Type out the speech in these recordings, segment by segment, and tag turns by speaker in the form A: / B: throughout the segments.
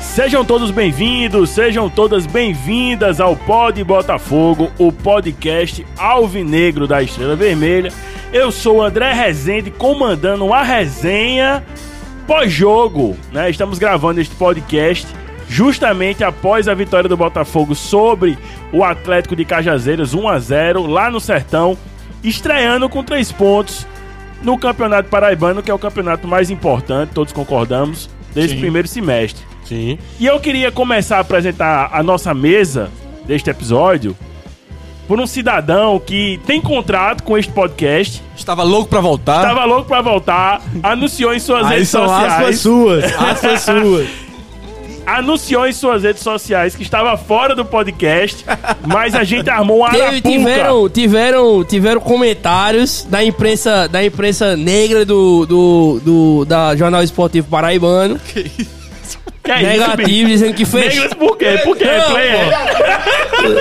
A: Sejam todos bem-vindos, sejam todas bem-vindas ao Pod Botafogo, o podcast alvinegro da Estrela Vermelha. Eu sou o André Rezende, comandando uma resenha pós-jogo, né? Estamos gravando este podcast justamente após a vitória do Botafogo sobre o Atlético de Cajazeiras 1 a 0 lá no Sertão, estreando com três pontos no Campeonato Paraibano, que é o campeonato mais importante, todos concordamos, desse
B: Sim.
A: primeiro semestre.
B: Sim.
A: E eu queria começar a apresentar a nossa mesa deste episódio por um cidadão que tem contrato com este podcast,
B: Estava louco pra voltar.
A: tava louco pra voltar, anunciou em suas
B: Aí
A: redes
B: são aspas
A: sociais,
B: suas. Aspas suas.
A: anunciou em suas redes sociais que estava fora do podcast, mas a gente armou uma
C: Teve,
A: arapuca.
C: tiveram, tiveram, tiveram comentários da imprensa, da imprensa negra do, do, do da Jornal Esportivo Paraibano,
A: Que é
C: negativo,
A: isso, bicho?
C: dizendo que fez.
A: Negras por quê? Por quê,
C: Não,
A: player?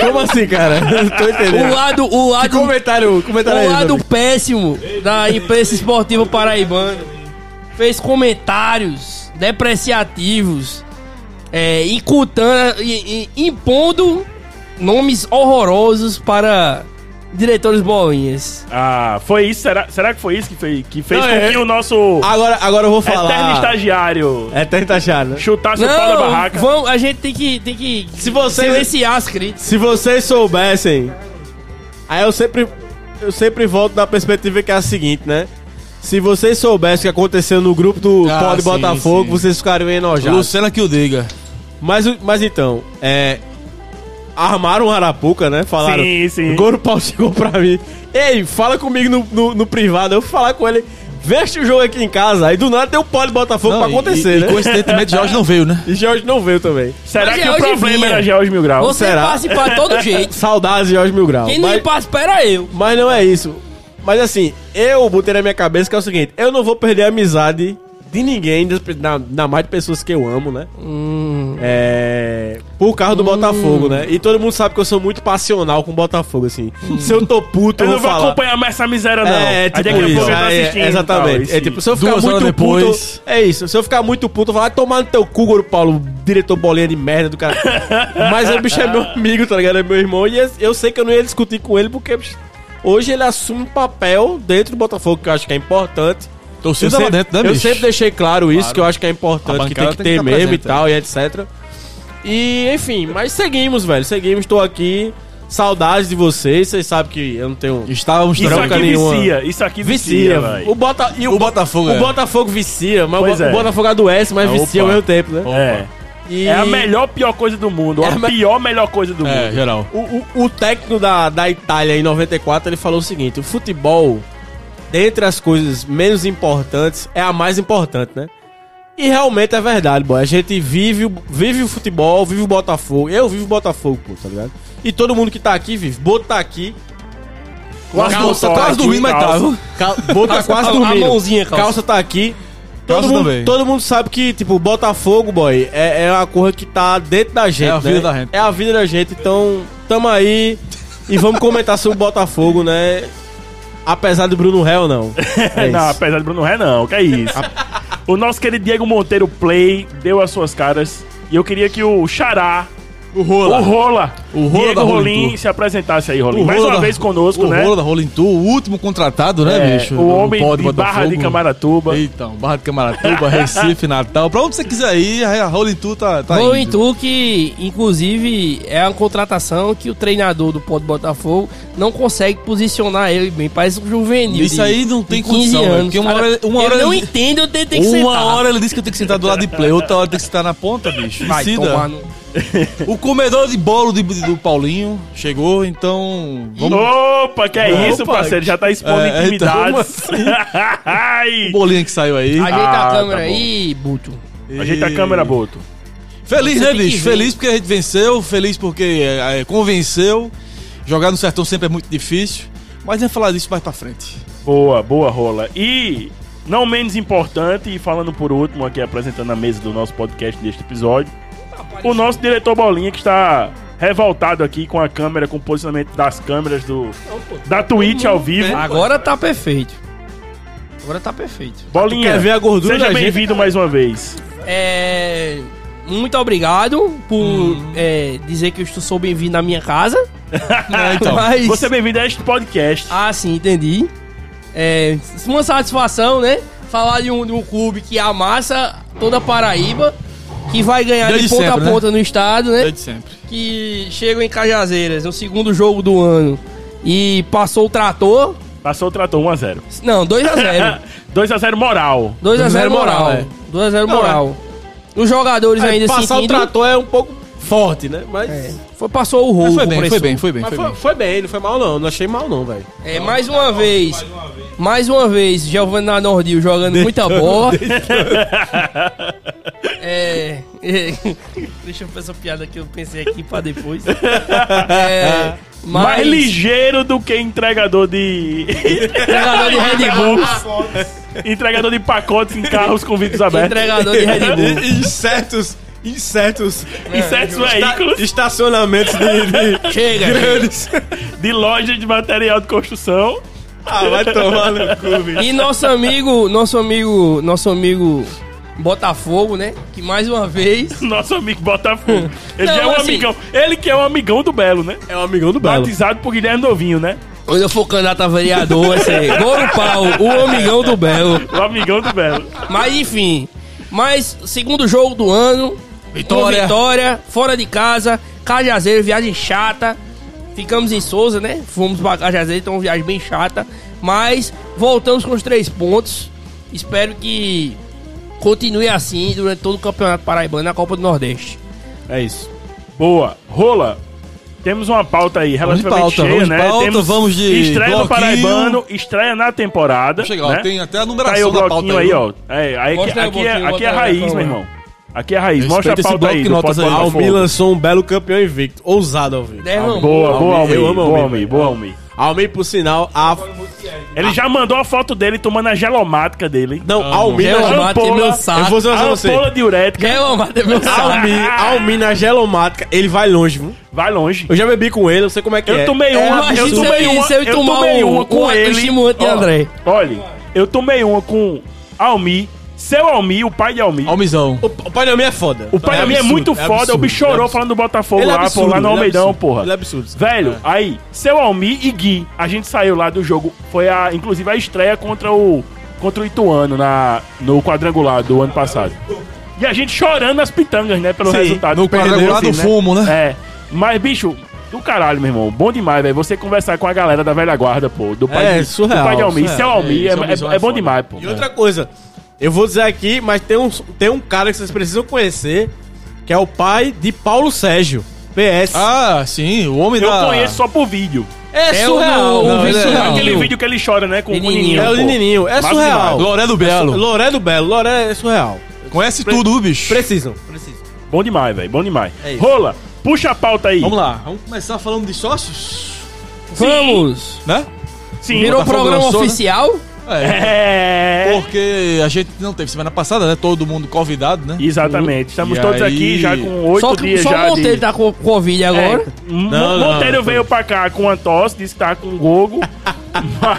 B: Como assim, cara? Não tô
A: é
C: O
B: entendendo.
C: lado, o
B: Que
C: lado,
B: comentário, comentário é
A: né,
C: o
B: esse,
C: lado
B: amigo?
C: péssimo da imprensa esportiva paraibana fez comentários depreciativos, é, incutando, e- e- impondo nomes horrorosos para diretores bolinhas.
A: Ah, foi isso? Será, será que foi isso que, foi, que fez
B: Não,
A: com
B: é-
A: que o nosso
B: Agora, agora eu vou falar. É.
A: eterno estagiário
B: Eterno tá estagiário.
A: chutasse o pau da barraca?
C: Vamos, a gente tem que, tem que
B: Se vocês-
C: silenciar as críticas.
B: Se vocês soubessem. Aí eu sempre. Eu sempre volto da perspectiva que é a seguinte, né? Se vocês soubessem o que aconteceu no grupo do
D: Ah,
B: Pod
D: sim,
B: Botafogo,
D: sim.
B: vocês ficariam enojados.
D: Luciana que o diga.
B: Mas, o- mas então, é. Armaram um Arapuca, né? Falaram.
A: Sim, sim.
B: O Goro Paulo chegou pra mim. Ei, fala comigo no, no, no privado. Eu fui falar com ele. Veste o jogo aqui em casa. Aí do nada tem o pó de Botafogo pra acontecer,
D: e,
B: né?
D: E coincidentemente, Jorge não veio, né?
B: E Jorge não veio também.
A: Será
C: Mas
A: que
C: é
A: o
C: hoje
A: problema
C: vinha.
A: era George Mil Grau?
C: Você
B: será?
C: participa de todo jeito.
B: Saudades, Jorge Mil Grau.
C: Quem não
B: Mas,
C: participa era eu.
B: mas não é isso. Mas assim, eu botei na minha cabeça que é o seguinte: eu não vou perder a amizade de ninguém, das- na, na mais de pessoas que eu amo, né?
A: Uhum.
D: Hum,
B: É. Por causa do
A: Hum.
B: Botafogo, né? E todo mundo sabe que eu sou muito passional com o Botafogo, assim. Se eu tô puto,
A: Hum. Eu
B: eu,
A: não vou
B: vou falar.
A: acompanhar mais essa miséria, não.
B: É, é tipo
A: Aí daqui a
B: isso.
A: pouco
D: tá
A: eu tô
B: é,
A: assistindo.
B: é,
A: tal,
D: então.
B: exatamente.
A: esse-
B: É tipo, se eu ficar
D: Duas
B: muito
D: horas depois.
B: puto. É isso. Se eu ficar muito puto, eu vou lá tomar no teu cu, Goro Paulo, diretor bolinha de merda do cara. Mas o bicho é meu amigo, tá ligado? É meu irmão. E esse- eu sei que eu não ia discutir com ele, porque bicho, hoje ele assume um papel dentro do Botafogo que eu acho que é importante. Eu,
D: Torcida lá
B: sempre,
D: dentro, né,
B: Então, eu
D: bicho?
B: sempre deixei claro isso,
D: Claro.
B: que eu acho que é
D: A
B: importante, que tem
D: bancada
B: que
D: tem
B: ter
D: que tá
B: meme e
D: presente,
B: tal, e etc. E, enfim, mas seguimos, velho. Seguimos, tô aqui. Saudades de vocês. Vocês sabem que eu não tenho.
D: Estávamos
A: Isso
B: troca
A: aqui
B: nenhuma.
A: vicia, isso aqui vicia,
B: Vicia,
A: velho.
B: o, Bota, e o,
D: O Botafogo,
B: o
D: é.
B: Botafogo vicia, mas
A: Pois
B: o, Bo-
A: é.
B: o Botafogo adoece, mas
D: Ah,
B: vicia ao
D: opa.
B: mesmo tempo, né?
D: É.
B: E
A: É a melhor pior coisa do mundo.
B: É
A: a
B: a me-
A: pior melhor coisa do
D: É,
A: mundo.
D: geral.
B: O, o- o técnico da, da Itália em 94 ele falou o seguinte: o futebol, dentre as coisas menos importantes, é a mais importante, né? E realmente é verdade, boy. A gente vive, o- vive o futebol, vive o Botafogo. Eu vivo o Botafogo, pô, tá ligado? E todo mundo que tá aqui vive. Boto tá aqui.
A: Calça,
B: Calça, tá
A: calça,
B: quase dormindo, mas
A: calça.
B: tava. Cal- Boto tá quase
C: a
B: dormindo.
C: mãozinha, calça.
B: Calça tá aqui. Todo,
D: Calça
B: mundo,
D: também.
B: todo mundo sabe que, tipo, o Botafogo, boy, é, é uma coisa que tá dentro da gente.
D: É a
B: né?
D: vida da gente.
B: É a vida da gente. Então, tamo aí e vamos comentar sobre o Botafogo, né? Apesar do Bruno Réu, não. É
A: não,
B: isso.
A: apesar do Bruno Ré, não. Que é isso. o nosso querido Diego Monteiro Play deu as suas caras. E eu queria que o Xará,
D: O Rola.
A: o Rola,
D: O Rola
A: Diego
D: da Rolim
A: Rolim
D: Tour.
A: se apresentasse aí, Rolim. Mais
D: Rola
A: uma
D: da-
A: vez conosco,
D: o
A: né?
D: Rola da Rolling Tour, o último contratado, né,
A: É,
D: bicho?
A: o
D: do- do
A: homem
D: pod
A: de Barra de
D: Botafogo.
B: É
A: Camaratuba.
D: Então, Barra de Camaratuba, Recife, Natal. Pra onde você quiser ir, a Rolling Tour tá, tá
C: Ou em
D: indo.
C: tu que, inclusive, é uma contratação que o treinador do Porto Botafogo não consegue posicionar ele bem. Parece um juvenil.
D: Isso aí não tem
C: de 15
D: condição, velho,
C: anos.
D: porque uma hora- uma
C: ele
D: hora
C: não
D: ele-
C: entende onde ele tem que
D: Uma
C: sentar.
D: hora ele disse que eu tenho que sentar do lado de play, outra hora tem que sentar na ponta, bicho.
C: Vai
D: Decida.
C: tomar no...
D: O comedor de bolo de- do Paulinho chegou, então. Vamos.
A: Opa, que é
D: Opa,
A: isso, parceiro? Já tá expondo
D: é, então,
A: intimidades.
D: assim?
A: Ai!
D: O bolinho que saiu aí.
C: Ajeita
A: Ah,
C: a
A: tá
C: câmera
A: bom.
C: aí, Buto.
A: Ajeita a
D: E-
A: câmera, Boto.
D: Feliz,
C: Você
D: né,
C: tem que
D: bicho?
C: ver.
D: Feliz porque a gente venceu, feliz porque é, é, convenceu. Jogar no sertão sempre é muito difícil. Mas a gente vai falar disso mais pra frente.
A: Boa, boa rola. E não menos importante, e falando por último aqui, apresentando a mesa do nosso podcast deste episódio, o nosso diretor Bolinha que está revoltado aqui com a câmera, com o posicionamento das câmeras do da Twitch ao vivo.
C: Agora tá perfeito. Agora tá perfeito.
A: Bolinha,
B: Quer ver a gordura
A: seja
B: da gente?
A: bem-vindo mais uma vez.
C: É. muito obrigado por é, dizer que eu estou sou bem-vindo na minha casa.
D: É, então.
C: Mas-
A: Você é bem-vindo a este podcast.
C: Ah, sim, entendi. É, uma satisfação, né? Falar de um, de um clube que amassa toda a Paraíba, que vai ganhar
D: Desde
C: de ponta
D: sempre,
C: a
D: né?
C: ponta no estado, né?
D: Desde sempre.
C: Que chegou em Cajazeiras no segundo jogo do ano e passou o trator.
A: Passou o trator 1x0.
C: Não, 2x0.
A: 2x0 moral.
C: 2x0 moral.
B: é.
C: 2x0
B: Não,
C: moral. Os jogadores
B: Aí,
C: ainda
B: passar o
C: sentindo. É.
B: trator é um pouco forte, né? Mas,
C: Foi, passou o
D: Mas
C: rolo.
D: foi
C: pro
D: bem, foi
C: professor.
D: bem, foi bem,
B: mas
D: foi
B: foi,
D: bem.
B: foi bem, não foi mal não. Não achei mal não, velho.
C: É, mais uma vez. Mais uma vez, Giovanni Nanordio jogando muita bola. é, é, Deixa eu fazer essa piada que eu pensei aqui pra depois. É,
A: Mais
C: mas
A: ligeiro do que entregador de.
C: entregador de Red Bull.
A: entregador de pacotes em carros com vidros abertos.
C: Entregador de Red Bull.
B: Insetos, insetos,
A: Em certos
B: É,
A: veículos
B: estacionamentos de...
C: Chega, gente.
A: de lojas de material de construção.
B: Ah, vai tomar no cu, bicho.
C: E nosso amigo, nosso amigo, nosso amigo Botafogo, né? Que mais uma vez
A: Nosso amigo Botafogo. Ele
C: Não,
A: já é um
C: assim-
A: amigão. Ele que é um amigão do Belo, né?
B: É um amigão do Belo.
A: Batizado por Guilherme Novinho, né?
C: Quando eu for candidato a vereador, vai ser Goro Pau, o amigão do Belo.
A: O É um amigão do Belo.
C: Mas enfim. Mas segundo jogo do ano.
D: Vitória.
C: com Vitória, fora de casa, Cajazeiro, viagem chata. Ficamos em Souza, né? Fomos pra Cajazeiro, então uma viagem bem chata. Mas voltamos com os três pontos. Espero que continue assim durante todo o Campeonato Paraibano na Copa do Nordeste.
B: É isso.
A: Boa. Rola. Temos uma pauta aí
D: Vamos de
A: relativamente
D: pauta,
A: cheia,
D: vamos de
A: né?
D: pauta,
A: Temos
D: vamos de
A: estreia no
D: bloquinho.
A: Paraibano, estreia na temporada.
D: Chega, ó,
A: né?
D: tem até a
A: Tá aí o
D: numeração da pauta
A: bloquinho aí, ó. É, aí, aqui,
C: Mostra aí o
A: aqui é,
C: bloquinho,
A: aqui é a
C: bota
A: raiz,
C: aí, por
A: meu
C: favor.
A: irmão. Aqui é a raiz. Mostra a
D: Respeita esse
A: pauta
D: bloco
A: aí
D: que
A: do
D: notas aí.
A: Pode
B: Almi
A: Botafogo.
B: lançou um belo campeão invicto. Ousado, Almi.
C: Derramou.
A: Boa, boa, Almi.
B: Almi, eu amo
A: Boa,
B: Almi,
A: Almi. Boa, Almi.
B: Almi, por sinal, a...
A: Ele já mandou a foto dele tomando a gelomática dele. hein?
B: Não, Almi
C: Já é
B: na
C: uma
A: Jampola.
C: mata, é meu
B: Eu
C: saco.
B: vou dizer uma
A: a
B: coisa pra você.
A: ampola diurética
C: Já é uma mata, é
A: Ah,
C: meu saco.
B: Almi, Almi na é gelomática, ele vai longe, viu?
A: vai longe.
B: Eu já bebi com ele, eu sei como é que
A: Eu
B: é.
A: tomei uma, eu
C: imagina
A: tomei
C: se eu-
A: uma,
C: se eu
A: eu
C: tomar
A: tomei
C: um-
A: uma com
C: um
A: ele.
C: estimulante,
A: Ó,
C: André.
A: Olha, eu tomei uma com Almi, seu Almi, o pai de
D: um
A: Almi.
D: Almizão.
B: O, o pai da minha é foda.
A: O pai
B: É
A: da minha é
B: absurdo,
A: muito
B: é
A: foda, o
B: absurdo,
A: bicho
B: é
A: chorou
B: absurdo.
A: falando do Botafogo
B: Ele é
A: lá,
B: absurdo,
A: pô, lá no
B: ele é
A: Almeidão,
B: absurdo,
A: porra.
B: ele é absurdo.
A: Velho,
B: É.
A: aí, seu Almi e Gui, a gente saiu lá do jogo, foi a, inclusive a estreia contra o contra o Ituano na, no quadrangular do ano passado. E a gente chorando as pitangas, né, pelo
B: Sim,
A: resultado.
D: No
A: Perdeu,
D: quadrangular do
A: assim, né?
D: fumo, né?
A: É. Mas, bicho, do caralho, meu irmão. Bom demais, velho. Você conversar com a galera da velha guarda, pô. Do pai,
B: É,
A: de,
B: surreal,
A: do pai de Almi.
B: surreal.
A: Seu Almi é,
D: É, seu Almizão
A: é-
D: é
A: é bom
D: foda.
A: demais, pô.
B: E outra coisa, eu vou dizer aqui, mas tem um, tem um cara que vocês precisam conhecer, que é o pai de Paulo Sérgio. PS.
D: Ah, sim, o homem
A: Eu
D: da...
A: conheço só por vídeo.
B: é
C: é
B: surreal.
C: o- o
B: Não, ele é-
C: surreal.
A: Aquele
C: Menininho.
A: vídeo que ele chora, né? Com o
C: Menininho.
A: menininho.
B: É o
A: pô.
B: menininho, é
A: Massa
B: surreal.
A: demais.
D: Loré do Belo.
B: Loré do Belo, Loré é surreal.
D: Conhece tudo, bicho.
B: Precisam.
A: Bom demais, velho. Bom demais.
B: É isso.
A: Rola, puxa a pauta aí.
D: Vamos lá, vamos começar falando de sócios,
C: Vamos!
D: né?
A: Sim. tá
C: Virou
D: Botafogo
C: programa
D: lançou, né?
C: oficial?
D: É.
A: É.
D: Porque a gente não teve semana passada, né? Todo mundo convidado, né?
A: Exatamente. Estamos
D: E
A: todos
D: aí?
A: aqui já com oito
C: só que
A: dias
C: só
A: já
C: o Monteiro
A: de...
C: tá com Covid
A: É,
C: agora.
A: Mo-
B: Não, não,
A: Monteiro
B: não.
A: veio pra cá com a tosse, disse que tá com gogo.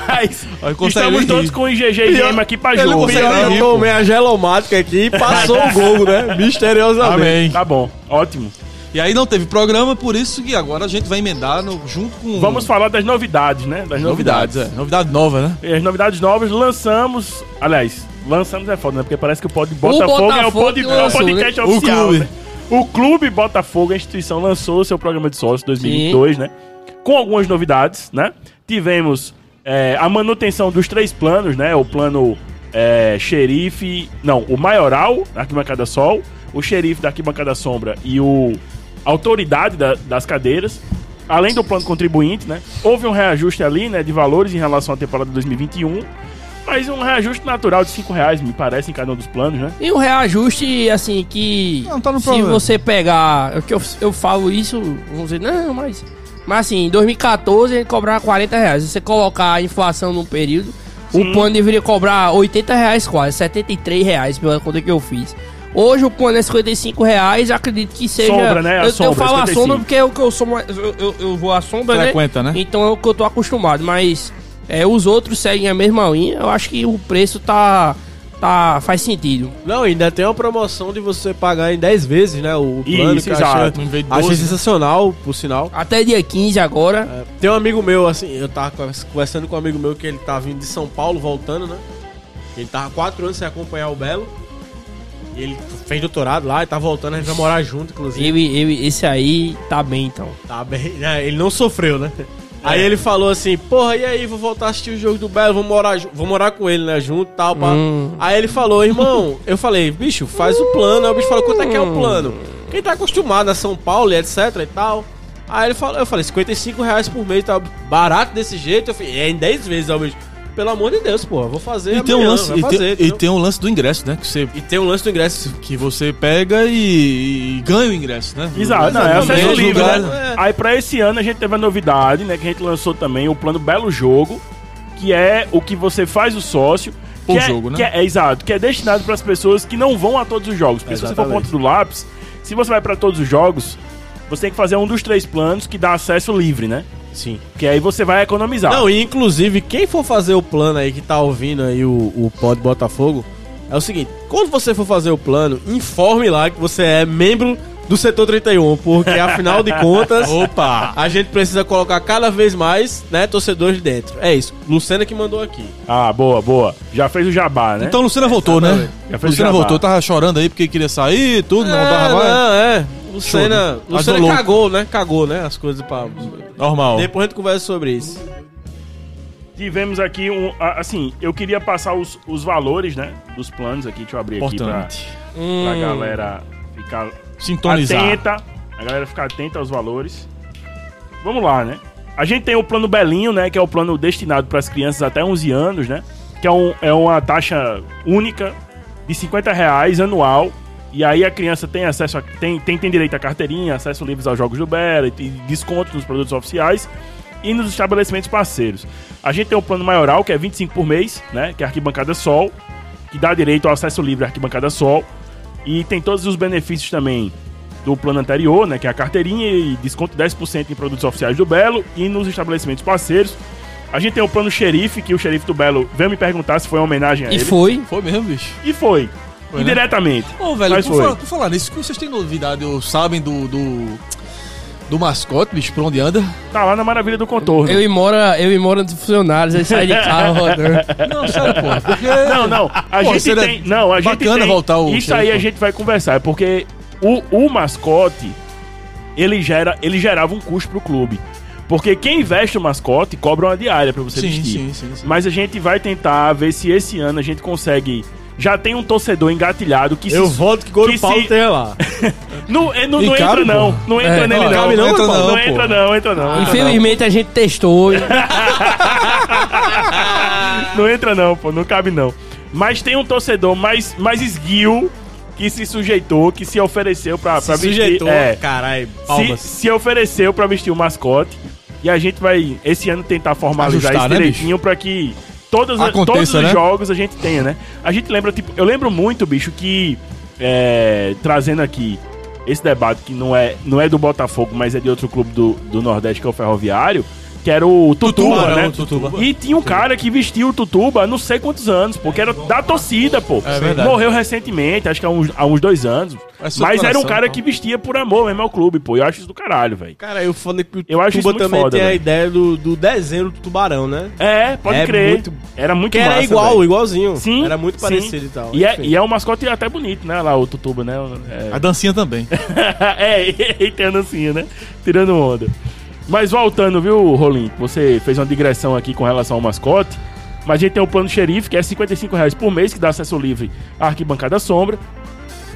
A: mas
D: Aí consegue
A: estamos
D: rir.
A: todos com o IgG e Gema aqui pra
D: ele não
A: jogo.
D: consegue
A: Pior-
D: nem
B: Eu
D: Rico.
B: tomei a gelomática aqui e passou o gol, né? Misteriosamente.
D: Amém.
A: Tá bom, ótimo.
D: E aí não teve programa, por isso que agora a gente vai emendar no- junto com...
A: Vamos falar das novidades, né? Das
D: Novidades,
A: novidades.
D: é. Novidade nova, né?
A: E As novidades novas lançamos. Aliás, lançamos é foda, né? Porque parece que o pod Botafogo,
C: Botafogo
A: é o, pod,
C: que
A: é o
C: lançou,
A: podcast
D: né? O
A: oficial.
D: clube.
A: né? O Clube Botafogo, a instituição, lançou o seu programa de sócios 2022, né? Com algumas novidades, né? Tivemos é, a manutenção dos três planos, né? O plano é, xerife. Não, o maioral, da arquibancada sol, o xerife da arquibancada sombra e o autoridade da- das cadeiras. Além do plano contribuinte, né? Houve um reajuste ali, né? De valores em relação à temporada 2021. Mas um reajuste natural de 5 reais, me parece, em cada um dos planos, né?
C: E um reajuste, assim, que.
D: Não, tá no
C: se
D: problema.
C: você pegar. é que eu, eu falo isso, vamos dizer, não, mas. Mas assim, em 2014 ele cobrava 40 reais. Se você colocar a inflação num período, o plano deveria cobrar 80 reais quase, 73 reais pela conta que eu fiz. Hoje o plano é 55 reais, acredito que seja.
A: Sombra, né? A
C: Eu, eu
A: sombra,
C: falo a
A: 55.
C: sombra porque é o que eu sou mais. Eu, eu, eu vou à sombra,
D: Frequenta, né?
C: Então é o que eu tô acostumado, mas é, os outros seguem a mesma linha. Eu acho que o preço tá tá, faz sentido.
B: Não, ainda tem uma promoção de você pagar em 10 vezes, né? O plano
A: Isso,
B: que eu achei-
A: exato.
D: Em vez de
B: Achei
D: 12, né?
B: sensacional, por sinal.
C: Até dia 15 agora.
B: É, Tem um amigo meu, assim, eu tava conversa- conversando com um amigo meu que ele tá vindo de São Paulo, voltando, né? Ele tava há quatro anos sem acompanhar o Belo. E ele fez doutorado lá e tá voltando, a gente vai morar junto, inclusive.
C: Ele, ele, esse aí tá bem, então.
B: Tá bem, né? Ele não sofreu, né?
D: É.
B: Aí ele falou assim, porra, e aí, vou voltar a assistir o jogo do Belo, vou morar, ju- vou morar com ele, né, junto e tal, pá.
C: Hum.
B: Aí ele falou, irmão, eu falei, bicho, faz o plano. Aí o bicho falou, quanto é que é o plano?
D: Hum.
B: Quem tá acostumado a São Paulo e etc e tal. Aí ele falou, eu falei, 55 reais por mês, tá barato desse jeito. Eu falei, é em 10 vezes, ó, bicho. Pelo amor de Deus, porra, vou fazer
D: E tem, um
B: amanhã,
D: lance,
B: vai
D: e,
B: fazer,
D: tem, e
B: entendeu?
D: tem um lance do ingresso, né? Que você,
B: E tem um lance do ingresso.
D: que você pega e, e ganha o ingresso, né?
A: Exato, não, é
D: Exatamente,
A: acesso
D: os
A: livre.
D: lugares-
A: né? Aí pra esse ano a gente teve a novidade, né? Que a gente lançou também o plano Belo Jogo, que é o que você faz o sócio.
D: Por
A: que é-
D: jogo, né?
A: que é, é, exato, que é destinado para as pessoas que não vão a todos os jogos. Porque se você for
B: Exatamente.
A: ponto do lápis, se você vai para todos os jogos, você tem que fazer um dos três planos que dá acesso livre, né?
B: Sim.
A: Que aí você vai economizar.
B: Não, e inclusive, quem for fazer o plano aí que tá ouvindo aí o, o Pod Botafogo, é o seguinte: quando você for fazer o plano, informe lá que você é membro do setor 31, porque afinal de contas,
D: Opa!
B: a gente precisa colocar cada vez mais, né, torcedores dentro. É isso. Luciana que mandou aqui.
A: Ah, boa, boa. Já fez o jabá, né?
D: Então Lucena voltou, né?
A: Já fez
D: Lucena
A: jabá.
D: voltou, tava chorando aí porque queria sair e tudo, não dava mais.
B: não, é. Luciana,
D: Show.
B: Luciana
D: Ajudou.
B: cagou, né? Cagou, né? As coisas pra.
D: Normal.
B: Depois a gente conversa sobre isso.
A: Tivemos aqui um. a- Assim, eu queria passar os, os valores, né? Dos planos aqui. Deixa eu abrir aqui
D: Importante. Hum.
A: pra, pra galera ficar
D: Sintonizar.
A: atenta. A galera ficar atenta aos valores. Vamos lá, né? A gente tem o plano Belinho, né? Que é o plano destinado para as crianças até 11 anos, né? Que é, um, é uma taxa única de 50 reais anual. E aí a criança tem acesso a, tem, tem, tem direito à carteirinha, acesso livres aos jogos do Bela e e desconto nos produtos oficiais e nos estabelecimentos parceiros. A gente tem o plano maioral, que é 25 por mês, né? Que é a arquibancada sol, que dá direito ao acesso livre à arquibancada sol. E tem todos os benefícios também do plano anterior, né? Que é a carteirinha e desconto de 10% em produtos oficiais do Belo e nos estabelecimentos parceiros. A gente tem o plano xerife, que o xerife do Belo veio me perguntar se foi uma homenagem a
C: E
A: É, ele.
C: foi.
D: Foi mesmo, bicho.
A: E foi.
D: Foi, né?
A: indiretamente.
D: Ô, velho,
A: Mas
D: por,
A: foi.
D: falar, por falar nisso, vocês têm novidade ou sabem do, do, do mascote, bicho, por onde anda?
A: Tá lá na Maravilha do Contorno.
C: Eu e Mora, eu e Mora dos funcionários, ele sai de carro rodando.
D: Não, sério, pô. Porque...
A: É. Não, não. A
D: Pô,
A: gente
D: seria
A: tem. Não, a gente
D: bacana
A: tem.
D: voltar o
A: Isso aí
D: xerife,
A: a
D: pô.
A: gente vai conversar, é porque o, o mascote ele gera, ele gerava um custo pro clube. Porque quem veste o mascote cobra uma diária pra você
D: Sim,
A: vestir.
D: sim, sim, sim.
A: Mas a gente vai tentar ver se esse ano a gente consegue. Já tem um torcedor engatilhado que
B: Eu
A: se.
B: voto que Goro
A: que
B: Paulo
A: se-
B: tenha lá.
A: Não, é, não,
D: E
A: não
D: cabe,
A: entra, não.
D: pô.
A: Não entra
C: É,
A: nele,
D: não,
A: não.
D: cabe não, pô.
A: Não
D: Não,
A: entra,
D: pô.
A: não, entra, não. entra não.
C: Infelizmente a gente testou. hein?
A: Não entra não, pô, não cabe não. Mas tem um torcedor mais, mais esguio que se sujeitou, que se ofereceu pra, pra vestir. é,
B: Caralho,
A: se, se ofereceu pra vestir o mascote. E a gente vai, esse ano, tentar formalizar
D: Ajustar,
A: isso
D: né,
A: direitinho pra que todas, a-
D: Aconteça,
A: todos os
D: né?
A: jogos a gente tenha, né? A gente lembra, tipo, eu lembro muito, bicho, que é, trazendo aqui esse debate que não é, não é do Botafogo, mas é de outro clube do, do Nordeste, que é o Ferroviário, que era o Tutuba,
D: Tutuba,
A: né?
D: não, Tutuba.
A: E tinha um cara que vestiu o Tutuba há não sei quantos anos, porque era da torcida, pô.
D: É verdade.
A: Morreu recentemente, acho que há uns, há uns dois anos.
D: É seu
A: Mas era um
D: coração,
A: cara
D: pô.
A: que vestia por amor mesmo ao clube, pô. Eu acho isso do caralho, velho.
B: Cara, eu falei que o
A: Eu acho isso
B: Tuba
A: muito
B: também
A: foda,
B: tem a
A: velho.
B: ideia do, do desenho do tubarão, né?
A: É, pode
B: É
A: crer.
B: muito-
A: Era muito
B: Que era
A: É massa,
B: igual,
A: velho.
B: igualzinho.
A: Sim.
B: Era muito
A: sim.
B: parecido e tal.
A: E é,
B: Enfim.
A: e é um mascote até bonito, né? Lá o Tutuba, né?
D: A dancinha também.
A: É, é e tem a dancinha, né? Tirando onda. Mas voltando, viu, Rolim? Você fez uma digressão aqui com relação ao mascote. Mas a gente tem o plano xerife, que é R$ 55 reais por mês, que dá acesso livre à arquibancada sombra.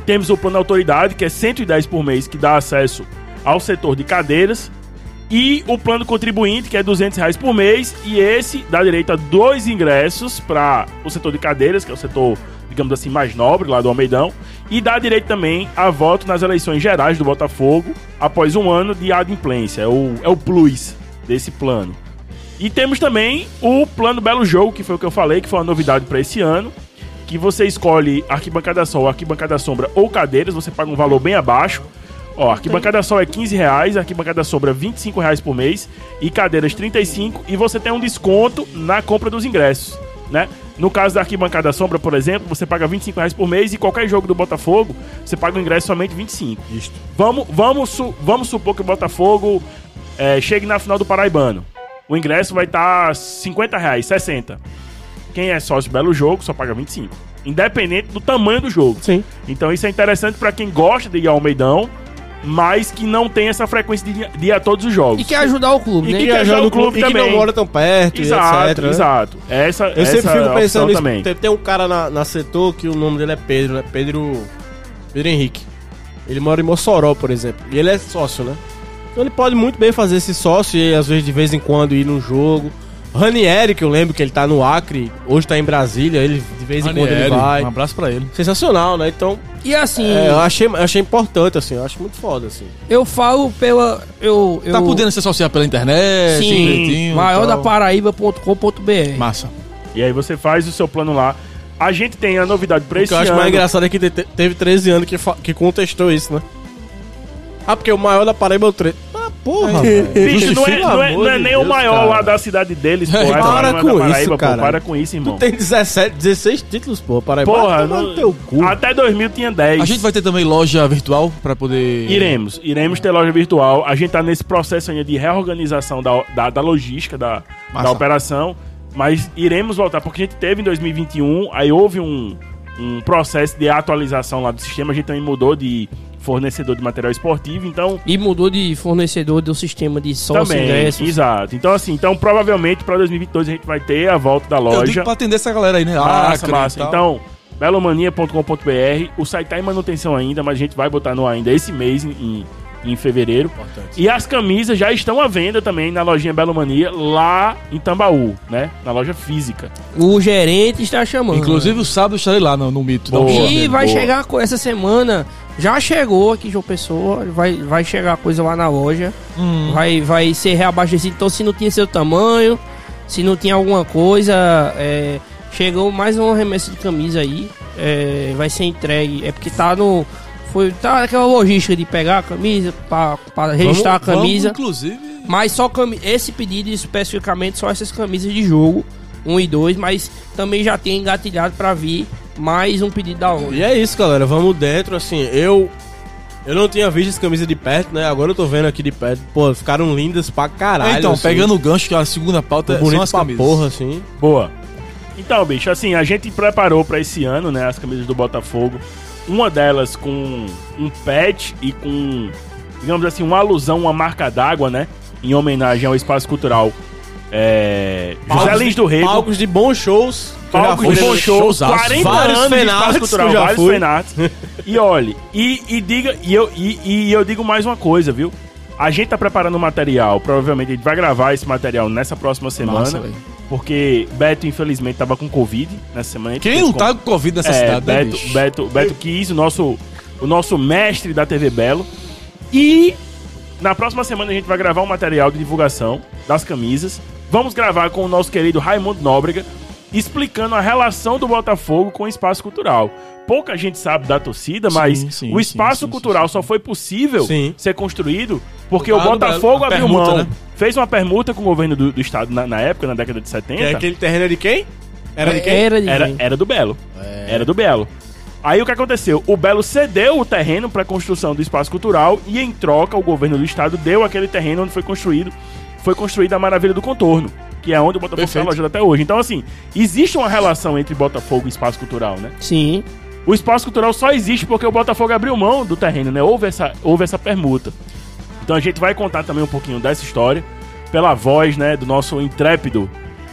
A: Temos o plano autoridade, que é R$ 110 por mês, que dá acesso ao setor de cadeiras. E o plano contribuinte, que é R$ 200 reais por mês. E esse dá direito a dois ingressos para o setor de cadeiras, que é o setor, digamos assim, mais nobre lá do Almeidão. E dá direito também a voto nas eleições gerais do Botafogo após um ano de adimplência. É o, é o plus desse plano. E temos também o plano Belo Jogo, que foi o que eu falei, que foi uma novidade para esse ano. Que você escolhe arquibancada sol, arquibancada sombra ou cadeiras, você paga um valor bem abaixo. Ó, arquibancada sol é 15 reais, arquibancada sombra 25 reais por mês e cadeiras 35 e você tem um desconto na compra dos ingressos. né? No caso da Arquibancada Sombra, por exemplo, você paga 25 reais por mês e qualquer jogo do Botafogo, você paga o ingresso somente 25.
B: Isto.
A: Vamos, vamos, su- vamos supor que o Botafogo eh, chegue na final do Paraibano. O ingresso vai estar 50 reais, 60. Quem é sócio belo jogo só paga 25. Independente do tamanho do jogo.
B: Sim.
A: Então isso é interessante pra quem gosta de ir ao Almeidão, mas que não tem essa frequência de, ir- de ir a todos os jogos.
C: E
B: é
C: quer ajudar o clube,
A: E
C: né?
A: que
B: E
A: quer jogar
B: ajudar
A: no
B: o clube
A: clube
B: e que não
A: também.
B: mora tão perto, e
A: Exato,
B: etc. né?
A: exato. Essa,
B: Eu
A: essa
B: sempre
A: é a
B: fico
A: opção
B: pensando nisso.
A: também.
B: Tem, tem um cara na, na setor que o nome dele é Pedro, né? Pedro. Pedro Henrique. Ele mora em Mossoró, por exemplo. E ele é sócio, né? Então ele pode muito bem fazer esse sócio e às vezes de vez em quando ir num jogo. Ranieri, que eu lembro que ele tá no Acre, hoje tá em Brasília, ele de vez em quando ele
D: Ranieri,
B: vai.
D: Um abraço pra ele.
B: Sensacional, né? Então,
C: E assim,
B: é, eu achei, eu achei importante, assim, eu acho muito foda, assim.
C: eu falo pela. Eu, eu,
D: Tá podendo assim, então. se associar pela internet,
C: Sim,
D: direitinho e tal.
C: maiordaparaíba.com.br.
D: Massa.
A: E aí você faz o seu plano lá. A gente tem a novidade pra
B: O que
A: esse
B: eu acho
A: ano.
B: mais engraçado é que te- teve 13 anos que, fa- que contestou isso, né? Ah, porque o maior da Paraíba é o 13. Ah, porra, velho.
A: Bicho, não é,
B: Justifica,
A: não é-
B: pelo
A: não é
B: amor de
A: nem o
B: Deus,
A: maior
B: cara.
A: lá da cidade deles, pô.
D: Para
A: Essa não é
B: com
A: da
B: isso,
A: Paraíba, pô.
B: cara.
A: Para com isso, irmão.
B: Tu tem 17, 16 títulos, porra, Paraíba.
A: Porra,
B: Vai É tomar
A: não-
B: no teu cu.
A: até 2000 tinha 10.
D: A gente vai ter também loja virtual pra poder.
A: Iremos, iremos ter loja virtual. A gente tá nesse processo ainda de reorganização da, da, da logística, da,
D: Massa.
A: da operação. Mas iremos voltar, porque a gente teve em 2021, aí houve um, um processo de atualização lá do sistema. A gente também mudou de fornecedor de material esportivo, então.
C: E mudou de fornecedor do sistema de sócio
A: também,
C: ingressos.
A: exato. Então, assim, então provavelmente para 2022 a gente vai ter a volta da
D: Eu
A: loja.
D: digo pra atender essa galera aí, né?
A: Massa,
D: Acre e
A: massa.
D: tal.
A: Então, belomania.com.br. O site tá em manutenção ainda, mas a gente vai botar no ar ainda esse mês, em, em fevereiro. E as camisas já estão à venda também na lojinha Belomania, lá em Tambaú, né? Na loja física.
C: O gerente está chamando.
D: Inclusive, o sábado eu estarei lá no, no Mito. dá um
A: Boa.
D: jeito.
C: E vai
A: boa.
C: chegar co- essa semana. Já chegou aqui, João Pessoa. Vai, vai chegar coisa lá na loja.
D: Hum.
C: Vai, vai ser reabastecido. Então, se não tinha seu tamanho, se não tinha alguma coisa, é, chegou mais um arremesso de camisa aí. é, vai ser entregue. É porque tá no. Foi, tá naquela logística de pegar a camisa, pra, pra registrar a
D: Vamos,
C: camisa.
D: inclusive.
C: Mas só cami- esse pedido especificamente só essas camisas de jogo 1 e 2, mas também já tem engatilhado pra vir mais um pedido da ONU.
B: E é isso, galera. Vamos dentro, assim, eu. Eu não tinha visto as camisas de perto, né? Agora eu tô vendo aqui de perto. Pô, ficaram lindas pra caralho.
D: então,
B: assim.
D: pegando o gancho, que é a segunda pauta
B: bonito
D: são as
B: pra
D: camisas.
B: porra, assim.
A: Boa. Então, bicho, assim, a gente preparou pra esse ano, né, as camisas do Botafogo. Uma delas com um pet e com, digamos assim, uma alusão, uma marca d'água, né? Em homenagem ao espaço cultural é, José
B: Palcos-
A: Lins do Rego.
B: Palcos de bons shows.
A: palco de bom show, 40
B: Vários
A: anos de espaço
B: Fenartes
A: cultural,
B: que eu já
A: vários
B: fui.
A: Fenartes. E olhe, e, e diga, e eu, e, e eu digo mais uma coisa, viu? A gente tá preparando o material, provavelmente a gente vai gravar esse material nessa próxima semana,
D: Massa, velho.
A: porque Beto, infelizmente, tava com Covid nessa semana. a gente
D: Quem
A: fez
D: não
A: com-
D: tá com Covid nessa
A: é,
D: cidade, né,
A: Beto,
D: bicho?
A: Beto, Beto Kiss, o nosso, o nosso mestre da TV Belo. E na próxima semana a gente vai gravar um material de divulgação das camisas. Vamos gravar com o nosso querido Raimundo Nóbrega, explicando a relação do Botafogo com o espaço cultural. Pouca gente sabe da torcida,
D: Sim,
A: mas
D: sim,
A: o
D: sim,
A: espaço
D: sim, sim,
A: cultural só foi possível
B: Sim.
A: ser construído porque o
D: Claro,
A: Botafogo
D: Ah, a
A: abriu
D: permuta,
A: mão.
D: né?
A: Fez uma permuta com o governo do, do estado na, na época, na década de 70.
B: É aquele terreno de quem? Era de quem?
C: Era de
A: Era,
C: quem?
A: era do Belo. Era do Belo. Aí o que aconteceu? O Belo cedeu o terreno para construção do espaço cultural e, em troca, o governo do estado deu aquele terreno onde foi construído. Foi construída a Maravilha do Contorno, que é onde o Botafogo está
D: Perfeito.
A: alojado até hoje. Então, assim, existe uma relação entre Botafogo e espaço cultural, né?
C: Sim.
A: O espaço cultural só existe porque o Botafogo abriu mão do terreno, né? Houve essa, houve essa permuta. Então a gente vai contar também um pouquinho dessa história pela voz, né, do nosso intrépido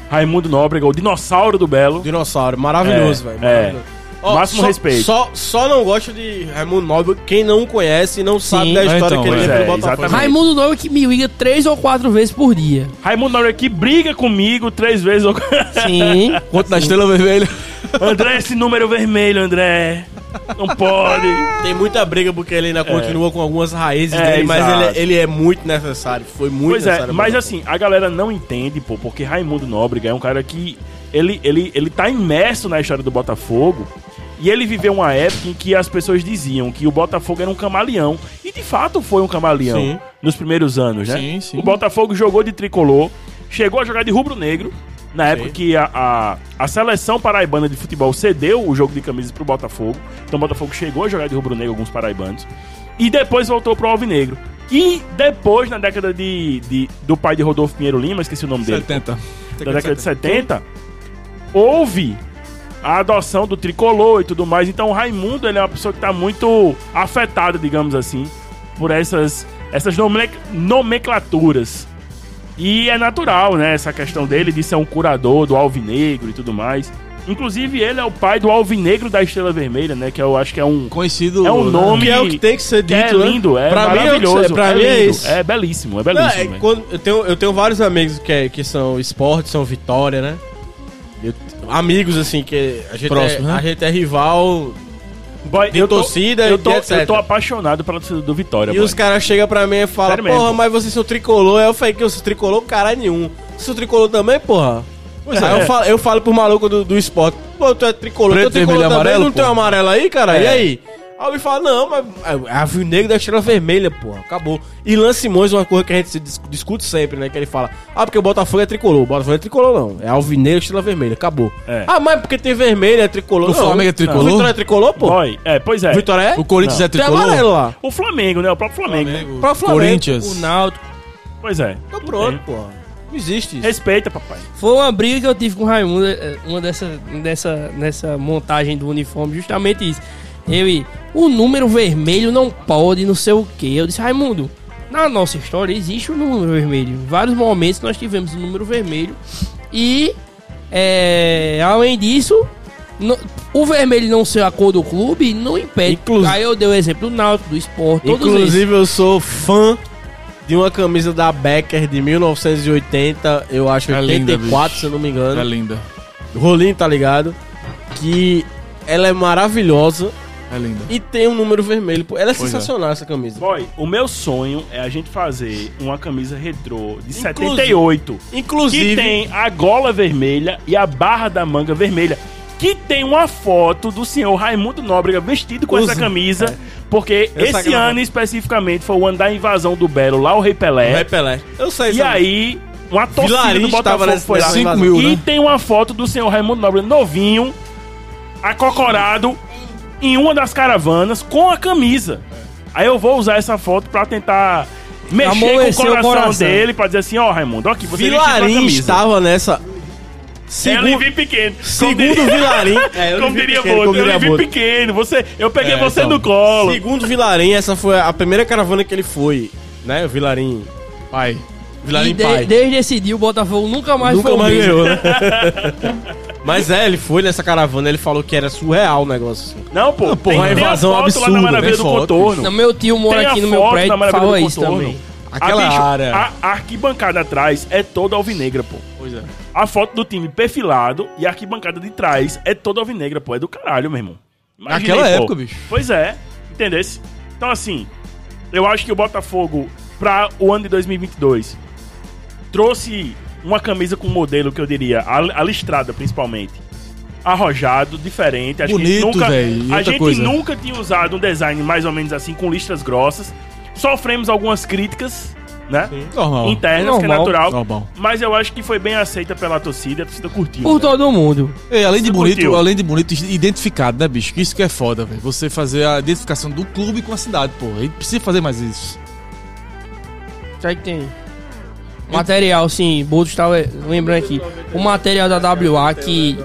A: Raimundo Nóbrega, o dinossauro do Belo.
B: Dinossauro, maravilhoso,
A: É,
B: velho.
A: é.
B: maravilhoso.
A: Máximo
B: só,
A: respeito.
B: Só, só não gosto de Raimundo Nobre, quem não conhece e não sabe
C: Sim.
B: da história
D: Então,
B: que ele
A: pois
B: teve
A: é,
B: no Botafogo.
A: exatamente.
C: Raimundo Nobre que me liga três ou quatro vezes por dia.
A: Raimundo Nóbrega que briga comigo três vezes. ao-
C: Sim.
D: Quanto da estrela vermelha.
A: André, esse número vermelho, André. Não pode.
B: Tem muita briga porque ele ainda continua com algumas raízes
A: É,
B: dele, mas
A: exato.
B: ele, é- ele é muito necessário. Foi muito
A: pois é,
B: necessário.
A: mas
B: ao
A: assim, a galera não entende, pô, porque Raimundo Nóbrega é um cara que ele, ele, ele tá imerso na história do Botafogo. E ele viveu uma época em que as pessoas diziam que o Botafogo era um camaleão. E de fato foi um camaleão
B: Sim.
A: nos primeiros anos, né?
D: Sim, sim.
A: O Botafogo jogou de tricolor, chegou a jogar de rubro-negro, Na época que a, a, a seleção paraibana de futebol cedeu o jogo de camisas pro Botafogo. Então o Botafogo chegou a jogar de rubro-negro alguns paraibanos. E depois voltou pro Alvinegro. E depois, na década de, de- do pai de Rodolfo Pinheiro Lima, esqueci o nome dele.
D: 70.
A: da década de 70, houve a adoção do tricolor e tudo mais. Então o Raimundo ele é uma pessoa que está muito afetada, digamos assim, por essas, essas nomle- nomenclaturas. E é natural, né, essa questão dele de ser um curador do Alvinegro e tudo mais. Inclusive, ele é o pai do Alvinegro da Estrela Vermelha, né? Que eu acho que é um.
D: Conhecido.
A: É um nome.
B: Que é o que tem que ser
A: que
B: dito,
A: é lindo,
B: né?
A: é
B: pra mim é, o que-
A: maravilhoso.
B: pra mim é
A: lindo,
B: isso.
A: é belíssimo, é
B: Não,
A: belíssimo.
B: é
D: né?
A: velho.
B: quando- eu, tenho, eu tenho vários amigos que, que são esporte, são vitória, né? Eu- amigos, assim, que a gente,
D: Próximo,
B: é,
D: né?
B: a gente é rival.
A: Boy,
B: de
A: eu tô-
B: torcida
A: eu
B: e
A: tô,
B: etc.
A: eu tô apaixonado pela torcida do
D: Tá
A: Vitória.
B: E
A: boy.
B: os caras chegam pra mim e falam,
A: Sério mesmo.
B: porra, mas você sou tricolor. Aí eu falei que eu sou tricolor, caralho nenhum. Sou tricolor também, porra?
A: Pois
B: aí
A: é.
B: eu falo, eu falo pro maluco do, do esporte, pô, tu é tricolor,
D: Preto,
B: tu é
D: vermelho
B: tricolor
D: e
B: também,
D: amarelo,
B: não tem um
D: porra?
B: amarelo aí, cara? E
D: É.
B: aí? Aí me fala, não, mas é a negro da estrela vermelha, porra, acabou. E Lan Simões, uma coisa que a gente se dis- discute sempre, né? Que ele fala, ah, porque o Botafogo é tricolor. O Botafogo é tricolor, não. É alvinegro, estrela vermelha, acabou.
A: É.
B: Ah, mas porque tem vermelho, é tricolor.
D: O Flamengo é tricolor?
B: O Vitória é tricolor, pô.
A: Boy, é, pois é.
B: Vitória é?
D: O Corinthians
A: Não.
D: é
B: Tem
D: tricolor.
B: amarelo lá.
A: O Flamengo, né? O próprio Flamengo. né?
D: Flamengo,
B: Pra Flamengo,
D: Corinthians.
C: O Náutico.
A: Pois é.
B: Tá pronto, pô. Não existe isso.
A: Respeita, papai.
C: Foi uma briga que eu tive com o Raimundo, eh, uma dessa, dessa, nessa montagem do uniforme, justamente isso. Ele, o número vermelho não pode, não sei o quê. Eu disse, Raimundo, na nossa história existe o número vermelho. Em vários momentos nós tivemos o número vermelho. E, eh, além disso, no- o vermelho não ser a cor do clube não impede.
B: Inclu-
C: Aí eu dei o exemplo do Náutico, do esporte, todos esses.
B: Inclusive, eu sou fã de uma camisa da Becker de 1980, eu acho
D: É
B: 84,
D: linda, bicho.
B: se eu não me
D: É
B: engano.
D: linda.
B: Rolinho, tá ligado? Que ela é maravilhosa
D: É linda.
B: e tem um número vermelho. pô. Ela é
D: Pois é.
B: sensacional, essa camisa.
A: Boy, o meu sonho é a gente fazer uma camisa retrô de
B: Inclusive-
A: 78 que
B: Inclusive,
A: tem a gola vermelha e a barra da manga vermelha. Que tem uma foto do senhor Raimundo Nóbrega vestido com
B: Usa.
A: essa camisa, porque
B: É. Essa
A: esse
B: camisa.
A: ano especificamente foi o ano da invasão do Belo lá, o Rei Pelé.
B: Vai Pelé. É. Eu sei,
A: E
B: sabe?
A: aí, uma torcida do
B: Vilarinho tava
A: Botafogo
B: nessa-
A: foi lá.
B: nessa
D: 5
B: invasão.
D: mil,
A: E
D: né?
A: tem uma foto do senhor Raimundo Nobre novinho, acocorado, em uma das caravanas, com a camisa. Aí eu vou usar essa foto pra tentar mexer com
C: Amolecer
A: o
C: o
A: coração,
C: coração.
A: dele, pra dizer assim, ó, Raimundo, ó aqui, você vestiu a
B: Vilarinho
A: camisa.
B: estava nessa.
A: Eu lhe
B: Segundo,
A: vi pequeno. Como
B: segundo
A: diria-
B: Vilarinho. É, eu
A: Como
B: lhe vi
A: diria
B: pequeno, como
A: Boto, eu
B: diria
A: lhe vi
B: Boto.
A: pequeno. Você, eu peguei
D: É,
A: você
D: então.
A: no colo.
B: Segundo Vilarim, essa foi a primeira caravana que ele foi, né? O Vilarim.
D: Pai.
B: Vilarim
C: E de-
B: Pai.
C: desde esse dia o Botafogo nunca mais
B: Nunca
C: foi o
B: mais
C: mesmo.
B: ganhou, né? Mas é, ele foi nessa caravana, ele falou que era surreal o negócio. assim.
A: Não, pô,
B: pô, uma invasão
A: foto lá
B: absurda,
A: na Maravilha
B: um né? tem
A: do
B: foto,
A: Contorno.
C: Não, meu tio mora
A: Tem a
C: aqui no meu
A: foto da
C: prédio,
A: Maravilha
C: fala
A: do
C: isso
A: Contorno.
C: também.
B: Aquela
A: a, bicho,
B: área.
A: a a arquibancada atrás é toda alvinegra, pô.
D: Pois é.
A: A foto do time perfilado e a arquibancada de trás é toda alvinegra, pô. É do caralho, meu irmão. Imaginei,
D: Naquela
A: pô.
D: época, bicho.
A: Pois é, entendesse? Então, assim, eu acho que o Botafogo, pra o ano de 2022, trouxe uma camisa com um modelo que eu diria, a, a listrada principalmente. Arrojado, diferente. Acho que
D: Bonito,
A: nunca,
D: véi, e
A: a
D: outra
A: gente
D: coisa.
A: nunca tinha usado um design mais ou menos assim, com listras grossas. Sofremos algumas críticas, né?
D: Normal.
A: Internas, que é
C: Normal.
A: natural.
D: Normal.
A: Mas eu acho que foi bem aceita pela torcida, a torcida curtiu.
C: Por
A: né?
C: todo mundo.
D: E, além de
A: Você
D: bonito,
A: curtiu?
D: além de bonito, identificado, né, bicho? Que Isso que é foda, velho. Você fazer a identificação do clube com a cidade, pô. A gente precisa fazer mais isso.
C: Já que tem. Material, sim, Bodo estava lembrando aqui. O material da WA que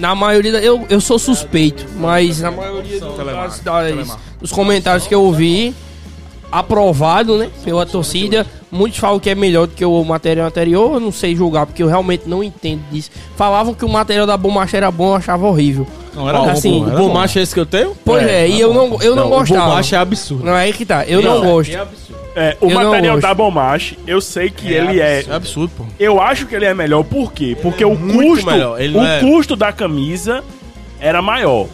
C: na maioria. da- Eu, eu sou suspeito, mas na maioria do- das, das, dos comentários que eu ouvi, aprovado, né? Pela torcida. Muitos falam que é melhor do que o material anterior. Eu não sei julgar, porque eu realmente não entendo disso. Falavam que o material da Bomacha era bom, eu achava horrível.
D: Não, era
C: Ó,
D: bom,
C: assim,
D: pô,
B: O
D: era bom.
B: Bomacha é esse que eu tenho?
C: Pois é, e eu não, eu não,
B: O
C: gostava.
B: Bomacha é absurdo.
C: Não é aí que tá, eu não, gosto.
A: É, o
C: Eu não
A: material
C: gosto.
A: da Bomache, eu sei que ele
D: É
A: é.
D: absurdo, pô.
A: Eu acho que ele é melhor, por quê? Porque o
B: muito
A: custo.
B: melhor, ele
A: o
B: não é-
A: custo da camisa era maior.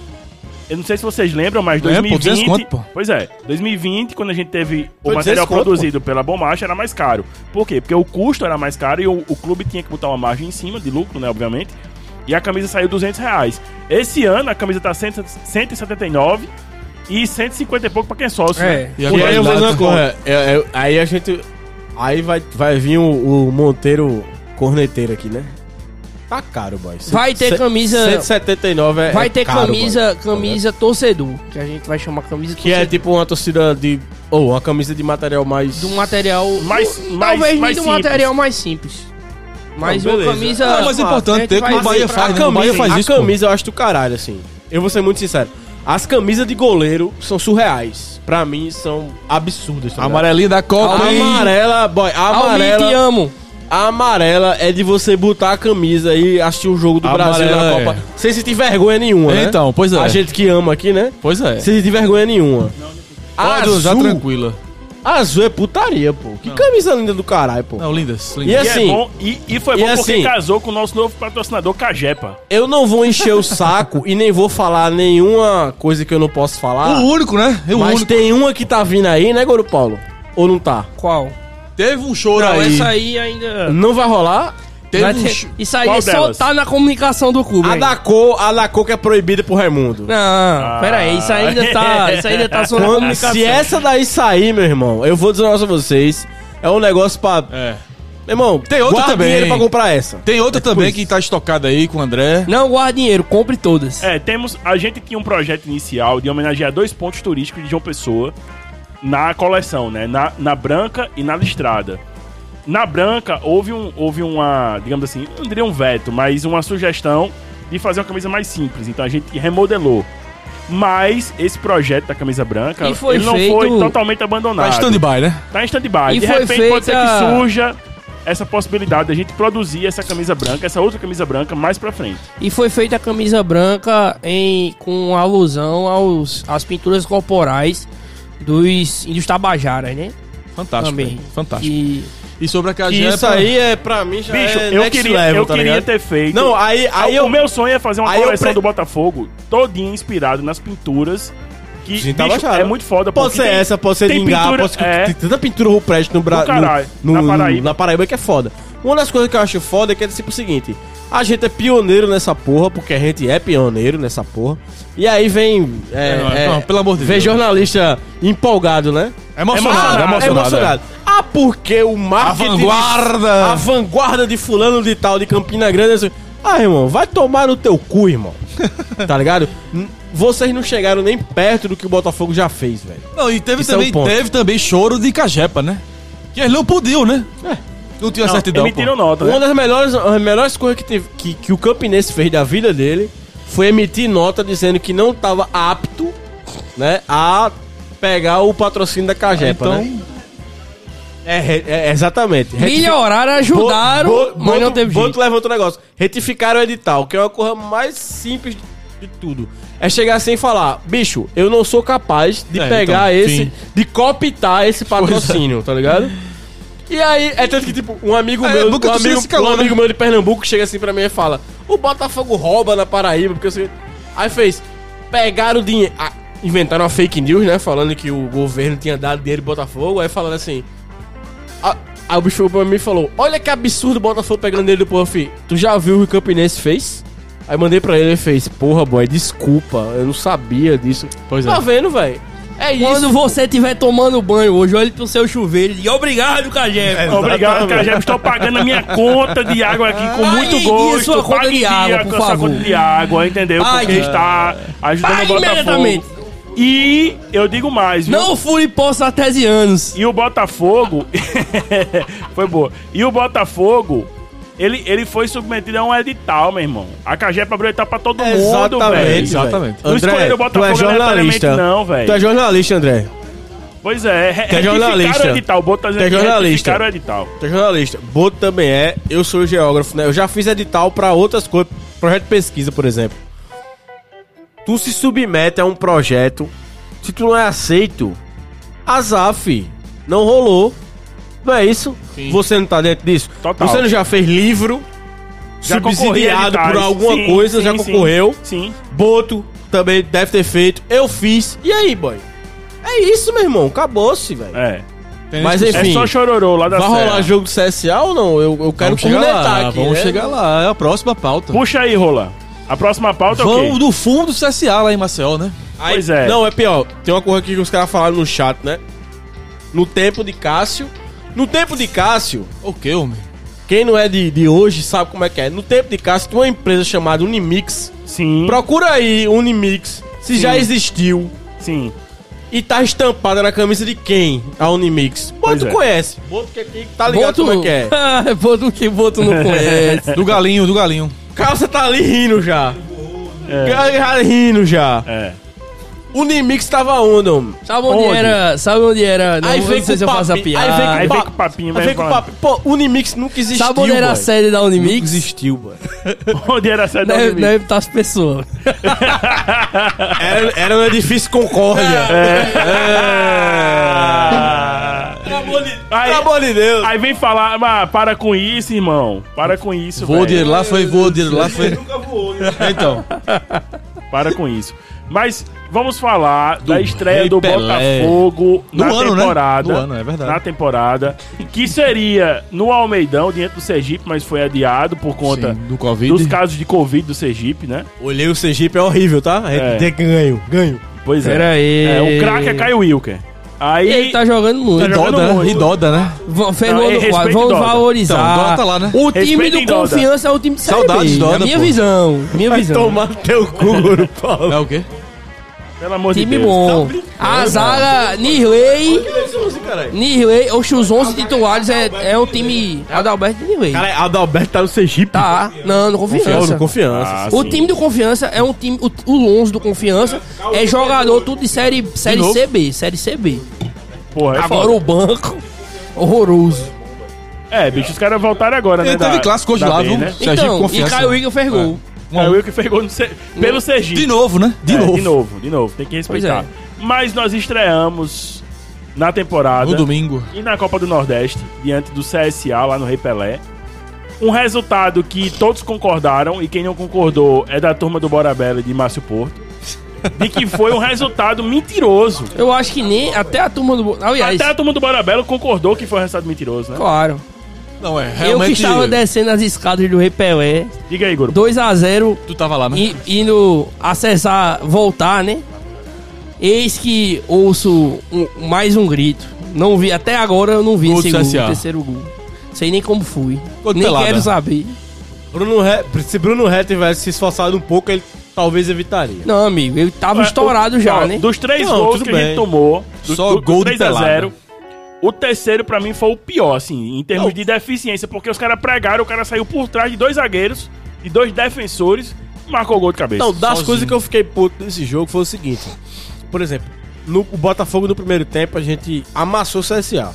A: Eu não sei se vocês lembram, mas
D: É, pô,
A: 2020.
D: 200 conto, pô.
A: Pois é, 2020, quando a gente teve o
B: Foi
A: material
B: 200 conto,
A: produzido pela Bomache, era mais caro. Por quê? Porque o custo era mais caro e o, o clube tinha que botar uma margem em cima de lucro, né? Obviamente. E a camisa saiu 200 reais. Esse ano a camisa tá 100, 179 e 150 e pouco pra quem é sócio.
C: É.
A: né?
D: E
B: E aí eu vou dizer uma
D: Exato.
B: coisa, é, é, aí a gente. Aí vai, vai vir o, o Monteiro Corneteiro aqui, né? Tá caro, boy. Cento-
C: Vai ter
B: cento-
C: camisa-
B: 179 é
C: Vai
B: é
C: ter
B: caro,
C: camisa,
B: boy.
C: camisa torcedor, que a gente vai chamar camisa
B: Que é
C: torcedor.
B: tipo uma torcida de. Ou uma camisa de material mais.
C: de um material
A: Mais-
C: um-
A: mais-
C: talvez nem
A: mais
C: de um
A: simples.
C: material mais simples. Mas
B: Não,
C: uma
B: beleza.
C: camisa.
D: Não, mas é
C: pô,
D: importante
C: a gente
D: ter,
C: vai
D: como o Bahia
C: sempre-
D: faz,
B: A
D: né? O Bahia
B: camisa,
D: faz
B: a
D: isso, pô.
B: camisa eu acho do caralho, assim. Eu vou ser muito sincero. As camisas de goleiro são surreais. Pra mim, são absurdas. tá ligado?
D: Amarelinha da Copa,
B: A
D: hein?
B: amarela, boy. A
C: Almi, te
B: amarela,
C: amo.
B: a amarela é de você botar a camisa e assistir o jogo do
D: A
B: Brasil na
D: amarela
B: Copa.
D: é.
B: Sem sentir vergonha nenhuma, né?
D: Então, pois é.
B: A gente que ama aqui, né?
D: Pois é.
B: Sem sentir vergonha nenhuma.
D: Pode usar
B: Azul-
D: tranquila.
B: Azul é putaria, pô. Que camisa linda do caralho, pô.
D: Não, lindas.
B: E
D: lindas.
A: E,
B: assim,
A: é bom, e, e foi
B: e
A: bom porque
B: assim-
A: casou com o nosso novo patrocinador, Cajepa.
B: eu não vou encher o saco e nem vou falar nenhuma coisa que eu não posso falar.
D: O único, né? É O
B: mas
D: único.
B: tem um uma que tá vindo aí, né, Goro Paulo? Ou não tá?
C: Qual?
D: Teve um choro
C: Não,
D: aí.
C: essa aí ainda.
B: Não vai rolar?
D: Teve
C: vai
D: um
C: ter-
D: cho-
C: Isso aí
A: Qual
C: só
A: delas?
C: tá na comunicação do clube.
B: A
C: ainda.
B: da cor, a da cor que é proibida pro Raimundo.
C: Não, pera aí, isso ainda tá. Isso ainda tá só na
B: Quando- se
C: comunicação.
B: essa daí sair, meu irmão, eu vou dizer um negócio a vocês. É um negócio pra.
D: É.
B: Meu irmão,
D: Tem outra
B: guarda
D: também.
B: dinheiro pra comprar essa.
D: Tem outra também que tá estocada aí com o André.
C: Não guarde dinheiro, compre todas.
A: É, temos. A gente tinha um projeto inicial de homenagear dois pontos turísticos de João Pessoa na coleção, né? Na, na Branca e na Listrada. Na Branca, houve, um, houve uma, digamos assim, eu não diria um veto, mas uma sugestão de fazer uma camisa mais simples. Então a gente remodelou. Mas esse projeto da camisa branca
C: E foi
A: ele não
C: feito-
A: foi totalmente abandonado.
D: Tá stand-by, né?
A: Tá em stand-by.
C: E
A: De
C: foi
A: repente pode ser que
C: feita-
A: surja essa possibilidade da gente produzir essa camisa branca, essa outra camisa branca mais pra frente.
C: E foi feita a camisa branca em, com alusão aos, às pinturas corporais dos índios tabajaras, né?
D: Fantástico.
C: Também.
D: velho. Fantástico.
C: E
D: E, sobre a
B: Que
D: Cajé,
B: isso aí é pra mim já
A: Bicho,
B: é
A: eu
B: next
A: queria,
B: level,
A: eu
B: tá
A: queria
B: ligado?
A: ter feito.
B: Não, aí, aí
A: o
B: eu.
A: meu sonho é fazer uma
B: aí eu
A: coleção
B: pre-
A: do Botafogo todinha inspirada nas pinturas. Que
B: Gente, tá
A: bicho,
B: baixado.
A: é muito foda.
B: Pode
A: porque
B: ser
A: tem-
B: essa, pode ser
A: tem
B: vingar,
A: pintura-
B: pode ser.
A: é.
B: Tem tanta pintura rupestre no
A: Do
B: Brasil.
A: caralho,
B: No,
A: na
B: no- na, Paraíba.
A: Paraíba.
B: que é foda. Uma das coisas que eu acho foda é que é tipo o seguinte: a gente é pioneiro nessa porra, porque a gente é pioneiro nessa porra. E aí vem. É,
D: não,
B: é,
D: não, pelo amor de
B: vem
D: Deus.
B: jornalista empolgado, né?
D: É emocionado,
A: Ah,
D: é emocionado.
B: emocionado. Ah, porque o
D: A
B: marketing. de-
D: vanguarda.
B: a vanguarda de fulano de tal de Campina Grande. assim, Ah, irmão, vai tomar no teu cu, irmão. tá ligado? N- Vocês não chegaram nem perto do que o Botafogo já fez, velho.
D: Não, e teve
B: Isso é
D: também,
B: um ponto.
D: teve também choro de Cajepa, né? Que eles não podiam, né? Não tinha
A: Não,
D: certidão.
A: emitiram
D: pô.
A: nota, né?
B: Uma das melhores, as melhores coisas que, teve- que, que o Campinense fez da vida dele foi emitir nota dizendo que não estava apto né, a pegar o patrocínio da Cajepa,
D: Então,
B: né? É, re- é, exatamente.
C: melhoraram,
B: Bo-
C: ajudaram,
B: Bo-
C: mas não
B: Boto-
C: teve
B: Boto
C: jeito.
B: levantou o negócio. Retificaram o edital, que é uma coisa mais simples de tudo. É chegar assim e falar, bicho, eu não sou capaz de
D: É,
B: pegar
D: então,
B: esse,
D: sim. é.
B: de copitar esse patrocínio, tá ligado? E aí, é tanto que, tipo, um amigo
D: É,
B: meu,
D: nunca
B: um
D: tu se
B: amigo,
D: escalou,
B: um
D: né?
B: amigo meu de Pernambuco chega assim pra mim e fala, o Botafogo rouba na Paraíba, porque eu sei... Aí fez, pegaram o dinheiro... Ah, inventaram uma fake news, né, falando que o governo tinha dado dinheiro pro Botafogo, aí falando assim... A- Aí o bicho chegou pra mim e falou: Olha que absurdo o Botafogo pegando ele do porra, fi. Tu já viu o que o Campinense fez? Aí mandei pra ele e ele fez: Porra, boy, desculpa, eu não sabia disso.
D: Pois é.
B: Tá vendo, velho? É
C: Quando
B: isso.
C: você estiver tomando banho hoje, olhe pro seu chuveiro e diga obrigado, Cajep.
B: É.
A: Obrigado,
B: tá
A: Cajep. Estou pagando a minha conta de água aqui com
C: Pague
A: muito
C: em dia
A: gosto.
C: sua conta
A: Pague
C: de
A: em dia
C: água,
A: com
C: por
A: sua
C: favor.
A: conta de água, entendeu? Porque
C: Pague.
A: está ajudando
C: Pague
A: o
C: imediatamente.
A: Botafogo. E eu digo mais, viu?
C: Não fure postos artesianos.
A: E o Botafogo. foi boa. E o Botafogo. Ele, ele foi submetido a um edital, meu irmão. A Cajepa abriu edital pra todo mundo, velho.
D: velho. Exatamente.
A: Não escolheram o
B: tu é
A: Botafogo
B: jornalista.
A: aleatoriamente, não, velho.
B: Tu é jornalista, André.
A: Pois é, re-
B: Tu é jornalista.
A: o edital. Botas
B: Tu é jornalista.
A: retificaram o edital.
B: Tu é jornalista. Boto também é. Eu sou geógrafo, né? Eu já fiz edital pra outras coisas. Projeto de pesquisa, por exemplo. Tu se submete a um projeto. Se tu não é aceito, azar, fi. Não rolou. Não é isso? Você não tá dentro disso?
A: Total.
B: Você não já fez livro
A: Já
B: subsidiado
A: concorria a
B: por
A: editais.
B: alguma
A: Sim,
B: coisa,
A: sim,
B: já
A: sim.
B: concorreu.
A: Sim.
B: Boto também deve ter feito. Eu fiz. E aí, boy? É isso, meu irmão. Acabou-se, velho.
A: É.
D: tem
B: Mas
D: gente
A: É
B: Enfim.
A: só chororô lá da
B: Vai rolar
A: Serra.
B: jogo do CSA ou não? Eu, eu quero
D: Vamos chegar
B: cornetar
D: lá,
B: aqui.
D: vamos
B: né?
D: chegar lá. É a próxima pauta.
A: Puxa aí, Rola. A próxima pauta é o
D: Vão
A: quê?
D: do fundo do CSA lá em Maceió, né?
B: Aí-
A: Pois é.
B: Não, é pior. Tem uma coisa aqui que os caras falaram no chat, né? No tempo de Cássio. No tempo de Cássio,
D: O que, homem?
B: Quem não é de, de hoje sabe como é que é. No tempo de Cássio, tinha uma empresa chamada Unimix.
A: Sim.
B: Procura aí Unimix, se
A: Sim.
B: já existiu.
A: Sim.
B: E tá estampada na camisa de quem? A Unimix.
A: Pois
B: Boto
A: é.
B: conhece. Boto que é quem tá ligado como é que é.
C: Boto um que Boto não conhece.
D: Do galinho, do galinho.
B: Calça tá ali rindo já.
A: É.
B: Já- Já rindo já.
A: é.
B: Unimix tava onde, homem?
C: Sabe onde,
A: Onde?
C: era? Sabe onde era? Não,
B: Aí
C: não
B: vem
C: sei
B: com
C: se eu
B: papi-
C: faço a
B: aí vem
C: piada.
B: com
A: Aí
B: pa-
A: vem com o papinho,
B: Aí
A: vai
B: vem com o
A: falar.
B: papo. Pô, Unimix nunca existiu.
C: Sabe onde era a
B: boy.
C: sede da
B: Nunca
C: Unimix?
B: existiu, boy.
A: Onde era essa
B: Né,
C: Deve,
A: Unimix?
C: deve estar as pessoas.
B: Era, era no
D: é
B: edifício Concórdia.
A: Ah.
B: Pelo amor de-
A: Aí-
B: pelo
D: É.
B: amor de Deus.
A: Aí vem falar, mas para com isso, irmão. Para com isso,
D: Voou
A: velho.
D: dinheiro lá, foi, voou dinheiro lá, foi. né?
B: Então,
A: Para com isso. Mas vamos falar da estreia
D: Rei
A: do
D: Pelé.
A: Botafogo
D: No
A: na
D: ano, né?
A: temporada.
D: No ano, é verdade.
A: Na temporada. Que seria no Almeidão, diante do Sergipe, mas foi adiado por conta
D: Sim, do Covid.
A: dos casos de Covid do Sergipe, né?
B: olhei o Sergipe, é horrível, tá? A gente
A: É.
B: tem que ganho, ganho.
A: Pois é.
C: Pera aí.
A: É, o craque é Caio Wilker. Aí.
C: Ele tá jogando
A: Tá
C: muito.
A: jogando
D: Doda, né?
A: muito.
D: E Doda, né?
C: V-
A: Não, é
C: Fernando
A: respeita
C: Quadros,
A: e
C: vamos
A: Doda.
C: valorizar.
D: Então, Doda lá, né?
C: O time
A: Respeita
C: do
A: e Doda.
C: Confiança é o time de Série
D: Saudades,
C: B.
D: Doda,
C: minha
D: pô.
C: visão, minha
B: Vai
C: visão.
B: tomar teu cu, Guru Paulo.
D: É o quê?
A: Pelo amor de
C: Time
A: Deus.
C: bom. A zaga, Nirley, Nirley, oxe, os 11 titulares é, é um time Adalberto e Nirley.
B: Cara, Adalberto tá no Sergipe.
C: Tá, não, no Confiança.
B: Confiança. Confiança.
A: Ah,
C: O
A: sim.
C: time do Confiança é um time, o, o 11 do Confiança é jogador tudo de Série, série
D: novo?
C: CB, Série CB.
A: Porra, é
C: Agora
A: foda.
C: o banco, horroroso.
A: É, bicho, os caras voltaram agora, né?
D: Ele teve clássico hoje
A: da
D: lá,
A: B,
D: viu?
A: né?
D: Sergipe
C: Então, e
D: Confiança.
C: Caio Igor fez gol.
D: Um a
A: Caio
D: um.
A: Wilker fez gol no Ser- pelo Sergipe.
D: De novo, né? De
A: É,
D: novo. é.
A: de novo, de novo, tem que respeitar. Mas nós estreamos na temporada
D: No domingo.
A: e na Copa do Nordeste, diante do CSA, lá no Rei Pelé. Um resultado que todos concordaram, e quem não concordou é da turma do Bora Bela e de Márcio Porto, de que foi um resultado mentiroso.
C: Eu acho que nem até a turma do. Aliás,
A: Até a turma do Bora Bela concordou que foi um resultado mentiroso, né?
C: claro.
D: Não, é,
C: Eu que estava descendo as escadas do Rei Pelé,
A: Diga aí, Guru.
C: 2x0,
D: Tu tava lá, né?
C: indo acessar, voltar, né? Eis que ouço um- mais um grito. Não vi, até agora eu não vi
D: Gol
C: esse
D: do
C: gol,
D: CSA.
C: o terceiro gol. Sei nem como fui.
D: Gol de
C: nem
D: pelada.
C: quero saber.
B: Bruno Ré, se Bruno Ré tivesse se esforçado um pouco, ele talvez evitaria.
C: Não, amigo, eu tava
A: É,
C: estourado
A: o-
C: já,
A: ó,
C: né?
A: Dos três
B: Não,
A: gols
B: tudo
A: que a
B: bem.
A: gente tomou, do,
D: Só
A: do,
D: gol de
A: 3 a
D: pelada.
A: 0 o terceiro pra mim foi o pior, assim, em termos
D: Não.
A: de deficiência, porque os caras pregaram, o cara saiu por trás de dois zagueiros, de dois defensores, e marcou gol de cabeça.
B: Não, Então, das
D: Sozinho.
B: coisas que eu fiquei puto nesse jogo foi o seguinte. Por exemplo, no o Botafogo no primeiro tempo a gente amassou o CSA.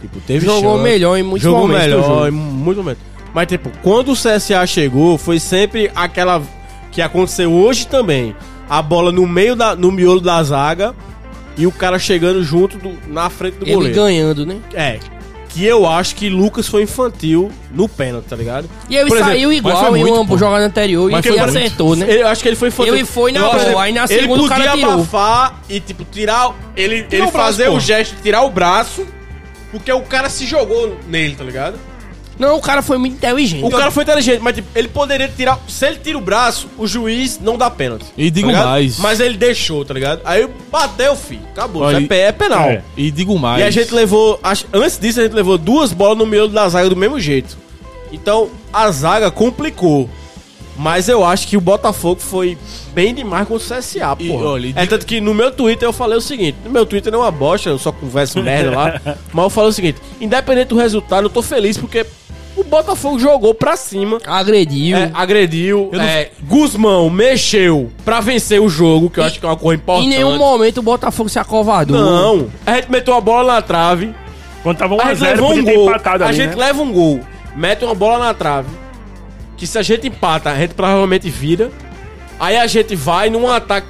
B: Tipo, teve
C: Jogou
B: chance,
C: melhor em muitos
B: jogou
C: momentos. do
B: melhor
C: jogo.
B: em muito momento. Mas tipo, quando o CSA chegou, foi sempre aquela que aconteceu hoje também. A bola no meio da no miolo da zaga e o cara chegando junto do- na frente do
C: Ele
B: goleiro.
C: ganhando, né?
B: É. Que eu acho que Lucas foi infantil no pênalti, tá ligado?
C: E ele
B: Por exemplo,
C: saiu
D: mas
C: igual
D: foi
C: em
D: muito,
C: uma
D: pô.
C: jogada anterior
D: Mas
C: e
D: foi
C: ele
D: muito.
C: acertou, né?
B: Ele- Eu acho que ele foi infantil.
C: Ele foi na
B: Eu acho
C: bola,
B: que
C: aí na
B: ele
C: segunda o
B: podia
C: cara tirou.
B: abafar e, tipo, tirar. o- Ele, ele
D: o braço,
B: fazer
D: pô.
B: o gesto de tirar o braço, porque o cara se jogou nele, tá ligado?
C: Não, o cara foi muito inteligente.
B: O cara foi inteligente, mas tipo, ele poderia tirar. Se ele tira o braço, o juiz não dá pênalti. tá
D: E digo
B: ligado?
D: mais.
B: Mas ele deixou, tá ligado? Aí bateu, filho. Acabou.
D: Olha,
B: Isso é, pé- é penal.
A: é.
D: E digo mais.
B: E a gente levou. acho- Antes disso, a gente levou duas bolas no miolo da zaga do mesmo jeito. Então, a zaga complicou. Mas eu acho que o Botafogo foi bem demais com o CSA,
D: E,
B: porra.
D: olha, e
B: é tanto que no meu Twitter eu falei o seguinte: no meu Twitter não é uma bosta, eu só converso merda lá. mas eu falei o seguinte: independente do resultado, eu tô feliz porque o Botafogo jogou pra cima.
C: agrediu.
B: é, agrediu.
D: Eu não-
B: é, Guzmão mexeu pra vencer o jogo, que eu
C: E-
B: acho que é uma coisa
C: Em
B: importante.
C: nenhum momento o Botafogo se acovardou.
B: Não. A gente meteu a bola na trave.
A: Quando tava
B: A gente
A: 1x0,
B: leva
A: podia
B: um
A: ter
B: gol.
A: empatado
B: a
A: ali,
B: gente
A: né?
B: leva um gol, mete uma bola na trave. Que se a gente empata, a gente provavelmente vira. Aí a gente vai num ataque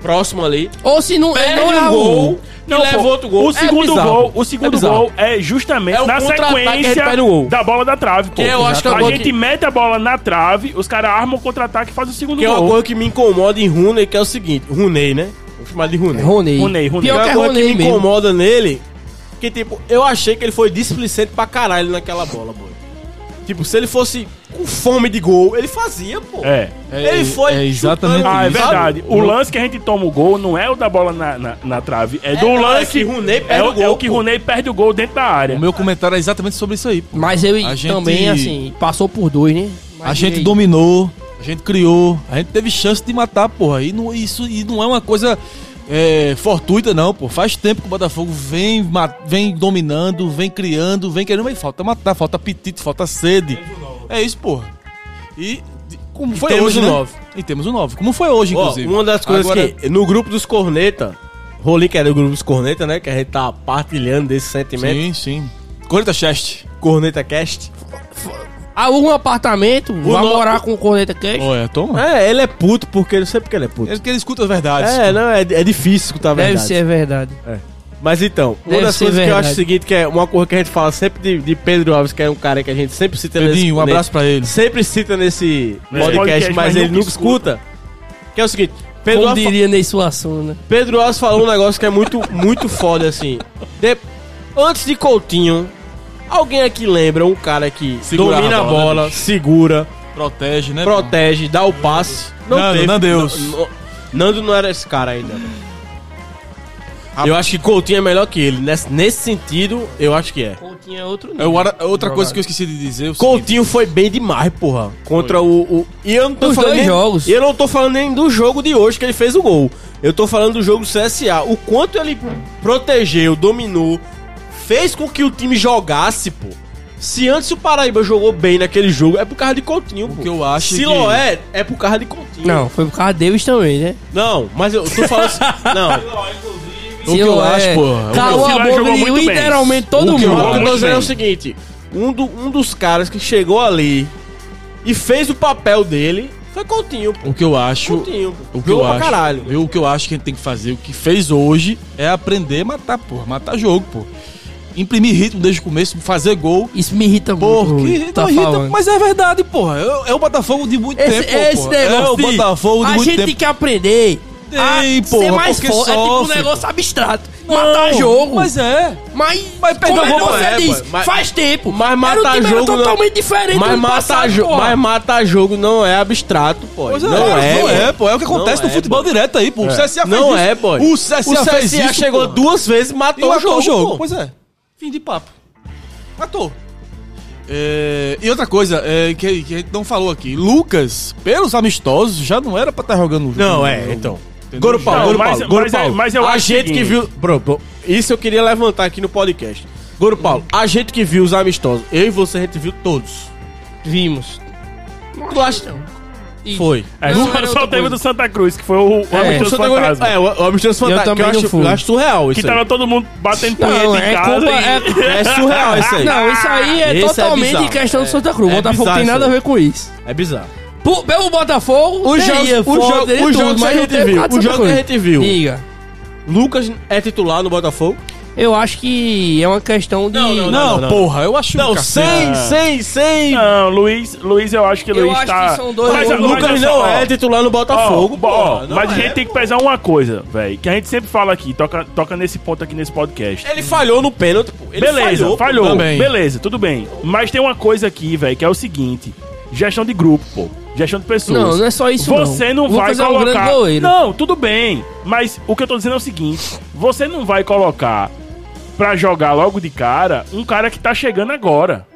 B: próximo ali.
C: Ou se não, ele
B: Perde
C: não
B: um
C: errou.
B: gol e
A: é Não,
B: leva
A: pô,
B: outro gol. É
A: O segundo
B: bizarro.
A: gol, o
B: É
A: segundo
B: bizarro.
A: gol é justamente
B: É um
A: na
B: contra-ataque que a gente
A: sequência
B: perde o gol.
A: da bola da trave, pô.
B: Que eu acho que é uma
A: a
B: coisa
A: gente
B: que-
A: mete a bola na trave, os caras armam o contra-ataque e fazem o segundo
B: Que é uma
A: gol.
B: coisa que me incomoda em Rooney, que é o seguinte. Rooney, né? Vou chamar de Rooney.
C: Roney.
A: Roney, Roney.
C: É Pior
B: Pior
C: que é
B: uma coisa que
C: Roney
B: me
C: mesmo.
B: incomoda nele, que tipo, eu achei que ele foi displicente pra caralho naquela bola, boy. Tipo, se ele fosse com fome de gol. Ele fazia, pô.
A: É.
B: Ele foi
E: É exatamente
B: chutando,
A: Ah, é
E: isso.
B: sabe?
A: verdade. O lance que a gente toma o gol não é o da bola na, na, na trave, é do
B: não, é
A: lance.
B: que Runei
A: é
B: perde o gol,
A: É o que
B: pô.
A: Runei perde o gol dentro da área.
D: O meu comentário é exatamente sobre isso aí. pô.
C: Mas eu
D: A gente-
C: também, assim, passou por dois, né? Mas
D: A gente
C: e aí?
D: dominou, a gente criou, a gente teve chance de matar, porra. E não, isso e não é uma coisa é, fortuita, não, pô. Faz tempo que o Botafogo vem, ma- vem dominando, vem criando, vem querendo, mas falta matar, falta apetite, falta sede. É isso, porra. E de- como foi
B: temos
D: hoje,
B: o
D: né?
B: nove.
D: E temos o 9. Como foi hoje,
B: Ó,
D: inclusive.
B: uma das coisas
D: Agora,
B: que no grupo dos corneta, Rolim que é do grupo dos corneta, né, que a gente tá partilhando desse sentimento,
D: Sim, sim. Corita Chest.
B: corneta cast.
C: Aluga um apartamento, vai
B: no-
C: morar com o Corneta Cash.
D: Olha, toma.
B: É, ele é puto porque não sei porque ele é puto.
D: É que ele escuta a verdade.
B: É, não, é, é difícil escutar a
C: Deve
B: verdade.
C: ser verdade.
B: Mas então, uma
C: Deve
B: das
C: ser
B: coisas que eu
C: verdade.
B: acho o seguinte, que é uma coisa que a gente fala sempre de, de Pedro Alves, que é um cara que a gente sempre cita
D: Pedrinho, um
B: nesse-
D: abraço pra ele. É.
B: Sempre cita nesse
A: Nesse
B: podcast,
A: podcast,
B: mas, ele nunca escuta. Que é o seguinte, Pedro
C: Como
B: Alves,
C: diria Ney Suassuna. né?
B: Pedro Alves falou um negócio que é muito, muito foda, assim. De- Antes de Coutinho, alguém aqui lembra um cara que
D: Segurava
B: domina
D: a
B: a
D: bola,
B: bola,
D: né, bicho?
B: segura,
D: Protege, né? Protege.
B: protege, dá o passe. Não
D: Nando,
B: teve.
D: Nandeus.
B: N- n- Nando não era esse cara ainda. Eu acho que Coutinho é melhor que ele. Nesse, nesse sentido, eu acho que é.
C: Coutinho é outro
D: É o ara- outra coisa que eu esqueci de dizer. é o seguinte.
B: Coutinho foi bem demais, porra. Contra o, o- E eu não tô
C: Dos
B: falando.
C: dois
B: nem-
C: jogos.
B: E eu não tô falando nem do jogo de hoje que ele fez o gol. Eu tô falando do jogo do CSA. O quanto ele protegeu, dominou, fez com que o time jogasse, pô. Se antes o Paraíba jogou bem naquele jogo, é por causa de Coutinho, pô.
D: que eu acho que-
B: Siloé é por causa de Coutinho.
C: Não, foi por causa deles também, né?
B: Não, mas eu tô falando. assim- não.
D: O que
B: é.
D: eu acho, porra.
C: Calou
A: O
C: é a
A: Silas
C: boca
A: jogou
C: de
A: muito bem.
C: literalmente todo
B: O que eu-
A: jogou
B: o que eu
A: muito
B: tô
C: mundo.
B: dizendo é o
A: bem.
B: seguinte: um, do- um dos caras que chegou ali e fez o papel dele foi Coutinho, pô.
D: O que eu acho.
B: Coutinho, pô.
D: O que eu
B: Jogou pra
D: acho.
B: caralho.
D: eu- o que eu acho que a gente tem que fazer, o que fez hoje, é aprender a matar, porra. Matar jogo, pô. Imprimir ritmo desde o começo, fazer gol.
C: Isso me irrita muito. tá
D: Porra,
C: Rui,
D: que não irrita, mas é verdade, porra. É, é o Botafogo de muito
C: Esse-
D: tempo.
C: esse
D: porra. É
C: negócio
D: o
C: de-
D: Botafogo de
C: a
D: muito
C: gente tem
D: tempo.
C: que aprender a
D: Tem,
C: ser
D: porra,
C: mais
D: porque
C: forte. É tipo um
D: sofre,
C: negócio abstrato.
D: Não,
C: matar jogo. Mas,
D: Mas é. mas perdeu
C: como é que
D: gol,
C: você
B: é,
C: diz?
B: pô, mas-
C: faz tempo.
B: mas
C: Era um
B: matar
C: time, era
B: jogo não-
C: totalmente diferente
B: Mas
C: do
B: matar,
C: passado,
B: jo-
C: porra.
B: mas matar jogo não é abstrato, pô.
D: Pois
B: não
D: cara,
B: é,
D: não é,
B: pô.
D: pô. É o que acontece
B: Não
D: no
B: é,
D: futebol direto aí, pô. O CSA fez
B: Não
D: isso.
B: é, boy.
D: O CSA, fez isso,
B: chegou
D: pô.
B: duas vezes e
D: E
B: matou,
D: matou
B: o jogo. pô.
D: Pois é. Fim de papo. Matou. É, e outra coisa é, que, que a gente não falou aqui. Lucas, pelos amistosos, já não era pra estar jogando o jogo.
B: Não, é, então.
D: Entendeu?
B: Goro Paulo,
A: Não,
B: Goro
A: mas-
B: Paulo, Goro
A: mas é-
B: Paulo.
A: mas eu
B: a
A: acho o
B: gente
A: seguinte.
B: que viu. Bro, bro, isso eu queria levantar aqui no podcast. Goro Paulo, a gente que viu os amistosos, eu e você, a gente viu todos.
C: Vimos.
B: Tu acha?
C: Isso.
B: Foi.
A: É,
C: Não,
A: só
C: era
A: só
C: outra
A: teve
C: coisa.
A: do Santa Cruz, que foi o, o
B: Eu
A: Amistoso
B: só tenho-
A: Fantasma.
B: É, o Homicídios Fantasma, que
C: também
B: eu
C: não
B: acho,
C: fui.
B: eu acho surreal
A: que
D: tá-
B: isso aí.
A: tava todo mundo batendo
C: Não,
A: punheta em
C: é
A: casa.
C: culpa-
A: e-
B: É surreal isso aí.
C: Não, isso aí é
B: Esse é
C: totalmente
B: bizarro.
C: questão do Santa Cruz. O
B: é
C: Botafogo
B: bizarro
C: tem nada a
B: isso aí.
C: ver com isso.
B: É bizarro.
C: Pô, pelo Botafogo,
B: Os
C: teria
B: jogos-
C: foda,
B: os jogos-
C: teria
B: os
C: tudo, mas
B: jogos que a
C: não
B: gente
C: teve
B: viu,
C: nada
B: os
C: dessa
B: jogos que a
C: coisa.
B: gente viu.
C: Diga,
B: Lucas é titular no Botafogo?
C: eu acho que é uma questão de...
D: Não,
B: não, não.
D: porra, eu acho um cacete.
B: sem, sem.
A: Não, Luiz, Luiz, eu acho que
C: Eu
A: Luiz
C: acho
A: tá.
C: que são dois
A: mas,
C: gols.
A: mas
B: Lucas
A: olha
B: não
A: só,
B: é titular no
A: Ó,
B: Botafogo,
A: bo- ó,
B: porra, não
A: mas a
B: é.
A: gente tem que pesar uma coisa, velho, que a gente sempre fala aqui, toca, toca nesse ponto aqui nesse podcast.
B: Ele falhou no pênalti, pô. Ele
A: beleza, falhou,
B: pô.
D: também.
A: beleza, tudo bem. Mas tem uma coisa aqui, velho, que é o seguinte: gestão de grupo, pô. Gestão de pessoas.
C: Não, não é só isso,
A: Você não,
C: não.
A: vai
C: Lucas é um
A: colocar.
C: grande goleiro.
A: não, tudo bem. Mas o que eu tô dizendo é o seguinte: você não vai colocar pra jogar logo de cara um cara que tá chegando agora.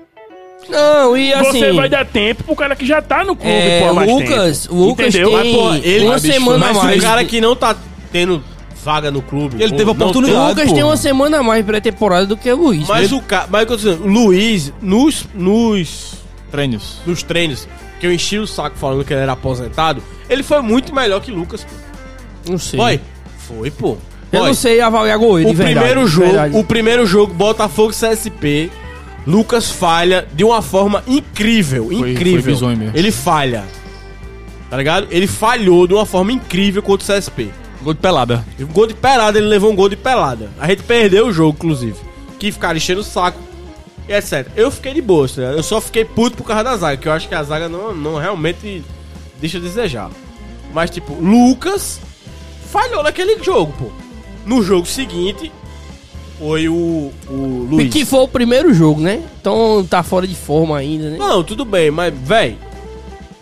C: Não, e assim...
A: você vai dar tempo pro cara que já tá no clube,
C: É,
A: pô, há mais
C: Lucas-
A: tempo.
C: o Lucas
A: entendeu?
C: tem- Uma
B: ele,
D: é
B: mas,
C: semana
B: mas
C: a mais.
B: um cara que não tá tendo vaga no clube.
D: Ele
B: pô,
D: teve
B: não
D: oportunidade.
C: o Lucas
D: porra.
C: tem uma semana a mais pré-temporada do que o Luiz.
B: tem. Mas o cara. Mas o que eu tô dizendo, Luiz, nos, nos,
D: Treinos.
B: nos treinos, que eu enchi o saco falando que ele era aposentado, ele foi muito melhor que Lucas, pô.
C: não sei.
B: Boy, foi, pô.
C: eu
B: Boy,
C: não sei avaliar goleiro,
B: O
C: de verdade,
B: primeiro
C: de
B: jogo,
C: verdade.
B: o primeiro jogo, Botafogo e CSP, Lucas falha de uma forma incrível, incrível.
D: foi bizonho mesmo.
B: Ele falha. Tá ligado? Ele falhou de uma forma incrível contra o CSP.
D: Gol de pelada.
B: Um gol de pelada, ele levou um gol de pelada. A gente perdeu o jogo, inclusive. Que ficaram enchendo o saco. E etc. Eu fiquei de boa, tá ligado? eu só fiquei puto por causa da zaga, que eu acho que a zaga não, não realmente deixa a desejar. Mas, tipo, Lucas falhou naquele jogo, pô. No jogo seguinte, foi o, o
C: E
B: Luiz.
C: que foi o primeiro jogo, né? Então tá fora de forma ainda, né?
B: Não, tudo bem, mas, véi.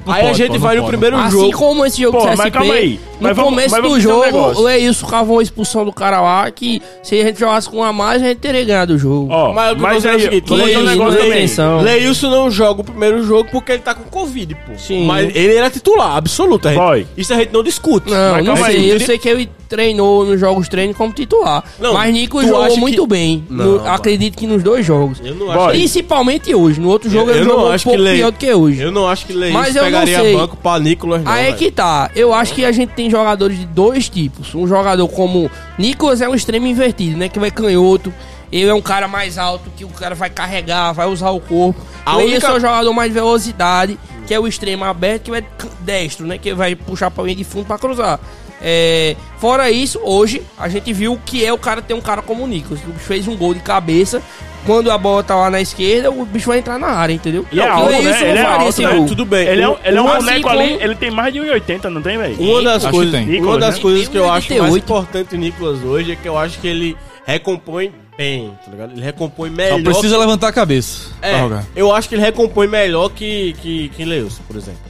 D: Não
B: Aí a
D: pode,
B: gente
D: pô, não
B: vai no
D: pode,
B: primeiro
C: Assim
B: jogo.
C: como esse jogo
A: Pô,
C: do
A: mas
C: CSP,
A: calma aí.
C: no
A: Mas vamos-
C: começo
A: mas vamos
C: do
A: dizer um
C: jogo,
A: negócio.
C: o Eilson cavou a expulsão do cara lá, que se a gente jogasse com um a mais, a gente teria ganhado o jogo.
A: Ó,
B: Mas o
A: mas,
B: que eu tô dizendo é o
A: aí,
B: seguinte,
A: vou botar um
B: Leilson,
A: negócio também.
C: Leilson. Não.
B: Leilson não joga o primeiro jogo porque ele tá com Covid, pô.
C: Sim.
B: Mas ele era titular, absoluto. a gente-
A: Boy.
B: Isso a gente não discute.
C: Não,
A: mas
C: não sei.
A: calma aí.
C: Eu sei que ele treinou nos jogos treino como titular.
B: Não,
C: mas Nico
B: tu acha
C: jogou
B: que-
C: muito bem.
B: Não,
C: No-
B: pá.
C: acredito que nos dois jogos.
B: Eu não
A: Boy.
B: acho que...
C: Principalmente hoje. No outro jogo
B: Eu-
C: ele
B: eu não
C: jogou um
B: acho
C: pouco
B: que ele-
C: pior do que hoje.
B: Eu não acho que Leilson
C: Mas eu não
B: pegaria
C: sei.
B: banco pra Nicolas, não.
C: Aí é
B: velho.
C: que tá. Eu acho que a gente tem jogadores de dois tipos. Um jogador como Nicolas é um extremo invertido, né? Que vai canhoto. Ele é um cara mais alto, que o cara vai carregar, vai usar o corpo.
B: A
C: Leilson
B: única-
C: é um jogador mais de velocidade, que é o extremo aberto, que vai c- destro, né? Que vai puxar pra linha de fundo pra cruzar. É, Fora isso, hoje a gente viu o que é o cara ter um cara como o Nicolas. O bicho fez um gol de cabeça. Quando a bola tá lá na esquerda, o bicho vai entrar na área, entendeu?
A: E é
C: O
A: alto, né?
C: Leilson
A: Ele é
C: faria
A: alto,
C: esse
A: né?
C: gol.
B: Tudo bem.
A: Ele é, um- ele é um
C: Assim
A: boneco ali,
C: como-
A: ele tem mais de 1,80, não tem, velho?
B: Uma das,
D: Acho que
B: coisas,
D: tem.
B: uma
A: Nicolas,
B: das
A: né?
B: coisas que eu acho que mais
C: 88.
B: importante do Nicolas hoje é que eu acho que ele recompõe bem, tá ligado? Ele recompõe melhor.
D: Só precisa levantar a cabeça pra
B: É,
D: jogar.
B: eu acho que ele recompõe melhor que, que, que Leus, por exemplo.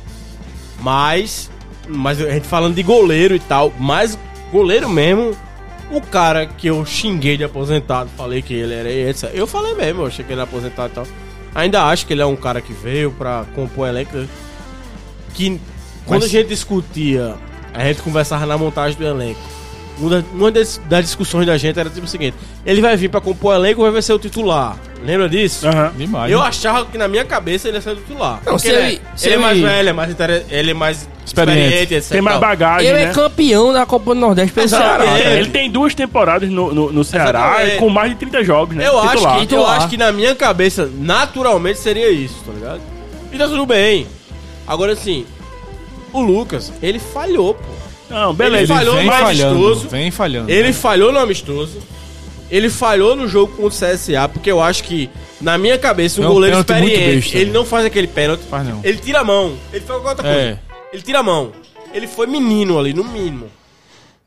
B: Mas, mas a gente falando de goleiro e tal, mas goleiro mesmo, o cara que eu xinguei de aposentado, falei que ele era etc. Eu falei mesmo, eu achei que ele era aposentado e tal. Ainda acho que ele é um cara que veio pra compor elenco. né? Que quando a gente discutia, a gente conversava na montagem do elenco. Uma das, uma das- das discussões da gente era tipo o seguinte: ele vai vir pra compor elenco ou vai ser o titular? Lembra disso?
A: Aham.
D: Demais.
B: Eu achava que na minha cabeça ele ia ser titular.
C: Não, se
B: Porque ele,
C: ele-
B: é-
C: se
B: ele é
C: ele-
B: mais velho, é mais, inter- ele é mais
D: Experiente.
B: etc.
A: Tem mais
B: e tal.
A: bagagem,
C: Ele
A: né?
C: é campeão da Copa do Nordeste pelo
B: Exatamente.
C: Ceará. cara.
A: Ele tem duas temporadas no, no, no Ceará
B: Exatamente.
A: com mais de 30 jogos, né?
B: É Eu acho,
A: Titular.
B: que, eu
C: Titular.
B: acho que na minha cabeça, naturalmente, seria isso, tá ligado? E tá tudo bem. Agora assim, o Lucas, ele falhou, ppô.
A: Não, beleza.
B: Ele falhou
D: vem
B: mais
D: falhando,
B: vistoso.
D: vem falhando.
B: Uhum. Ele falhou no amistoso. Ele falhou no jogo contra o CSA, porque eu acho que, na minha cabeça, um
D: É um
B: goleiro
D: pênalti muito
B: experiente,
D: besta. né?
B: ele não faz aquele pênalti.
D: Faz não.
B: Ele tira a mão. Ele faz qualquer outra coisa.
D: É.
B: Ele tira a mão. Ele foi menino ali, no mínimo.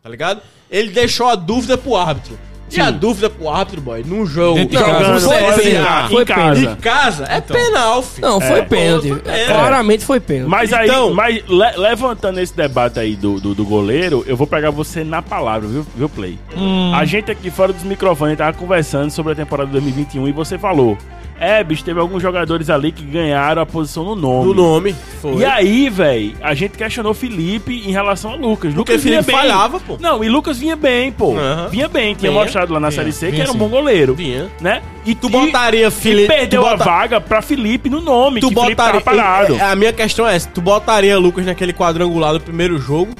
B: Tá ligado? Ele deixou a dúvida pro árbitro. E a dúvida pro árbitro, boy, num jogo.
D: Dentro de
B: Jogo
D: casa. Então.
B: com
A: Jogando,
C: Foi
A: fora de casa,
C: pênalti.
A: assim,
B: CSA.
A: ah, em
C: Foi
A: casa.
B: De casa, é penal, filho.
C: Não, foi
A: É.
C: pênalti.
B: Pô, foi pênalti.
C: Claramente foi pênalti.
A: Mas aí,
B: Então-
A: mas le- levantando esse debate aí do, do, do goleiro, eu vou pegar você na palavra, viu, viu Play?
B: Hum.
A: A gente aqui fora dos microfones tava conversando sobre a temporada 2021 e você falou. É, bicho, teve alguns jogadores ali que ganharam a posição no nome.
B: Do nome. Foi.
A: E aí, velho, a gente questionou Felipe em relação a Lucas.
B: Porque
A: Lucas
B: Felipe falhava, pô.
A: Não, e Lucas vinha bem, pô.
B: Aham.
A: Vinha bem, tinha
B: Vinha,
A: mostrado lá na Série C que
D: vinha
A: era um
D: sim.
A: bom goleiro.
B: Vinha.
A: Né? E
B: Tu botaria Felipe.
A: perdeu
B: tu bota-
A: a vaga pra Felipe no nome,
B: Tu
A: que Felipe tava
B: botaria.
A: parado.
B: A minha questão é essa: tu botaria Lucas naquele quadrangular do primeiro jogo?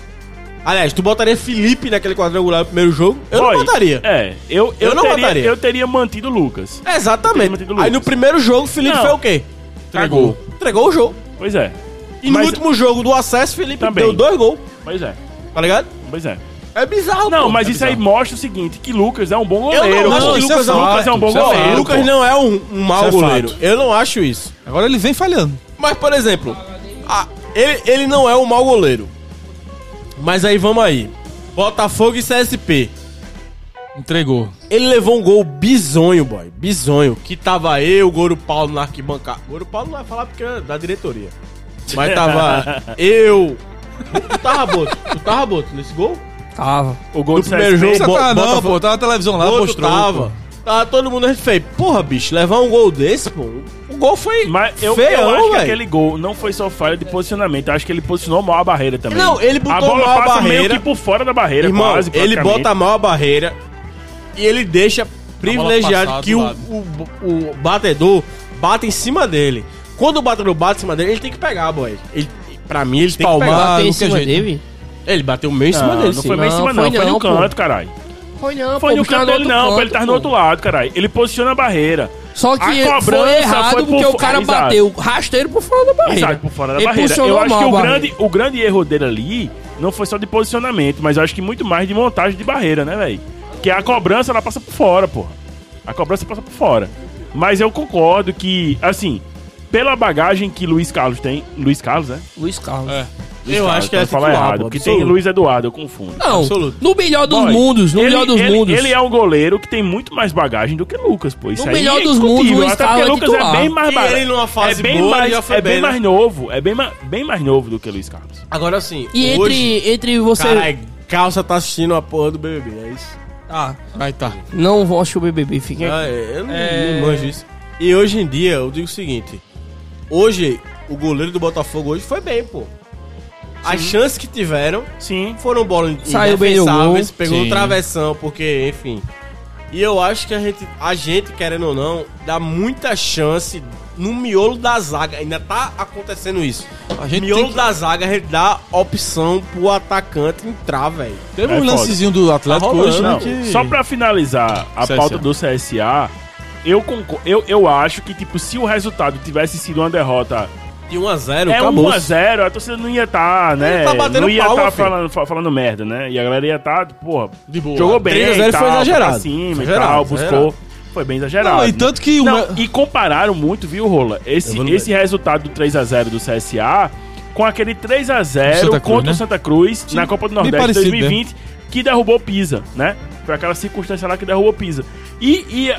B: Aliás, tu botaria Felipe naquele quadrangular do primeiro jogo? Eu
A: Boy,
B: não botaria.
A: É, eu, eu,
B: Eu não
A: teria,
B: botaria.
A: Eu teria mantido o Lucas.
B: Exatamente.
A: mantido o
B: Aí
A: Lucas.
B: no primeiro jogo, Felipe
A: Não.
B: foi o quê?
A: Entregou.
B: Entregou o jogo.
A: Pois é,
B: E
A: Mas-
B: no último jogo do acesso, Felipe
A: Também.
B: deu dois gols,
A: pois é,
B: tá ligado?
A: pois é.
B: É bizarro,
A: Não,
B: pô.
A: mas
B: é
A: isso aí
B: bizarro.
A: mostra o seguinte, que Lucas é um bom
B: Eu não
A: goleiro.
B: acho
A: pô.
B: que isso é
A: Lucas,
B: fato,
A: Lucas é um bom
D: isso é
A: goleiro.
D: fato.
B: Lucas
A: pô.
B: não é um, um mau
D: Isso é
B: goleiro.
D: fato.
B: Eu não acho isso.
D: Agora ele vem falhando.
B: Mas, por exemplo, a- ele, ele não é um mau goleiro. Mas aí vamos aí. Botafogo e CSP.
D: Entregou.
B: Ele levou um gol bizonho, boy. Bizonho. Que tava eu, Goro Paulo na arquibancada. Goro Paulo não vai falar porque é da diretoria. Mas tava eu. Tu tava boto. Tu tava boto nesse gol?
C: Tava.
A: O gol
B: No
A: do
B: primeiro
A: CSP,
B: jogo,
D: Você
B: Bo-
D: tá não,
B: Botafogo.
D: pô. Tá na televisão lá,
B: Outro
D: mostrou.
B: tava.
D: pô.
B: Tava todo mundo, a gente fez, porra, bicho, levar um gol desse, pô. O gol foi
A: Mas eu,
B: feião,
A: eu acho que
B: velho.
A: aquele gol não foi só falha de posicionamento. Eu acho que ele posicionou mal a barreira também.
B: Não, ele botou
A: A bola
B: mal a
A: passa meio
B: barreira.
A: que por fora da barreira,
B: Irmão,
A: quase.
B: ele
A: praticamente.
B: bota mal a barreira e ele deixa privilegiado
D: passar
B: que
D: do
B: o,
D: lado.
B: o, o batedor bata em cima dele. Quando o batedor bate em cima dele, ele tem que pegar, boy. Ele, pra mim, ele tem que
D: Espalmar.
B: pegar.
D: Ah,
C: Bateu em
D: não tem
C: cima
D: jeito.
C: dele?
B: Ele bateu meio em
A: Não,
B: cima dele,
A: não
B: sim.
A: foi bem em
C: Não,
A: cima, não.
C: foi
A: Foi no
C: não, pô.
A: canto, caralho.
C: Foi não,
A: Foi
C: pô,
A: no
C: bicho, tá
A: canto dele,
C: outro
A: não.
C: canto,
A: pô, Ele tá no
C: pô.
A: outro lado, caralho. Ele posiciona a barreira.
C: Só que
A: A
C: foi
A: cobrança
C: errado
A: foi por
C: porque o
A: fo-
C: cara
A: Exato.
C: bateu rasteiro por fora da barreira.
A: Exato, por fora da
C: Ele
A: barreira.
C: posicionou
A: Eu acho que
C: né? mal
A: o
C: a barreira.
A: grande, o grande erro dele ali não foi só de posicionamento, mas eu acho que muito mais de montagem de barreira, né, velho? Que a cobrança, ela passa por fora, porra. A cobrança passa por fora. Mas eu concordo que, assim, pela bagagem que Luiz Carlos tem... Luiz Carlos, né?
C: Luiz Carlos.
D: É.
B: Eu acho que
A: pra
B: é
A: falar
B: titular,
A: errado,
B: pô,
A: porque
B: absoluto.
A: tem Luiz Eduardo, eu confundo.
C: Não,
B: Absoluto.
C: no melhor dos
A: Boy,
C: mundos, no
A: ele-
C: melhor dos
A: ele-
C: mundos.
A: Ele é um goleiro que tem muito mais bagagem do que Lucas, pô. Isso
C: No
A: aí
C: melhor
A: é
C: dos
A: indiscutível,
C: mundos, o
A: até
C: Scarpa
A: porque
C: é
A: Lucas
C: titular.
A: é bem mais
B: E
A: barato.
B: ele numa fase
A: é bem
B: boa,
A: mais,
B: ele já foi
A: é
B: bem,
A: bem
B: né?
A: mais novo, é bem, ma- bem mais novo do que Luiz Carlos.
B: Agora sim.
C: E entre,
B: hoje,
C: entre você.
B: Caralho, calça tá assistindo a porra do BBB, é isso?
C: Ah,
D: Aí tá.
C: não volte o BBB, fiquem
B: Ah, é, eu não,
C: É.
B: não manjo isso. E hoje em dia, eu digo o seguinte: hoje, o goleiro do Botafogo hoje foi bem, pô. As chances que tiveram
A: Sim.
B: foram bolas
C: Saiu bem do
B: indefensáveis,
C: gol.
B: pegou
D: Sim.
B: no travessão, porque, enfim. E eu acho que a gente, a gente, querendo ou não, dá muita chance no miolo da zaga. Ainda tá acontecendo isso.
D: A gente
B: miolo
D: tem que-
B: da zaga, a gente dá opção pro atacante entrar, velho.
D: Teve
A: É
D: um
A: foda.
D: lancezinho do Atlético
B: Tá rolando,
D: hoje, né?
A: Não,
D: que-
A: Só pra finalizar a
D: CSA.
A: pauta do CSA, eu, concor- eu, eu acho que, tipo, se o resultado tivesse sido uma derrota
B: De 1 a 0
A: é
B: acabou.
A: 1x0, a torcida não ia estar, né?
B: Ele tá batendo
A: não ia
B: palma,
A: estar
B: filho.
A: falando, fa- falando merda, né? E a galera ia estar, porra,
D: De boa.
A: jogou bem.
B: 3x0
A: e tal, tá
B: foi exagerado.
A: Pra cima e
B: Exagerado,
A: tal,
B: exagerado.
A: buscou. Foi bem exagerado. né?
D: Não, e tanto que o
A: Não,
D: Ma-
A: E compararam muito, viu, Rola? Esse,
B: Eu vou no
A: esse resultado do 3x0 do CSA com aquele 3x0
D: Do Santa
A: contra
D: Cruz,
A: o
D: né?
A: Santa Cruz
D: Sim,
A: na Copa do
D: bem
A: Nordeste
D: parecido, né?
A: 2020, que derrubou o Pisa, né? Foi aquela circunstância lá que derrubou o Pisa. E, e a,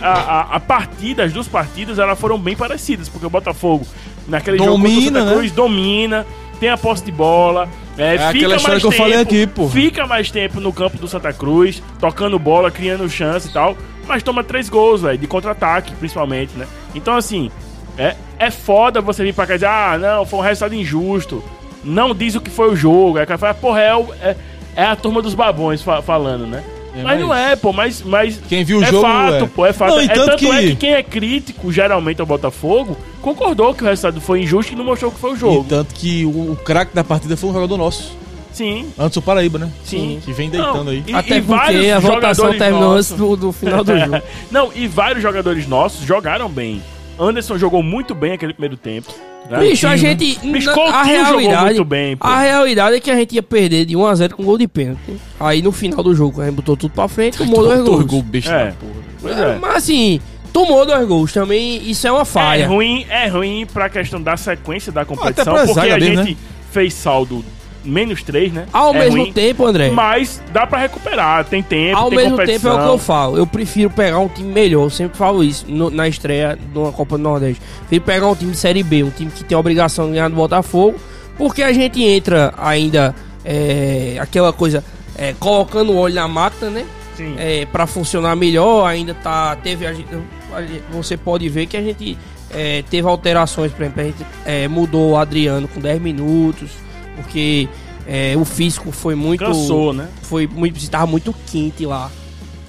A: a, a partida, as duas partidas, elas foram bem parecidas, porque o Botafogo, naquele jogo contra o
D: Domina,
A: Santa
D: né?
A: Cruz, domina, tem a posse de bola, é,
D: É
A: fica
D: aquela história
A: mais
D: que eu
A: tempo,
D: falei aqui, pô.
A: Fica mais tempo no campo do Santa Cruz, tocando bola, criando chance e tal, mas toma três gols, velho, de contra-ataque, principalmente, né? Então, assim, é, é foda você vir pra cá e dizer, ah, não, foi um resultado injusto, não diz o que foi o jogo, aí o cara fala, porra, é, o- é, é a turma dos babões fa- falando, né?
D: É,
A: mas não
D: mas-
A: é, pô, mas, mas
D: Quem viu o
A: é
D: jogo,
A: Fato,
D: é.
A: pô, é fato,
D: Não, e
A: É
D: tanto
A: tanto é
D: que-
A: que quem é crítico, geralmente, ao Botafogo, concordou que o resultado foi injusto e não mostrou o que foi o jogo.
D: E tanto que o, o craque da partida foi um jogador nosso.
A: Sim,
D: Antes o Paraíba, né?
A: Sim.
D: Que vem deitando aí.
A: E-
C: Até
A: e
C: porque
A: vários
C: a votação
A: jogadores
C: terminou antes
A: nossos.
C: do, do final do jogo.
A: Não, e vários jogadores nossos jogaram bem. Anderson jogou muito bem aquele primeiro tempo. né?
C: Bicho, a
A: Coutinho, né?
C: gente.
A: Bicho,
C: na- a
A: Coutinho jogou
C: realidade,
A: muito bem, pô.
C: a realidade é que a gente ia perder de 1x0 com gol de pênalti. Aí no final do jogo, a gente botou tudo pra frente, tomou dois
D: Torgou
C: gols.
D: o gol, besta
A: É.
D: da porra.
A: Pois é.
C: Mas assim, tomou dois gols também, isso é uma
A: É
C: falha.
A: ruim, é ruim pra questão da sequência da competição,
D: pra
A: porque
D: zaga
A: a
D: mesmo,
A: gente fez saldo menos 3, né?
C: Ao
A: É
C: mesmo
A: ruim,
C: tempo, André.
A: Mas dá pra recuperar, tem tempo,
C: Ao
A: tem
C: mesmo tempo é
A: competição.
C: o que eu falo. Eu prefiro pegar um time melhor. Eu sempre falo isso no- na estreia de uma Copa do Nordeste. Prefiro pegar um time de Série B, um time que tem a obrigação de ganhar do Botafogo, porque a gente entra ainda é, aquela coisa é, colocando o olho na máquina, né?
A: Sim.
C: É, para funcionar melhor, ainda tá. Teve a gente, a gente- você pode ver que a gente é, teve alterações, por exemplo, a gente é, mudou o Adriano com 10 minutos, porque é, o físico foi muito
A: Cansou, né?
C: foi muito, tava muito quente lá.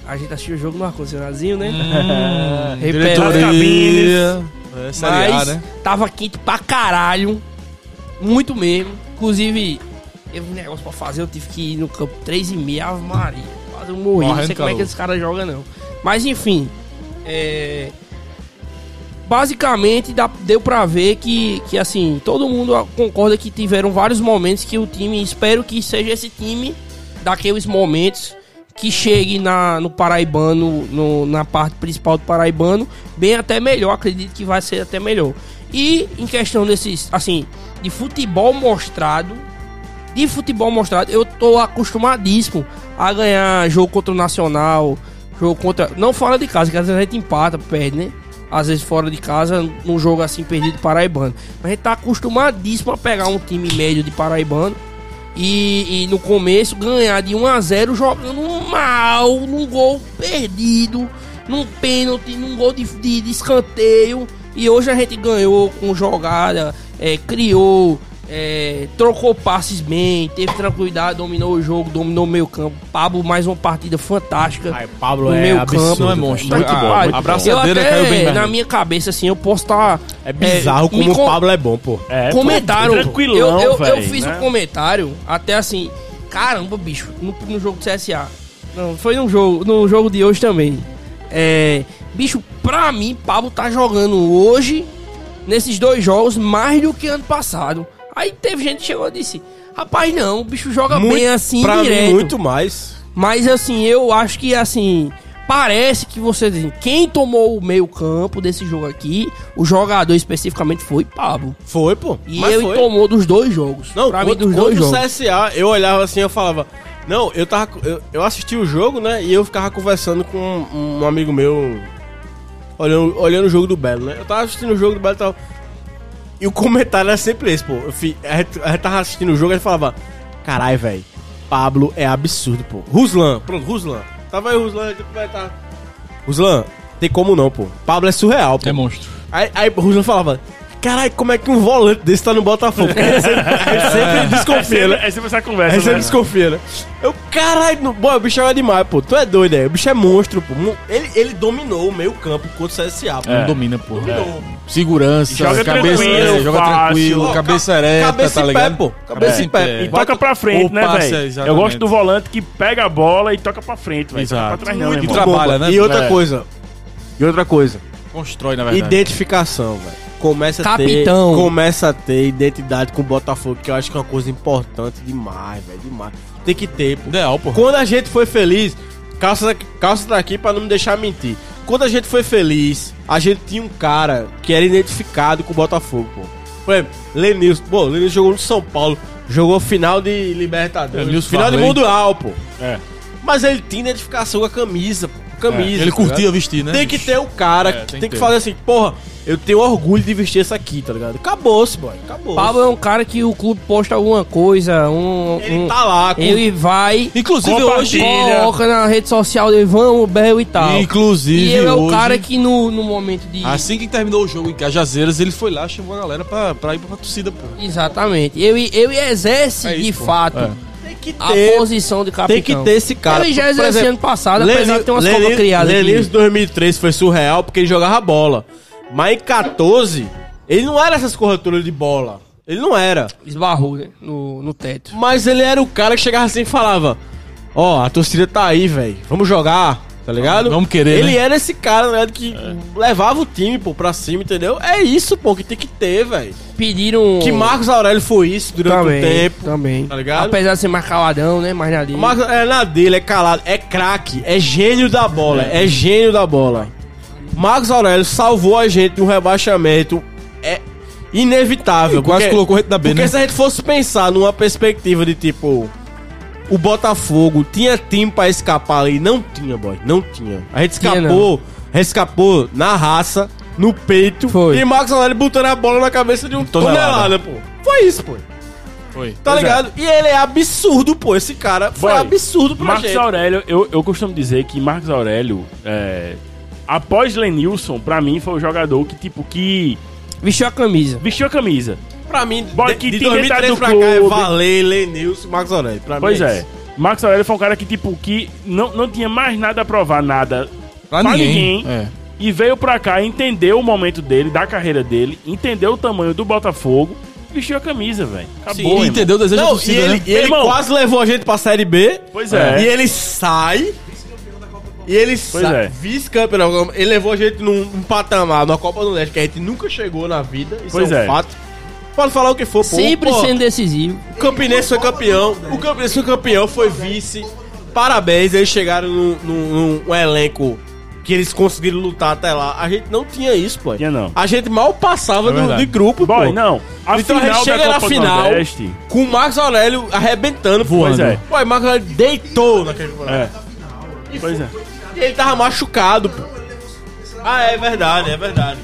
C: A gente assistiu o jogo no ar-condicionadozinho, né?
D: Hum,
C: Repelado.
D: diretoria. É, série A,
C: Mas
D: né?
C: tava quente pra caralho. Muito mesmo. Inclusive, teve um negócio pra fazer, eu tive que ir no campo 3 e meia, Ave Maria. Quase eu morri. não
D: Morrendo
C: sei como é que
D: calor.
C: esse cara joga, não. Mas enfim. É... Basicamente, dá- deu pra ver que, que, assim, todo mundo concorda que tiveram vários momentos que o time, espero que seja esse time daqueles momentos que chegue na, no Paraibano, no- na parte principal do Paraibano, bem até melhor, acredito que vai ser até melhor. E em questão desses, assim, de futebol mostrado, de futebol mostrado, eu tô acostumadíssimo a ganhar jogo contra o Nacional, jogo contra. Não fora de casa, que às vezes a gente empata, perde, né? Às vezes fora de casa, num jogo assim perdido paraibano. Mas a gente tá acostumadíssimo a pegar um time médio de paraibano e, e no começo ganhar de 1 a 0 jogando mal, num gol perdido, num pênalti, num gol de, de- de escanteio. E hoje a gente ganhou com jogada, é, criou, é, trocou passes bem, teve tranquilidade, dominou o jogo, dominou o meio campo. Pablo, mais uma partida fantástica.
B: Ai, Pablo
C: No
B: é
C: meio
B: absurdo,
C: campo,
D: Não é
B: velho.
D: monstro. Ah,
C: Muito bom, muito
D: a
C: bom. Eu
D: abraçadeira
C: até,
D: caiu bem
C: na
D: mais.
C: minha cabeça, assim, eu posso estar...
B: É bizarro como o Pablo é bom, pô.
A: É, pô,
C: comentaram.
A: Tranquilão,
C: eu, eu,
A: velho,
C: eu fiz
A: né?
C: um comentário, até assim, caramba, bicho, no, no jogo do CSA. Não, foi no jogo, no jogo de hoje também. É, bicho, pra mim, Pablo tá jogando hoje, nesses dois jogos, mais do que ano passado. Aí teve gente que chegou e disse: Rapaz, não, o bicho joga bem assim,
B: pra mim,
C: direto.
B: muito mais.
C: Mas assim, eu acho que assim, Parece que você diz, quem tomou o meio campo desse jogo aqui, o jogador especificamente foi Pablo.
B: Foi, pô.
C: E ele tomou dos dois jogos.
B: Não,
C: pra mim,
B: quando,
C: dos dois
B: quando o
C: jogos.
B: CSA, eu olhava assim, eu falava... Não, eu tava... co- Eu, eu assisti o jogo, né? E eu ficava conversando com um, um amigo meu... Olhando, olhando o jogo do Belo, né? Eu tava assistindo o jogo do Belo e tal... E o comentário era sempre esse, pô. Eu fi- a, gente, a gente tava assistindo o jogo e ele falava... Caralho, velho. Pablo é absurdo, pô. Ruslan. Pronto, Ruslan. Tava aí o Ruslan, a gente vai tá... Ruslan, tem como não, pô. Pablo é surreal, pô.
D: É monstro.
B: Aí, aí o Ruslan falava, caralho, como é que um volante desse tá no Botafogo? Aí sempre, aí sempre
A: É
B: desconfia,
A: sempre,
B: né?
A: é sempre essa
B: Aí
A: conversa,
B: sempre
A: né?
B: desconfia, né? Eu, caralho, não- bom, o bicho é demais, pô. Tu é doido, é. O bicho é monstro, pô. Mu- Ele, ele dominou o meio campo contra o CSA, pô.
A: É.
D: Não domina, porra.
B: Dominou.
D: Segurança,
A: Joga
D: cabeça,
A: tranquilo,
D: é, joga
A: fácil.
D: tranquilo,
B: Ó,
D: cabeça
B: ca-
D: ereta,
B: cabeça
D: tá
B: em pé,
D: ligado?
B: pô. Cabeça em pé.
A: E toca pra frente,
D: Ou
A: né,
D: passa,
A: velho? Eu
D: exatamente.
A: gosto do volante que pega a bola e toca pra frente, velho. Toca pra
D: Exato.
A: trás não,
B: Muito
A: meu
D: E
A: irmão.
B: bom,
D: trabalha,
B: pô.
D: né?
B: E outra
D: É.
B: coisa. E outra coisa.
D: Constrói,
A: É
D: na verdade.
B: Identificação, velho. Começa a
C: Capitão.
B: ter. Começa a ter identidade com o Botafogo, que eu acho que é uma coisa importante demais, velho. Demais. Tem que ter, pô.
D: Ideal, porra.
B: Quando a gente foi feliz, calça, calça tá aqui pra não me deixar mentir. Quando a gente foi feliz, a gente tinha um cara que era identificado com o Botafogo, pô. Por exemplo, Lenilson. Pô, Lenilson jogou no São Paulo, jogou final de Libertadores,
D: Lenilson
B: final de
D: Farley.
B: Mundial, pô.
A: É.
B: Mas ele tinha identificação com a camisa, pô. Camisa.
D: É, Ele
B: tá
D: curtia
B: ligado?
D: vestir, né?
B: Tem que ter um o cara,
D: É,
B: que
D: tem
B: tem,
D: que
B: que
D: ter.
B: fazer assim, porra, eu tenho orgulho de vestir essa aqui, tá ligado? Acabou-se, boy, acabou.
C: Pablo é um cara que o clube posta alguma coisa, um.
B: Ele
C: um-
B: tá lá, com...
C: ele vai,
D: Inclusive hoje.
A: Compartilha.
C: coloca na rede social dele, vamos, Bel e tal.
D: Inclusive
C: E ele é o
D: hoje,
C: cara que no, no momento de.
D: Assim que terminou o jogo em Cajazeiras, ele foi lá, chamou a galera pra, pra ir pra torcida, pô.
C: Exatamente. Ele, ele exerce
D: É isso,
C: de
D: pô.
C: fato
D: É.
B: tem que
C: a
B: ter,
C: posição de capitão.
B: tem que ter esse cara.
C: Ele É, já
B: Por
C: exercia
B: exemplo,
C: ano passado, apesar de ter umas cobras criadas aqui.
B: Lenilson 2003 foi surreal porque ele jogava bola. Mas em 14, ele não era essas corretoras de bola. Ele não era.
C: Esbarrou, né? No, no teto.
B: Mas ele era o cara que chegava assim e falava: Ó, a torcida tá aí, velho. Vamos jogar. Tá ligado?
D: Vamos querer,
B: Ele
D: né?
B: era esse cara, né? Que levava o time, pô, pra cima, entendeu? É isso, pô, que tem que ter, velho.
C: Pediram.
B: Que Marcos Aurélio foi isso durante
C: também,
B: o tempo.
C: Também.
B: tá ligado?
C: Apesar de ser mais caladão, né? Mais nadinho.
B: O Marcos é na dele, é calado, é craque, é gênio da bola, é gênio da bola. Marcos Aurélio salvou a gente de um rebaixamento é inevitável.
D: Quase
B: porque-
D: colocou a gente na B,
B: Porque
D: né?
B: se a gente fosse pensar numa perspectiva de tipo. O Botafogo tinha time pra escapar ali. Não tinha, boy. Não tinha. A gente
C: Tinha,
B: escapou. A gente escapou na raça, no peito.
C: Foi.
B: E Marcos Aurélio botando a bola na cabeça de um
D: Tonelada.
B: tonelada, pô. Foi isso, pô.
D: Foi.
B: Tá ligado? E ele é absurdo, pô. Esse cara foi
A: Boy,
B: absurdo pra
A: Marcos
B: gente.
A: Aurélio, eu, eu costumo dizer que Marcos Aurélio, é, após Lenilson, pra mim foi o jogador que, tipo, que
C: Vestiu a camisa.
A: vestiu a camisa.
B: Pra mim,
A: Boy,
B: de,
A: que
B: de
A: tem
B: 2003
A: metade do
B: pra cá é
A: clube.
B: Valer, Lenilson, Marcos Aurélio. Pra mim
A: Pois
B: é
A: é.
B: isso.
A: Marcos Aurélio foi um cara que, tipo, que não, não tinha mais nada a provar, nada.
D: Pra,
A: Pra
D: ninguém.
A: ninguém.
D: É.
A: E veio pra cá, entendeu o momento dele, da carreira dele, entendeu o tamanho do Botafogo, vestiu a camisa, velho. Acabou,
D: E
A: irmão.
D: entendeu o desejo da
B: Não, e
D: torcida,
B: ele,
D: né?
B: e ele
A: Irmão.
B: quase levou a gente pra Série B.
A: Pois é.
B: E ele sai. E ele
A: Pois
B: sai.
A: é.
B: Vice-campeão. da Copa. Ele levou a gente num, num patamar, na Copa do Leste, que a gente nunca chegou na vida. Isso
A: Pois
B: é um
A: é.
B: fato. Pode falar o que for, pô.
C: Sempre
B: pô,
C: sendo decisivo.
B: O Campinense foi campeão. O Campinense foi campeão, foi vice. Parabéns, eles chegaram num, num- num elenco que eles conseguiram lutar até lá. A gente não tinha isso, pô.
A: Tinha não.
B: A gente mal passava
D: É
B: do-
D: verdade.
B: de grupo,
A: Boy,
B: pô.
A: não. A
B: Então a
A: final
B: gente chega
A: da
B: na
A: Copa do
B: final.
A: Nordeste.
B: Com o Marcos Aurélio arrebentando, pô.
A: Pois é.
B: Pô, o Marcos Aurélio deitou naquele campeonato.
A: É. Pois é.
B: E ele tava machucado, pô. Ah, é verdade, é verdade.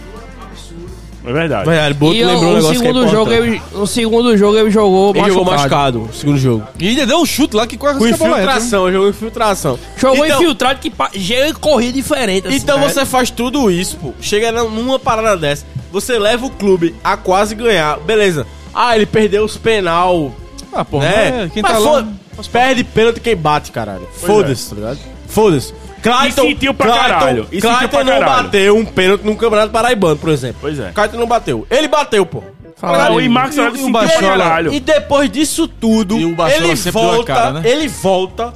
A: É verdade.
B: Verdade, Boto
C: e
B: lembrou um
C: o,
B: negócio
C: segundo
B: que é
C: jogo
B: importante.
C: ele, o segundo jogo ele jogou
B: Ele jogou machucado, o segundo jogo.
D: E ainda deu um chute lá que quase
B: Com
D: acabou
A: é,
D: a letra, né?
B: infiltração, jogou infiltração.
C: Jogou
B: Então-
C: infiltrado que pa- já corria diferente. assim,
B: Então
C: né?
B: você faz tudo isso, pô. Chega numa parada dessa. Você leva o clube a quase ganhar. Beleza. Ah, ele perdeu os penal.
D: Ah, porra.
B: né?
D: É, quem
B: Mas
D: tá lá...
B: foda- Perde pênalti quem bate, caralho. Foda-se, tá ligado? Foda-se. Clayton,
A: é, E sentiu pra caralho. E sentiu
B: Clayton
A: pra
B: não
A: caralho.
B: bateu um pênalti no Campeonato Paraibano, por exemplo.
A: Pois é.
B: Clayton não bateu. Ele bateu, pô.
C: Falaram
A: Não, e
C: aí.
A: Marcos Aurélio
D: e o
A: sentiu pra
D: Bachola?
A: caralho.
B: um E depois disso tudo,
D: E o Bachola
B: ele
D: sempre deu a
B: volta,
D: cara, né?
B: ele volta,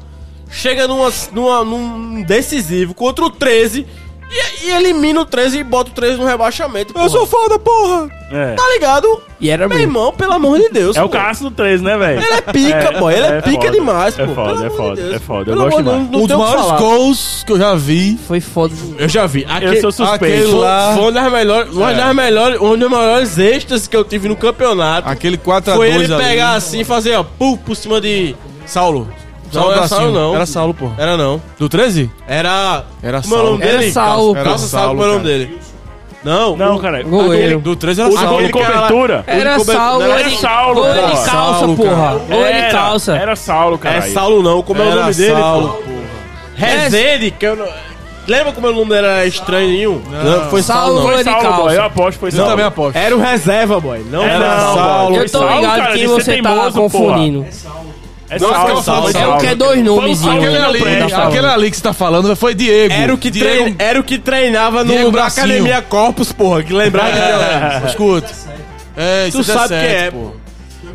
B: chega numa, numa- num decisivo contra o 13 e, e elimina o 13 e bota o 13 no rebaixamento. porra.
D: Eu sou foda, porra!
A: É.
B: Tá ligado?
C: E era
B: Meu
C: mesmo.
B: irmão, pelo amor de Deus.
A: É o
B: pô.
A: Cássio do 13, né, velho?
B: Ele é pica, pô. Ele é, pica
A: foda.
B: demais, pô.
A: É foda,
B: Pelo
A: é
B: amor de
A: foda,
B: Deus.
A: é foda. Eu
B: Pelo
A: gosto
B: amor de Deus,
A: demais.
B: não
D: um dos
B: tem o que
D: maiores
B: falar.
D: goals que eu já vi.
C: Foi foda.
B: Eu já vi. Aquele,
A: sou suspeito.
B: aquele
D: lá-
B: Foi uma das melhores, uma
A: É.
B: das melhores, um dos maiores extras que eu tive no campeonato.
D: Aquele 4x2
B: foi ele pegar
D: ali.
B: assim e fazer, ó, puf, por cima de.
D: Saulo.
B: Não, era Saulo, não.
D: Era Saulo, É. porra.
B: Era não.
D: Do 13?
B: Era.
D: Era
B: Como é o
D: Saulo.
B: nome dele?
C: Era Saulo,
B: Cássio?
D: pô.
B: Nossa, Saulo,
D: um
B: como é o nome dele? Não.
A: Não, cara.
C: Goleiro.
D: Do 13
B: O
D: era Saulo.
A: Aquele
B: Aquele cara lá-
A: cobertura.
C: Era
B: Ele come-
C: Saulo.
B: Não,
A: era
C: ele-
A: Saulo,
C: Ou ele
A: porra.
C: calça,
D: Saulo,
C: porra. Ou ele
A: Era-
C: calça.
A: Era Saulo,
B: É
A: cara.
B: Saulo não. Como é o
D: Era
B: nome dele?
D: Saulo,
B: pô? Rezende, que eu não... Lembra como é o nome dele era estranho nenhum?
D: Não,
C: Saulo,
B: foi Saulo, não.
C: ou
A: Foi
C: ele
A: Saulo, boy. Eu
C: calça.
A: aposto, foi É
D: Eu
A: Saulo.
D: também aposto.
B: Era o reserva, boy. Não
A: É,
B: era
A: não,
B: Saulo.
A: boy.
C: Eu tô
A: Saulo,
C: ligado
A: cara,
C: quem
A: de ser
C: você tá
A: teimoso,
C: confundindo.
A: É
B: Nossa,
A: Saulo,
B: que eu falo,
A: Saulo,
B: é o
A: Saulo.
C: que é dois
A: Foi o
C: nomezinho.
A: Saulo
D: Aquele
A: do
D: ali,
B: né?
A: prédio.
C: Saulo.
D: aquele ali que você tá falando foi Diego.
B: Era o que,
D: Diego.
B: trein- era o que treinava no,
D: Diego
B: na
D: Bracinho.
B: academia Corpus, porra. Que lembrava que era.
D: É, Escuta. É,
B: Tu
D: isso é
B: sabe quem é,
D: 17, pô.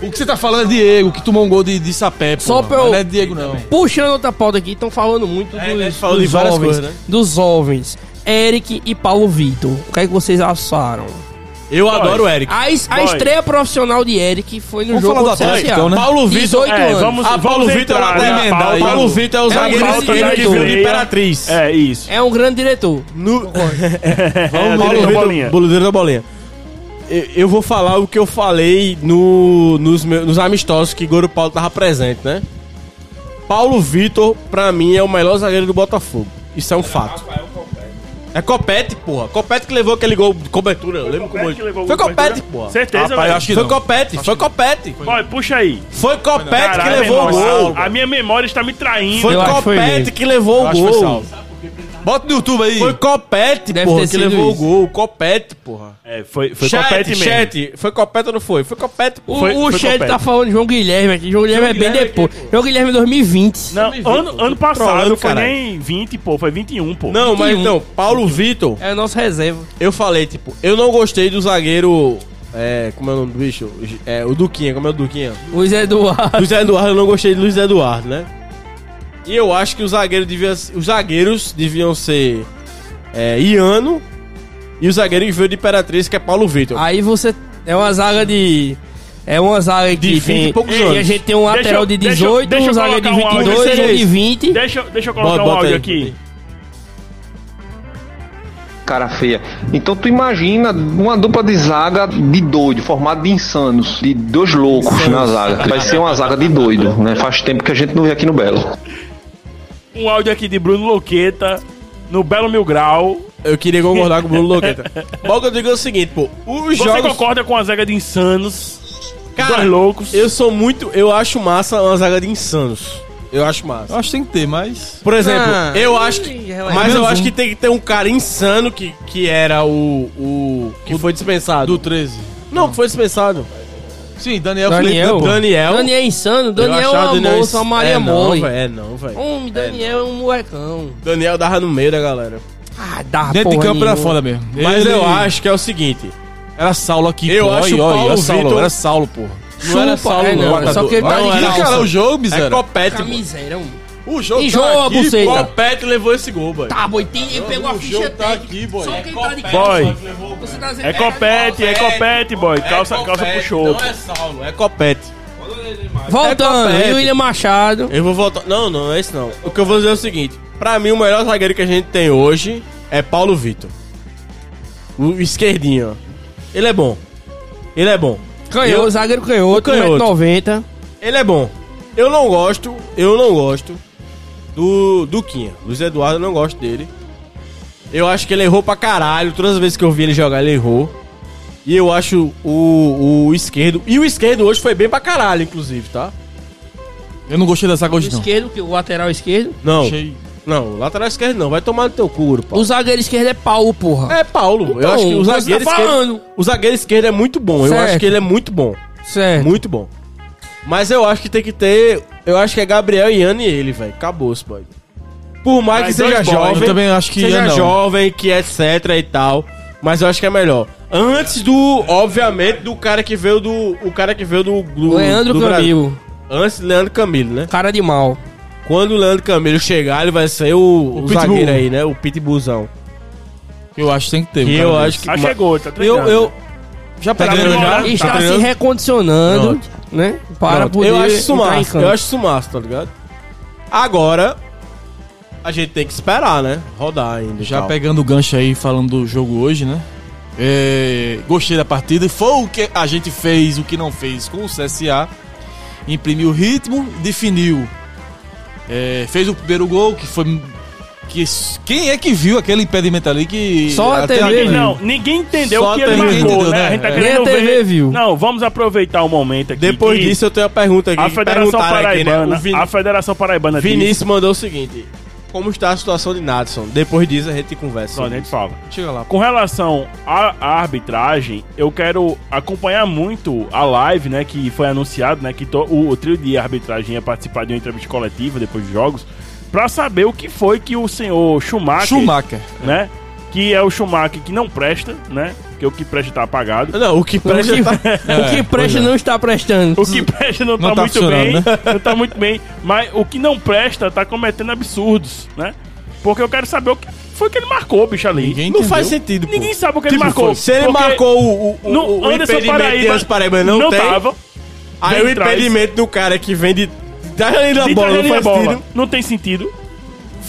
D: O que você tá falando é Diego, que tomou um gol de, de sapé, pô.
C: Só pra eu-
D: Não é Diego, não.
C: Puxando outra pauta aqui, estão falando muito
B: É,
C: dos,
B: a gente falou
C: dos
B: de várias
C: jovens.
B: coisas, né?
C: Dos jovens. Eric e Paulo Vitor. O que é que vocês acharam?
B: Eu adoro o Eric.
C: A, es- a
A: Boy.
C: estreia profissional de Eric foi no
D: Vamos
C: jogo
D: falar do
C: contra o
D: Atlético,
C: CSA.
D: então, né?
B: Paulo Vitor.
C: 18
A: É,
C: anos.
A: vamos,
B: Ah, Paulo
A: vamos
D: é
B: Vitor
A: entrar, né?
B: era emendar.
A: Paulo-
B: Paulo Vitor é
D: um
B: o
C: É,
B: zagueiro
C: Paulo
B: esquerdo que
C: direito.
B: veio de Imperatriz.
A: É, isso.
C: É um grande diretor.
B: No...
A: É,
B: Paulo
A: direito,
B: Vitor,
A: bolinha.
B: Bolideiro da bolinha. Eu, eu vou falar o que eu falei no- nos, meus- nos amistosos que Goro Paulo tava presente, né? Paulo Vitor, pra mim, é o melhor zagueiro do Botafogo. Isso é um fato. É Copete, porra. Copete que levou aquele gol de cobertura. Eu lembro como
A: Copete que
B: hoje.
A: levou o gol
B: Foi
A: de
B: Copete,
A: cobertura?
B: porra.
A: Certeza,
D: Rapaz,
A: velho.
D: acho que
B: Foi
D: não.
B: Copete, foi Copete.
A: Boy, puxa aí.
B: Foi Copete que
A: Caralho,
B: levou o
A: meu irmão,
B: gol.
A: A minha memória está me traindo.
B: Foi
C: Eu acho que foi
B: Copete
C: ele.
B: que levou o
D: acho que foi
B: gol.
D: Saulo. Bota no YouTube aí.
B: Foi Copete,
C: Deve
B: porra,
C: ter
B: que
C: sido
B: levou o
C: isso.
B: gol. Copete, porra.
A: É, foi, foi
B: Chat,
A: Copete mesmo.
B: chat. Foi Copete ou não foi? Foi Copete.
C: O,
A: Foi-
C: o
A: foi
C: Chad
A: Copete.
C: tá falando de João Guilherme aqui. João Guilherme é bem
A: Guilherme
C: depois. João Guilherme 2020.
A: Não, ano, ano passado
B: Trolando,
A: não foi
B: caralho.
A: nem 20, pô, foi 21, pô.
B: Não, mas
C: 21.
B: então, Paulo Vitor,
C: É o nosso reserva.
B: eu falei, tipo, eu não gostei do zagueiro. É, como é o nome do bicho? É, o Duquinha, como é o Duquinha?
C: Luiz Eduardo.
B: Luiz Eduardo, eu não gostei de Luiz Eduardo, né? E eu acho que o zagueiro devia, os zagueiros deviam ser é, Iano e o zagueiro que veio de Imperatriz, que é Paulo Vitor.
C: Aí você. É uma zaga de. É uma zaga que
B: De 20 e poucos
C: tem,
B: anos.
C: a gente tem um lateral
A: eu-
C: de
A: deixa eu-
C: 18,
A: deixa eu
C: um zaga de
A: colocar um áudio.
C: 22,
B: Seria
C: um de
B: isso.
C: 20.
A: Deixa, eu- deixa eu colocar
B: Bota-
A: um
B: bota
A: áudio
B: aí,
A: aqui.
E: cara feia. Então tu imagina uma dupla de zaga de doido, formada de insanos, de dois loucos na zaga. Vai ser uma zaga de doido, né? Faz tempo que a gente não vê aqui no Belo.
A: Um áudio aqui de Bruno Loqueta, no Belo Mil Grau.
B: Eu queria concordar com o Bruno Loqueta. Logo eu digo é o seguinte, pô, os
A: Você
B: jogos...
A: concorda com a zaga de insanos?
B: Cara,
A: dois loucos.
B: Eu sou muito... Eu acho massa uma zaga de insanos. Eu acho massa.
D: Eu acho que tem que ter, mas.
B: Por exemplo,
C: Ah,
B: eu acho que.
C: ih, relaxa.
B: Mas eu
D: Menos
B: acho
D: um.
B: que tem que ter um cara insano que, que era o. o que foi dispensado.
D: Do 13.
B: Não, que foi dispensado.
D: Sim, Daniel,
C: Daniel.
D: Felipe.
B: Daniel.
C: Daniel é insano, Daniel é
B: achava
C: uma
B: Daniel
C: moça, uma
B: ins-
C: Maria
B: é, não,
C: Mole.
B: véi, É não, velho.
C: Homem, Daniel é um molecão.
B: Daniel dava no meio da galera.
C: Ah, dá
D: Dentro de
C: porra
D: campo era
C: nenhuma.
D: foda mesmo.
B: Mas
D: Ele-
B: eu acho que é o seguinte.
D: Era Saulo aqui,
B: Eu
D: pô.
B: acho
D: Oi,
B: o
D: oi,
B: Paulo
D: era Saulo,
B: Vitor-
D: era Saulo, pô.
B: Não era
C: Chupa,
B: Saulo,
C: é, não,
B: não.
C: só que ele tá
B: Não,
C: de
B: era
C: calça.
D: Cara, o jogo,
B: É
D: miséria.
B: Copete, mano.
C: Camiseira, um.
B: O jogo tá
C: Enjoa a
B: aqui,
C: buceta.
B: Copete levou esse gol, velho.
C: Tá, boi, tem, ele pegou a
D: o
C: ficha
D: jogo tá
C: técnica.
D: aqui, boy.
C: Só
D: É
C: quem tá de
A: Boy,
C: calça. Você tá dizendo
A: é
C: que era
A: copete, é
C: de
A: copete, boy. Calça, calça puxou.
B: Não é Saulo, é Copete.
C: calça. Voltando, e
B: É copete.
C: o William Machado.
B: Eu vou voltar. Não, não é isso não. O que eu vou dizer é o seguinte: pra mim, o melhor zagueiro que a gente tem hoje é Paulo Vitor. O esquerdinho, ó. Ele é bom. Ele é bom.
C: Canhoto,
B: Eu-
C: zagueiro canhoto,
B: O é canhoto.
C: 1,90m.
B: Ele é bom. Eu não gosto, eu não gosto do Duquinha. Luiz Eduardo, eu não gosto dele. Eu acho que ele errou pra caralho. Todas as vezes que eu vi ele jogar, ele errou. E eu acho o, o esquerdo. E o esquerdo hoje foi bem pra caralho, inclusive, tá?
D: Eu não gostei dessa hoje, não.
C: Esquerdo, que o lateral esquerdo.
B: Não.
D: Achei-
B: Não, lateral esquerdo não. Vai tomar no teu cu, Paulo.
C: O zagueiro esquerdo é pau, porra.
B: É Paulo. eu
C: Então,
B: acho que o
C: você tá
B: zagueiro,
C: falando.
B: esquerdo, o zagueiro esquerdo é muito bom. Eu
C: Certo.
B: acho que ele é muito bom.
C: certo.
B: Muito bom. Mas eu acho que tem que ter. Eu acho que é Gabriel, Ian e ele, velho. Acabou, boy. Por mais
A: Mas
B: que seja
A: dois boys,
B: jovem.
D: eu também acho que
B: Seja
D: Ian não.
B: jovem, que etc e tal. Mas eu acho que é melhor. Antes do, obviamente, do cara que veio do. O cara que veio do. do
C: Leandro
B: do Brasil.
C: Camilo,
B: Antes do Leandro Camilo, né?
C: cara de mal.
B: Quando o Leandro Camilo chegar, ele vai ser o, o
D: pitbull.
B: zagueiro aí, né? O pitbullzão.
D: Eu acho que tem que ter. um
B: Que
D: cara
B: eu
D: desse.
B: acho que. é
A: Ah, chegou, tá
B: Eu,
A: treinando.
B: eu. Já
A: Tá
B: pegando
A: treinando
B: já?
A: já?
C: E
B: Tá
C: está se
B: treinando?
C: recondicionando, né? Para
B: Pronto.
C: poder
B: eu acho isso
C: entrar em
B: massa,
C: campo.
B: eu acho isso massa, tá ligado? Agora, a gente tem que esperar, né? Rodar ainda. e
D: Já
B: tal.
D: pegando o gancho aí, falando do jogo hoje, né? É, gostei da partida. Foi o que a gente fez, o que não fez com o CSA. Imprimiu o ritmo, definiu. É, fez o primeiro gol, que foi. Que, quem é que viu aquele impedimento ali que.
C: Só a TV
D: aquele-
C: viu.
A: Não, ninguém entendeu
B: Só
A: o que ele
B: tem-
A: marcou,
D: entendeu,
A: né?
D: né?
A: A gente tá
D: É.
A: querendo
C: Nem a TV
A: ver.
C: viu.
A: Não, vamos aproveitar o momento aqui.
B: Depois
A: que
B: disso, eu tenho a pergunta aqui.
A: a Federação
B: perguntaram aqui, né?
A: Paraibana.
B: O Vin-
A: A Federação Paraibana disse-
B: Vinícius mandou o seguinte: Como está a situação de Nadson? Depois disso, a gente conversa.
A: Só a
B: sobre
A: gente fala.
D: Chega lá.
A: Com relação à à arbitragem, eu quero acompanhar muito a live, né, que foi anunciado, né, que to- o, o trio de arbitragem ia participar de uma entrevista coletiva depois dos jogos, pra saber o que foi que o senhor Schumacher,
D: Schumacher.
A: né, que é o Schumacher que não presta, né, porque o que presta tá apagado.
B: isso. Não, o que presta.
C: O que,
B: tá- é.
C: o que presta não está prestando.
A: O que presta não,
D: Não
A: tá,
D: tá
A: muito
D: funcionando,
A: bem.
D: né?
A: Não tá muito bem. Mas o que não presta tá cometendo absurdos, né? Porque eu quero saber o que foi que ele marcou, bicho, ali.
D: Ninguém
B: Não faz
D: entendeu.
B: sentido. pô.
A: Ninguém sabe o que ele
B: Tipo,
A: marcou.
B: Se ele
A: porque
B: marcou o, o, o,
A: no
B: o
A: Anderson
B: impedimento de
A: Paraíba,
B: Anderson Paraíba não, tem.
A: tava.
B: aí
A: vem
B: o
A: atrás.
B: impedimento do cara que vem de. Da linha da
A: De
B: bola, não
A: trás da
B: faz
A: bola.
B: sentido.
A: Não tem sentido.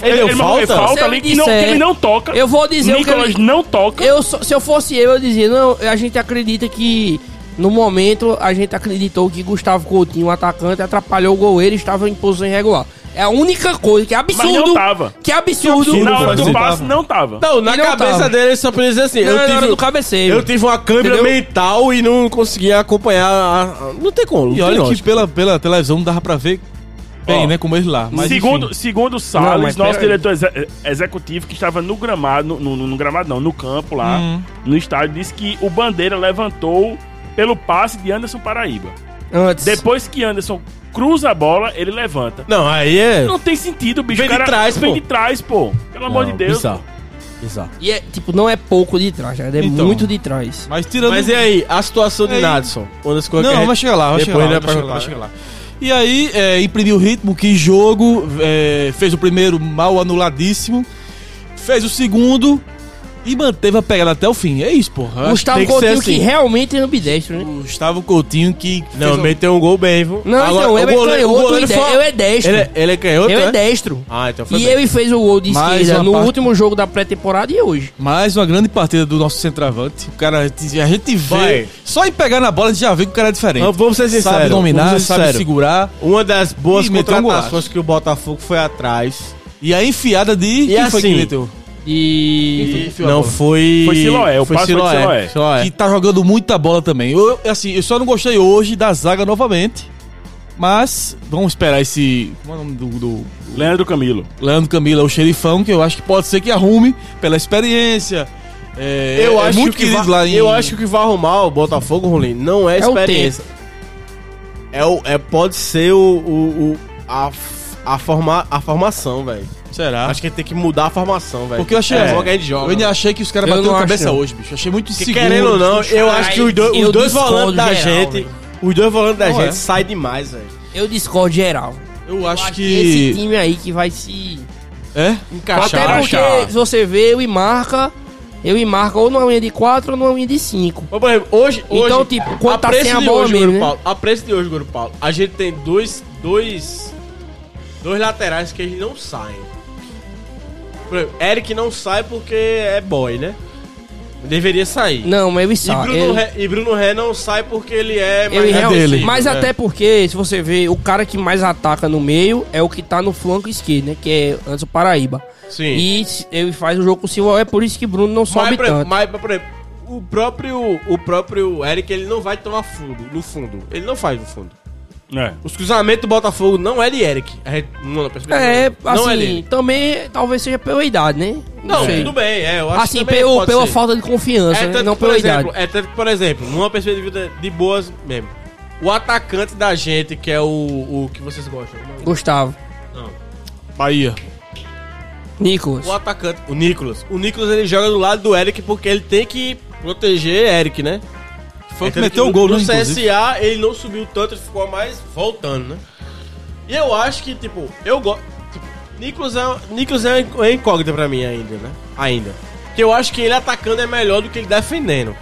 B: Ele deu
A: marcou-
B: falta?
A: falta
C: Se
A: ali
C: ele
A: que, não, que
C: disser-
A: ele não toca.
C: Eu vou dizer o que
A: Nicolas
C: ele-
A: não toca.
C: Eu, só- se eu fosse eu, eu dizia, não, a gente acredita que no momento a gente acreditou que Gustavo Coutinho, o atacante, atrapalhou o goleiro e estava em posição irregular. É a única coisa que é
A: Mas não
C: absurdo.
A: tava.
C: Que é absurdo.
A: Na
B: não
A: hora do
B: tava.
A: passe, não tava.
B: Não, na
C: Ele não
B: cabeça
C: tava.
B: dele ele só precisa dizer assim.
C: Não, é na
B: eu,
C: hora
B: tive,
C: do cabeceio.
B: eu tive uma câmera
C: Entendeu?
B: mental e não conseguia acompanhar. a- a- não tem como. não
D: E
B: tem
D: olha que
B: lógica.
D: pela, pela televisão não dava pra ver bem,
A: Ó,
D: né? Como ele lá. Mas,
A: segundo,
D: enfim.
A: segundo
C: Não,
A: Salles,
C: mas
A: nosso
C: peraí.
A: diretor exe- executivo, que estava no gramado, no, no- no gramado não, no campo lá,
D: Hum.
A: no estádio, disse que o Bandeira levantou pelo passe de Anderson Paraíba.
C: Antes.
A: Depois que Anderson cruza a bola, ele levanta.
B: Não, aí é.
A: Não tem sentido, bicho.
B: Vem
A: O
B: de
A: cara
B: trás,
A: vem
B: pô.
A: de trás, pô. Pelo amor de
B: Não,
A: Deus.
B: Bizarro. Bizarro.
C: E é, tipo, não é pouco de trás, né? é
D: Então.
C: muito de trás.
D: Mas tirando.
B: Mas é e aí, a situação de
D: E aí?
B: Nadson? Uma das coisas que a
D: Não,
B: gente-
D: vai chegar lá, vai
B: Depois
D: chegar lá.
B: ele
D: Vai
B: vai
D: chegar
B: pra-
D: lá, vai chegar lá. E aí, é, imprimiu o ritmo, que jogo, é, fez o primeiro mal anuladíssimo, fez o segundo e manteve a pegada até o fim. É isso, porra. Acho
C: Gustavo
B: tem que ser
C: Coutinho,
B: assim.
C: que realmente é ambidestro, né?
D: que o Gustavo Coutinho que. fez
B: Não,
D: o-
B: meteu um gol bem, viu?
C: Não,
B: Agora,
C: então,
B: o
C: eu é
B: goleiro- o
C: canhoto,
B: goleiro
C: ide-
B: foi-
C: eu é destro.
B: Ele, ele é canhoto,
C: eu é
B: né?
C: destro.
B: Ah, então foi
C: E
B: bem.
C: ele fez o gol de
D: Mais
C: esquerda
D: uma
C: no
D: parte-
C: último jogo da pré-temporada e hoje.
D: Mais uma grande partida do nosso centroavante. O cara, a gente vê.
B: Vai.
D: Só em pegar na bola a gente já vê que o cara é diferente.
B: Não, vamos ser sinceros.
D: sabe dominar,
B: vamos ser
D: sabe
B: sinceros.
D: segurar.
B: Uma das boas
D: Ih, meteu um
B: contratações
D: golaço.
B: que o Botafogo foi atrás.
D: E a enfiada de.
B: E assim,
C: E.
D: Enfiou a
B: Não
D: bola.
B: foi.
A: Foi Siloé, o
B: foi
A: passe foi de Siloé.
B: Siloé.
D: que
B: Siloé.
D: tá jogando muita bola também. Eu, eu, assim, eu só não gostei hoje da zaga novamente. Mas vamos esperar esse. Como é o nome do, do
A: Leandro Camilo.
D: Leandro Camila, o xerifão, que eu acho que pode ser que arrume pela experiência. É,
B: Eu,
D: é
B: acho
D: muito
B: que
D: querido
B: vai-
D: lá em.
B: eu acho que vai arrumar o Botafogo, Rolim. Não é
C: É o
B: experiência. É o é, pode ser o. o, o- a, f- a, forma, a formação, velho.
D: Será?
B: Acho que tem que mudar a formação, velho.
D: Porque eu achei.
B: É, logo a gente joga.
D: eu ainda achei que os caras
C: Eu
D: bateram
C: não acho,
D: cabeça
C: não.
D: hoje, bicho. Achei muito
B: Que,
D: seguro.
B: querendo ou não, eu
C: Ai,
B: acho que os, dois- os
C: eu
B: dois
C: discordo
B: volantes da
C: geral,
B: gente.
C: velho.
B: Os dois volantes da
D: Não
B: gente
D: é.
B: saem demais, velho.
C: Eu discordo geral.
D: Eu
C: Eu
D: acho
C: acho Esse
D: que.
C: time aí que vai se.
D: É?
B: Encaixar.
C: Até porque
A: achar.
C: se você vê, eu e marca. Eu e marca ou numa linha de 4 ou numa linha de 5.
B: Mas, por exemplo, hoje, hoje.
C: Então, tipo, quando
B: a
C: tá
B: preço
C: sem a
B: de
C: bola
B: hoje,
C: mesmo,
B: Goro
C: né?
B: Paulo, a preço de hoje, Goro Paulo, a gente tem dois. Dois. Dois laterais que eles não saem. Por exemplo, Eric não sai porque é boy, né? Deveria sair.
C: Não, mas eu e
B: E
C: Sá,
B: Bruno,
C: eu,
B: Ré, e Bruno Ré não sai porque ele é
C: eu e
B: mais
C: Real-
D: dele.
C: Mas
B: É.
C: até porque, se você vê, o cara que mais ataca no meio é o que tá no flanco esquerdo, né? Que é antes o Paraíba.
B: Sim.
C: E se- ele faz o jogo com o Silva, é por isso que Bruno não sobe
B: mas, é por exemplo,
C: tanto.
B: mas, por exemplo, o próprio, o próprio Eric ele não vai tomar fundo, no fundo. Ele não faz no fundo.
A: É.
B: Os cruzamentos do Botafogo não é de Eric. É, não, não,
C: É,
B: não é
C: assim,
B: dele.
C: também talvez seja pela idade, né?
B: Não, tudo bem, é. Eu acho
C: Assim,
B: que também
C: pelo,
B: pode
C: pela
B: ser.
C: falta de confiança,
B: É
C: né?
B: tanto
C: não
B: que, por
C: pela
B: exemplo,
C: idade.
B: é tanto que, por exemplo, numa perspectiva de boas mesmo. O atacante da gente, que é o, o que vocês gostam. não,
C: Gustavo,
B: não.
D: Bahia.
C: Nicolas.
B: O atacante, o Nicolas. O Nicolas ele joga do lado do Eric porque ele tem que proteger Eric, né?
D: Foi o que
B: Entendo
D: meteu
B: no-
D: o gol,
B: no
D: né? inclusive.
B: CSA ele não subiu tanto, ele ficou mais voltando, né? E eu acho que, tipo, eu gosto. Nicolas é, Nicolas é uma incógnita pra mim ainda, né? Ainda. Porque que eu acho que ele atacando é melhor do que ele defendendo.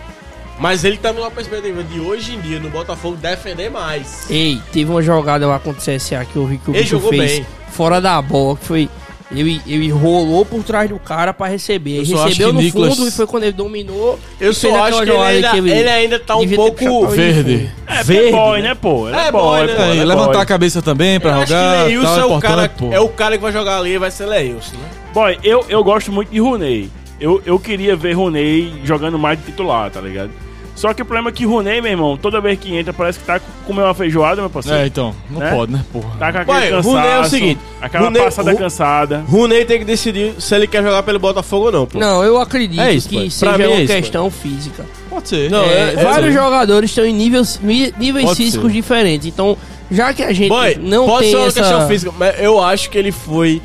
B: Mas ele tá numa perspectiva de hoje em dia no Botafogo defender mais.
C: Ei, teve uma jogada lá contra o CSA que eu vi que o
B: Ele
C: bicho
B: jogou
C: fez
B: bem.
C: fora da bola, que foi. Ele, ele rolou por trás do cara pra
D: Eu
C: receber. Ele
D: só acho
C: recebeu
D: que
C: no
D: Nicolas-
C: fundo e foi quando ele dominou.
B: Eu só
C: fez
B: acho
C: aquela
B: que ele
C: jogada
B: ainda,
C: que
B: ele ainda tá um
C: devia ter
B: pouco
C: chutado.
D: Verde.
A: É,
B: Verde,
A: é boy,
B: né?
A: né, pô? Ele
B: É
A: é
B: boy,
A: boy,
B: né?
A: pô.
D: É,
A: ele é
D: levantar
A: boy.
D: a cabeça também pra
B: Eu acho
D: jogar.
B: que Leilson
D: tal,
B: é, o cara,
D: importante, pô.
B: é o cara que vai jogar ali, vai ser Leilson, né?
A: Boy, eu, eu gosto muito de Runei. Eu, eu queria ver Runei jogando mais de titular, tá ligado? Só que o problema é que Runei, meu irmão, toda vez que entra, parece que tá comendo uma feijoada, meu parceiro.
D: É, então. Não
A: Né?
D: pode, né, porra?
A: Tá com aquele
B: Ué,
A: cansaço.
B: Rooney é o seguinte,
A: Aquela
B: Rooney-
A: passada
B: Ru-
A: cansada.
B: Runei tem que decidir se ele quer jogar pelo Botafogo ou não, pô.
C: Não, eu acredito
B: É isso,
C: que
B: pai. Pra
C: seja
B: mim é
C: uma
B: isso,
C: questão física.
D: Pode ser.
B: Não,
C: É,
B: é-
C: vários
B: é-
C: jogadores estão em níveis, mi- níveis
B: Pode
C: físicos
B: ser.
C: diferentes. Então, já que a gente
B: Boy,
C: não
B: pode
C: tem
B: ser uma
C: essa...
B: questão física, mas eu acho que ele foi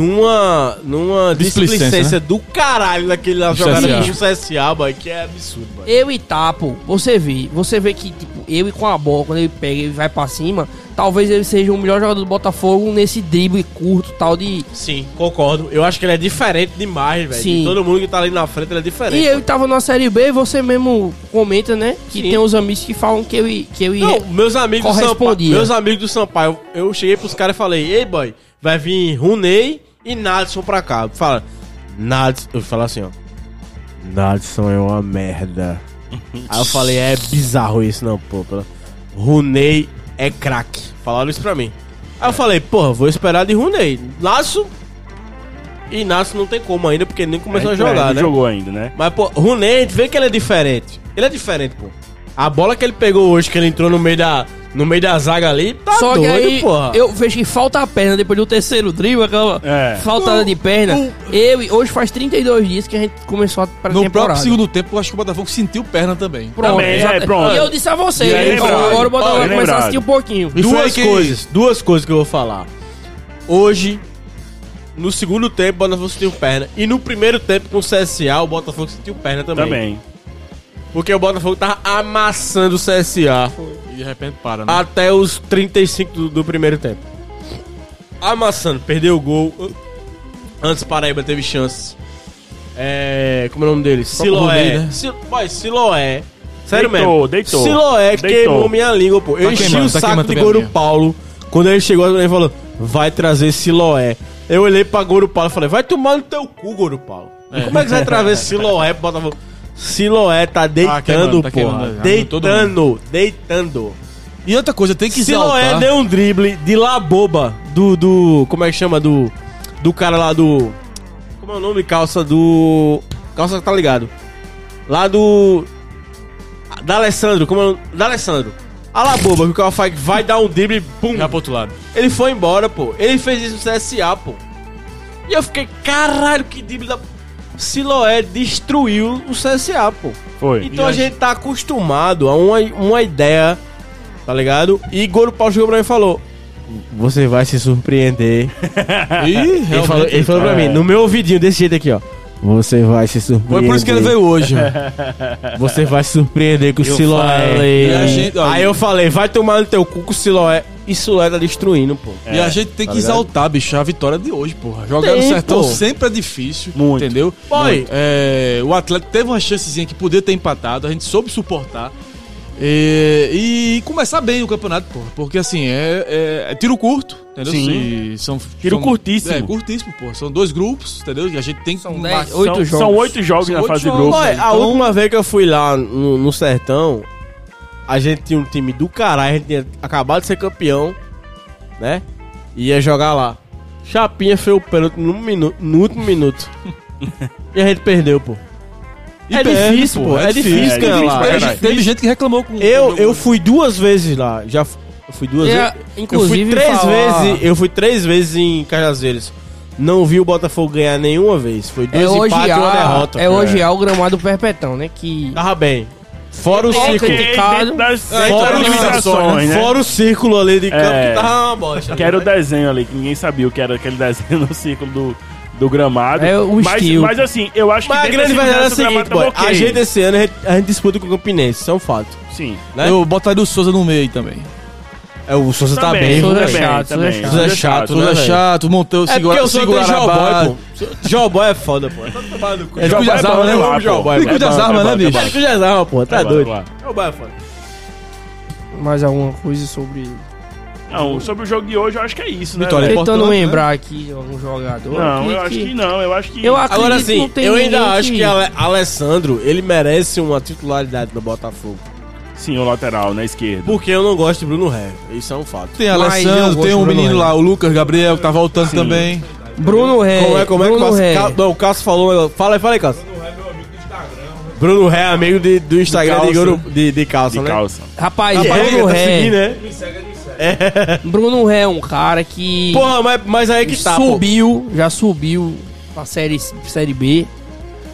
B: numa numa
D: Displicência,
B: displicência, do caralho daquele
D: Do
B: jogada
D: CSA.
B: contra o CSA, boy, que é absurdo, boy.
C: Eu e Tapo, você vê, você vê que tipo, eu e com a bola, quando ele pega e vai pra cima, talvez ele seja o melhor jogador do Botafogo nesse drible curto tal de.
B: Sim, concordo. Eu acho que ele é diferente demais, velho.
C: Sim.
B: De Todo mundo que tá ali na frente, ele é diferente.
C: E eu tava na série B, você mesmo comenta, né? Que
B: Sim.
C: tem uns amigos que falam que eu e que eu e
B: Não, meus amigos do Sampaio,
C: Correspondia.
B: meus amigos do Sampaio, eu cheguei pros caras e falei: "Ei, boy, vai vir Runei e Nadson pra cá". Fala: "Nadson, eu falo assim, ó. Nadson é uma merda". Aí eu falei: "É bizarro isso não, pô. pela- Runei é craque". Falaram isso pra mim.
A: É.
B: Aí eu falei: "Porra, vou esperar de Runei". Nadson e Nadson não tem como ainda porque nem começou a
A: É,
B: jogar,
A: não
B: né?
A: jogou ainda, né?
B: Mas, pô, Runei, a gente vê que ele é diferente. Ele é diferente, pô. A bola que ele pegou hoje, que ele entrou no meio da, no meio da zaga ali, tá
C: Só
B: doido,
C: que aí
B: porra.
C: eu vejo que falta a perna depois do terceiro drible, aquela
A: É.
C: faltada de perna.
B: um-
C: Eu e hoje faz 32 dias que a gente começou a
D: No
B: é
C: pré-temporada.
D: próprio segundo tempo, eu acho que o Botafogo sentiu perna também.
C: Pronto,
A: Também, é,
C: exato.
A: pronto.
C: E eu disse a você,
A: E aí,
C: ele falou,
A: lembrado.
C: agora o Botafogo
A: Olha,
C: vai começar a
A: lembrado.
C: assistir um pouquinho.
D: E foi
B: Duas
D: que-
B: coisas, duas coisas que eu vou falar. Hoje, no segundo tempo, o Botafogo sentiu perna. E no primeiro tempo, com o CSA, o Botafogo sentiu perna também.
A: Também.
B: Porque o Botafogo tava amassando o CSA
D: E de repente para, né?
B: até os 35 do, do primeiro tempo. Amassando, perdeu o gol. Antes Paraíba teve chances. É. Como é o nome dele?
D: Rodney,
B: Siloé.
D: né?
B: Sil- Vai, Siloé. Sério
A: Deitou,
B: mesmo.
A: deitou.
B: Siloé
A: Deitou.
B: queimou minha língua, pô. Eu
D: Tá
B: enchi
D: queimando,
B: o
D: tá
B: saco
D: queimando
B: de
D: também a
B: Goro
D: minha.
B: Paulo. Quando ele chegou, ele falou: vai trazer Siloé. Eu olhei pra Goro Paulo e falei: vai tomar no teu cu, Goro Paulo. Como é que você vai trazer Siloé pro Botafogo? Siloé tá deitando,
D: queimando, tá
B: pô.
D: queimando. Todo
B: deitando, deitando.
D: E outra coisa, tem que
B: Siloé
D: exaltar.
B: deu um drible de Laboba do, do. Como é que chama? Do. Do cara lá do. Como é o nome? Calça do. Calça tá ligado. Lá do. Da Alessandro, como é o nome? Da Alessandro. A Laboba, que o cara faz- vai dar um drible, pum.
D: Já pro outro lado.
B: Ele foi embora, pô. Ele fez isso no CSA, pô. E eu fiquei, caralho, que drible da. Siloé destruiu o CSA, pô.
A: Foi.
B: Então a gente tá acostumado a uma, uma ideia, tá ligado? E Goro Paulo chegou pra mim e falou: Você vai se surpreender.
D: Ih,
B: Ele
D: realmente.
B: falou, ele falou pra mim, no meu ouvidinho, desse jeito aqui, ó. Você vai se surpreender.
D: É. Foi por isso que ele veio hoje. ó.
B: Você vai se surpreender com o
D: E a
B: Siloé.
D: gente- ó,
B: Aí eu falei, vai tomar no teu cu com o Siloé. E Siloé tá destruindo, pô.
D: E a gente tem que
B: Tá ligado?
D: exaltar, bicho, a vitória de hoje, porra. Jogar no
B: Tem,
D: sertão
B: pô.
D: sempre é difícil,
A: Muito.
D: entendeu?
B: Foi.
D: Muito. É, o Atlético teve uma chancezinha que podia ter empatado, a gente soube suportar. E, e começar bem o campeonato, porra. Porque assim, é, é- é tiro curto, entendeu?
A: Sim.
D: Se São,
A: Tiro
D: são-
A: curtíssimo.
D: É, curtíssimo, porra. São dois grupos, entendeu? E a gente tem que.
C: São
D: marcar-
C: dez-
A: São-
C: oito
A: são,
C: jogos.
A: oito jogos
D: São
A: na
D: oito
A: fase de
D: jogos.
A: grupo.
B: Olha, a última vez que eu fui lá no, no sertão, a gente tinha um time do caralho, a gente tinha acabado de ser campeão, né? E ia jogar lá. Chapinha fez o pênalti no, minu- no último minuto. e a gente perdeu, pô.
D: E
B: é
D: perde,
B: difícil, pô. É difícil
A: é
B: ganhar
A: difícil
B: lá.
A: pra
B: É
A: caralho.
B: difícil.
D: Teve gente que reclamou com
B: Eu, eu fui duas vezes lá. Já fu- eu fui duas
C: E a-
B: vezes.
C: É, inclusive
B: eu fui três
C: falar-
B: vezes. Eu fui três vezes em Cajazeiras. Não vi o Botafogo ganhar nenhuma vez. Foi dois
C: É
B: empates e uma
C: hojear,
B: derrota.
C: é hojear o gramado do Perpetão, né? Que
B: Tava bem. Fora o
C: Ok.
B: ciclo.
A: Ok, dentro das
B: É,
A: das
B: fora, o
A: limitações, né?
B: fora o círculo ali de campo
A: É.
B: que tava uma bosta.
A: Que era o desenho ali, que ninguém sabia o que era aquele desenho no círculo do, do gramado.
C: É o
A: mas,
C: estilo.
A: mas assim, eu acho
B: Mas a
A: que dentro
B: grande
A: desse
B: verdade é a
A: universo
B: seguinte, boy.
A: gramado tava
B: A
A: ok.
B: gente esse ano, a gente, a gente disputa com o Campinense, isso é um fato.
A: Sim.
B: né?
D: Eu botaria o Souza no meio também.
B: É, o Souza tá
A: Também,
B: bem,
C: Souza
B: Souza
C: é
B: é chato.
C: chato, Souza é chato.
B: Souza é chato,
D: Tudo
B: né,
D: é
B: velho?
D: chato, monteu,
B: É porque o Souza tem Jawboy, pô. Jawboy é foda, pô.
D: É cuida das armas, né?
B: é
A: Jawboy,
D: Cuida das armas, né, bicho?
B: Cara, que já dá, pô. Tá
A: É bom,
B: doido.
A: é bom.
B: Jawboy é foda.
C: Mais alguma coisa sobre.
A: Não, sobre o jogo de hoje, eu acho que é isso, né?
D: Vitória. É
A: velho?
C: Tentando
D: importante, né?
C: lembrar aqui de algum jogador.
A: Não, eu acho que não. Eu acho que.
C: Eu acredito
B: Agora
C: que não
B: sim,
C: tem
B: eu ainda
C: ninguém
B: acho que Ale- Alessandro, ele merece uma titularidade no Botafogo.
A: Sim, o lateral, né, na esquerda.
B: Porque eu não gosto de Bruno Ré. Isso é um fato.
D: Tem
C: Mas eu
D: Alessandro,
C: gosto
D: tem um
C: do
D: menino
C: Bruno
D: lá, o Lucas Gabriel, que tá voltando também.
C: Bruno Ré.
B: como é, como é que o
C: Bruno
B: Cássio-
C: Ré.
B: Ca- Não, o Cássio falou. um Fala aí, fala aí, Cássio. Bruno Ré, amigo de- do Instagram
A: calça.
B: de, Guru- de, de calça,
A: De
B: né?
A: calça.
C: Rapaz,
B: Rapaz, ele
C: Bruno
B: tá
C: Ré.
B: seguindo, né?
C: Bruno Ré é um cara que.
B: Porra, mas, mas aí que tá, pô.
C: subiu, já subiu pra série, série B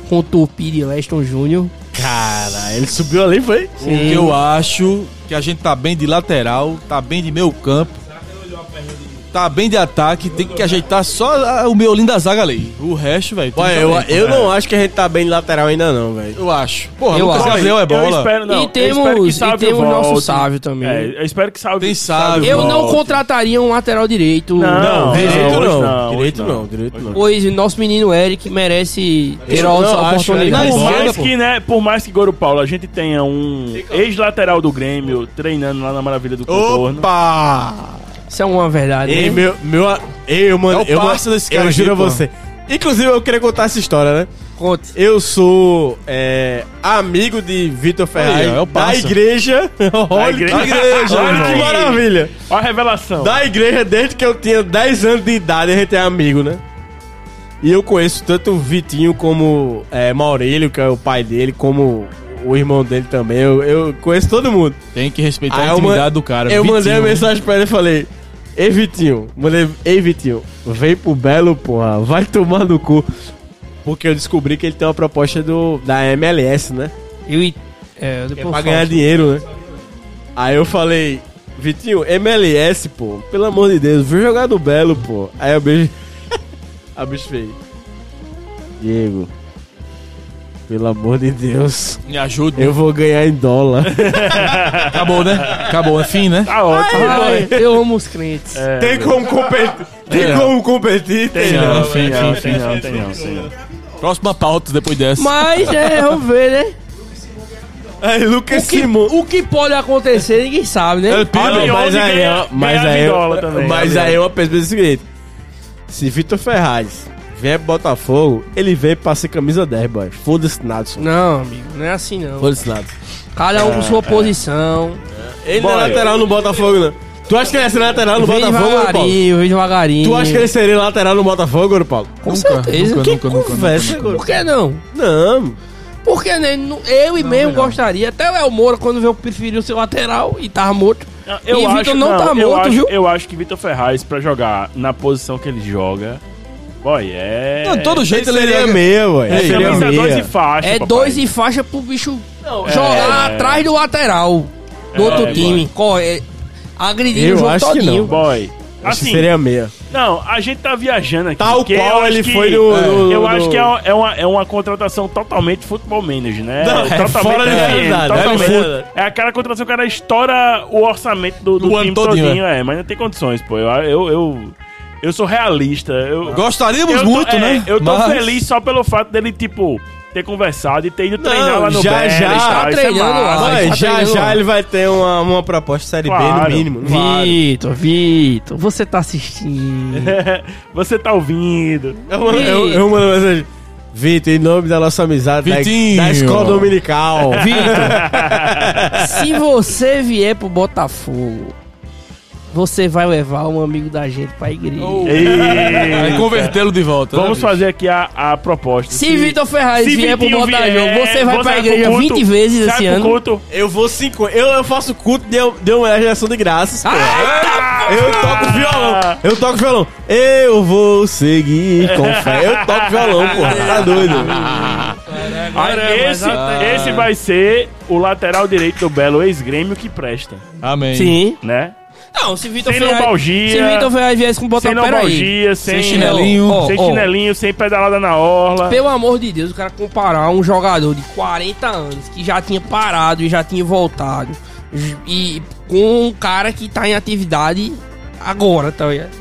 C: com o Tupi de Leston Júnior.
B: Cara, ele subiu ali, foi?
D: Porque eu acho que a gente tá bem de lateral, tá bem de meio campo. Tá bem de ataque, tem que ajeitar só a- o miolinho da zaga ali. O resto, velho. tudo tá
B: Ué, eu,
D: bem.
B: eu não acho que a gente tá bem de lateral ainda não, velho.
D: Eu acho. Porra,
C: Eu
D: o Lucas
C: acho.
D: Gabriel é
A: Eu
D: bola.
A: espero, não.
C: E temos-
A: eu espero que
C: e
A: Sávio
C: temos
A: volte.
C: nosso Sávio também.
A: É, eu espero que Sávio.
D: Tem Sávio.
C: Eu não
A: volte.
C: contrataria um lateral direito.
A: Não, hoje
B: direito não.
A: não,
B: direito
A: hoje não.
B: não, direito não.
C: Pois nosso menino Eric merece ter
B: Eu
C: essa
B: não acho,
C: oportunidade.
A: Por
D: Mas
A: mais,
D: anda, pô.
A: que, né, por mais que Goro Paulo a gente tenha um ex-lateral do Grêmio treinando lá na Maravilha do Contorno.
B: Opa!
C: Isso é uma verdade.
B: Ei,
C: né?
B: meu, meu, a- ei, eu, mano,
D: É o
B: eu,
D: parça desse cara
B: eu
D: aqui,
B: juro a
D: pô.
B: você. Inclusive, eu queria contar essa história, né?
C: Conte.
B: Eu sou é, amigo de Vitor Ferraz
D: Aí, ó, é o
B: da
D: parça.
B: igreja. Olha que
A: igreja.
B: igreja,
A: Olha
B: olha que
A: aí.
B: maravilha.
A: Olha a revelação.
B: Da igreja desde que eu tinha 10 anos de idade, a gente é amigo, né? E eu conheço tanto o Vitinho como é, Maurílio, que é o pai dele, como o irmão dele também. Eu, eu conheço todo mundo.
D: Tem que respeitar
B: Aí
D: a
B: eu man-
D: intimidade tá do cara.
B: Eu mandei uma
D: Vitinho. né?
B: mensagem pra ele e falei: Ei, Vitinho, mandei, ei, Vitinho, vem pro Belo, porra, vai tomar no cu. Porque eu descobri que ele tem uma proposta do, da MLS, né?
C: Eu, e- é,
B: Que
C: depois
B: é pra
C: falo.
B: ganhar dinheiro, né? Aí eu falei, Vitinho, MLS, pô, pelo amor de Deus, viu jogar do Belo, pô. Aí a bicho. a bicho fez. Diego, pelo amor de Deus,
D: Me ajuda.
B: eu vou ganhar em dólar.
D: Acabou, né? Acabou, é fim, né?
A: Tá ótimo.
C: Ai,
B: né?
C: eu amo os crentes.
A: É,
B: tem como competir? Tem
D: Tem né? não.
B: como competir? Tem
D: né?
B: né?
A: não,
B: não.
A: tem não, tem não, tem não, tem não.
D: Próxima pauta depois dessa.
C: Mas é, vamos ver, né?
B: Aí Lucas Simão.
C: O que pode acontecer, ninguém sabe, né?
B: É, Pedro,
A: Olha, e
B: mas
A: onde
B: aí,
A: ganha-
B: ó, mas
A: ganha
B: aí,
A: em
B: eu-
A: dólar também,
B: mas
A: olha.
B: aí eu penso o seguinte: se Vitor Ferraz vier pro Botafogo, ele vem pra ser camisa 10, boy. Foda-se Nadson.
C: Não, amigo, não é assim não.
B: Foda-se Nadson.
C: Cada
B: Ah,
C: um com
B: é.
C: sua posição.
B: Ele
A: Boy.
B: não é lateral no Botafogo, não. Tu acha que ele ia ser lateral no
C: Vem
B: Botafogo, Ouro Paulo?
C: devagarinho, vem devagarinho.
B: Tu acha que ele seria lateral no Botafogo, Ouro Paulo?
C: Com certeza.
D: Nunca,
C: Que
D: nunca, nunca, nunca,
B: Conversa,
D: nunca.
B: Ouro.
C: Por que não?
B: Não.
C: Porque né, nu- eu e mesmo gostaria. Até o El Moura, quando veio, preferiu ser lateral e tava morto.
A: Eu
C: E
A: acho,
C: Vitor não tá
A: eu
C: morto,
A: acho,
C: viu?
A: Eu acho que Vitor Ferraz, pra jogar na posição que ele joga, boy, é...
D: Não, de todo jeito
B: Ele
D: ele
B: seria
D: ia-
B: meia, boy.
A: é
B: Ele seria
A: camisa dois e
B: meia.
A: faixa,
C: é
A: papai.
C: dois e faixa pro bicho jogar
A: é.
C: atrás do lateral do outro
A: é,
C: time. Corre. é, Agredir
B: Eu
C: o jogo
B: acho que
C: todinho.
A: Boy.
B: Acho que
A: Assim,
B: seria meia.
A: não, a gente tá viajando aqui.
B: Tal
A: porque eu
B: qual
A: acho
B: ele
A: que-
B: foi no-
A: é,
B: no-
A: Eu
B: no-
A: acho que é uma, é, uma, é uma contratação totalmente futebol manager, né?
B: Não, é
A: totalmente
B: fora de
A: FM,
B: realidade,
A: totalmente-
B: é absurdo.
A: É aquela contratação que o cara estoura o orçamento do, do
D: Do ano
A: time
D: todinho,
A: todinho,
B: né?
A: é. Mas não tem condições, pô. Eu, eu, eu, eu sou realista. Eu,
D: Gostaríamos
A: eu tô-
D: muito,
A: é,
D: né?
A: Eu tô
D: Mas-
A: feliz só pelo fato dele, tipo, ter conversado e ter ido treinar lá no
B: já,
A: Betis,
B: já.
A: tá? Isso é
C: Treinando lá.
A: massa.
B: Boy,
C: tá
B: já
C: treinando lá.
B: já Ah, ele vai ter uma, uma proposta série B
A: Claro.
B: no mínimo. né?
A: Claro.
C: Vitor, Vitor, você tá assistindo.
A: Você tá ouvindo.
B: Eu mando, eu, eu mando é mensagem. Vitor, em nome da nossa amizade da,
D: Vitinho.
B: da escola dominical.
C: Vitor, se você vier pro Botafogo, você vai levar um amigo da gente pra igreja.
D: Oh. Aí
A: E...
D: convertê-lo de volta. né,
A: Vamos
D: bicho?
A: fazer aqui a, a proposta.
C: Se Vitor Ferraz
A: se
C: vier pro
A: Vitinho
C: Botafogo,
A: vier,
C: você vai pra
A: pro
C: igreja
A: culto,
C: 20 vezes
A: sai
C: esse
A: pro
C: ano.
A: Culto.
B: Eu vou cinco. Eu, eu faço culto de, de homenagem à ação de graças. pô. eu
A: Ah.
B: toco violão. Eu toco violão. Eu vou seguir com fé. Eu toco violão, porra. Tá doido.
A: Aí, é
C: é,
A: esse, esse vai ser o lateral direito do Belo ex-grêmio que presta,
D: Amém.
C: Sim.
A: né?
C: Não, se Vitor
A: Sem
C: Ferraz.
A: lombalgia,
C: Se Vitor Ferraz viesse com o
A: sem
C: Botafogo. peraí.
A: lombalgia, sem,
D: Sem chinelinho.
C: Ó,
A: sem
C: ó,
A: chinelinho, sem pedalada na orla.
C: Pelo amor de Deus, o cara comparar um jogador de 40 anos que já tinha parado e já tinha voltado j- e com um cara que tá em atividade agora, tá ligado?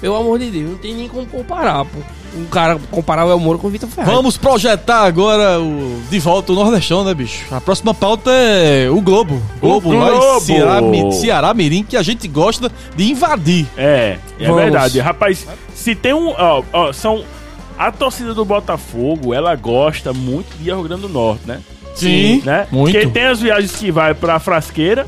C: Pelo amor de Deus, não tem nem como comparar, pô. Um cara comparar o El Moro com o Vitor Ferraz.
D: Vamos projetar agora o de volta o Nordestão, né, bicho? A próxima pauta é o Globo.
A: O
D: Globo, lá em
A: Globo.
D: Ceará, Mi- Ceará Mirim, que a gente gosta de invadir.
A: É, é
C: Vamos.
A: verdade. Rapaz, se tem um. Ó, ó, são. A torcida do Botafogo, ela gosta muito de Rio Grande do Norte, né?
D: Sim,
A: né?
D: muito.
A: Porque tem as viagens que vai pra Frasqueira,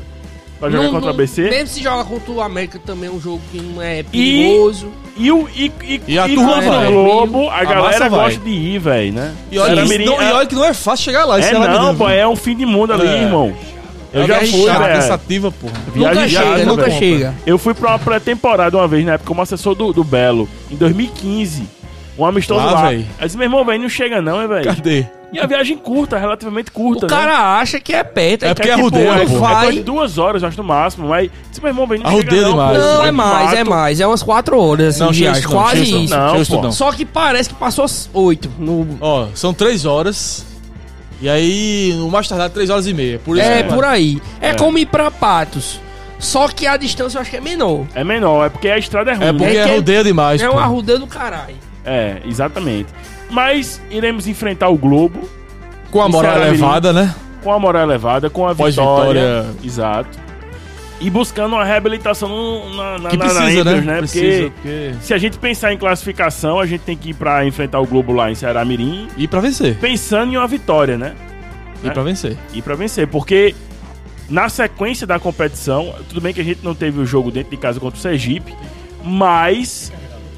A: pra jogar contra a BC.
C: Mesmo se joga contra o América também, é um jogo que não é perigoso.
A: E, o, e, e,
D: E a turma
A: contra o
D: vai.
A: Globo, a,
D: A
A: galera
D: massa vai.
A: gosta de ir, velho, né?
D: E olha,
A: Ceará
D: que,
A: Mirim
D: não, e
A: é-
D: olha que não é fácil chegar lá. em
A: é,
D: Ceará
A: não,
D: Mirim,
A: pô,
D: viu?
A: é um fim de mundo ali,
D: É.
A: irmão. Eu
D: É
A: já fui,
D: chato,
A: velho.
D: cansativa, porra.
A: Viagem
C: nunca chega,
A: chata,
C: nunca
A: velho. né?
C: chega.
A: Eu fui pra uma pré-temporada uma vez, na época, como assessor do, do Belo, em 2015. Um amistoso
D: Lá,
A: lá.
D: véi.
A: Aí disse, meu irmão, velho, não chega não, hein, velho.
D: Cadê?
A: E a viagem curta, relativamente curta,
C: O
A: né?
C: cara acha que é perto. aí
D: É porque é rodeio,
A: é,
D: né,
A: pô,
D: pô?
A: é coisa de
C: vai.
A: duas horas, eu acho, no máximo. Mas, disse, meu irmão, velho, não
D: Arrodeio
A: chega não,
D: demais.
A: pô.
C: Não,
A: Vai
C: é
A: pro
C: mais, é
A: mato.
C: mais. É umas 4 horas, assim,
D: Não,
C: de
D: chega
C: viagem.
D: isso não, chega
C: Quase
D: isso não.
C: isso.
A: Não,
D: Deixa eu
A: pô.
D: estudar.
C: Só que parece que passou as 8 no...
D: Ó, são três horas. E aí, no mais tardar, três horas e meia. Por isso
C: É,
D: que-
C: por aí. É,
A: É.
C: como ir pra Patos. Só que a distância eu acho que é menor.
A: É menor, é porque a estrada é ruim.
D: É
A: né?
D: porque
C: É
D: é,
C: que é-
D: rodeio demais,
C: é
D: pô.
C: um arrudeio do caralho.
A: É, exatamente. Mas iremos enfrentar o Globo
D: Com a moral
A: Ceará Mirim.
D: elevada, né?
A: com a moral elevada, com a vitória.
D: Pós-vitória.
A: Exato. E buscando uma reabilitação no- na, na,
D: Que
A: na-
D: precisa,
A: na Índios,
D: né?
A: né?
D: Precisa,
A: Porque
D: porque...
A: se a gente pensar em classificação, a gente tem que ir pra enfrentar o Globo lá em Ceará Mirim,
D: E pra vencer.
A: pensando em uma vitória, né? É
D: E pra vencer.
A: E pra vencer, porque na sequência da competição, tudo bem que a gente não teve o jogo dentro de casa contra o Sergipe, mas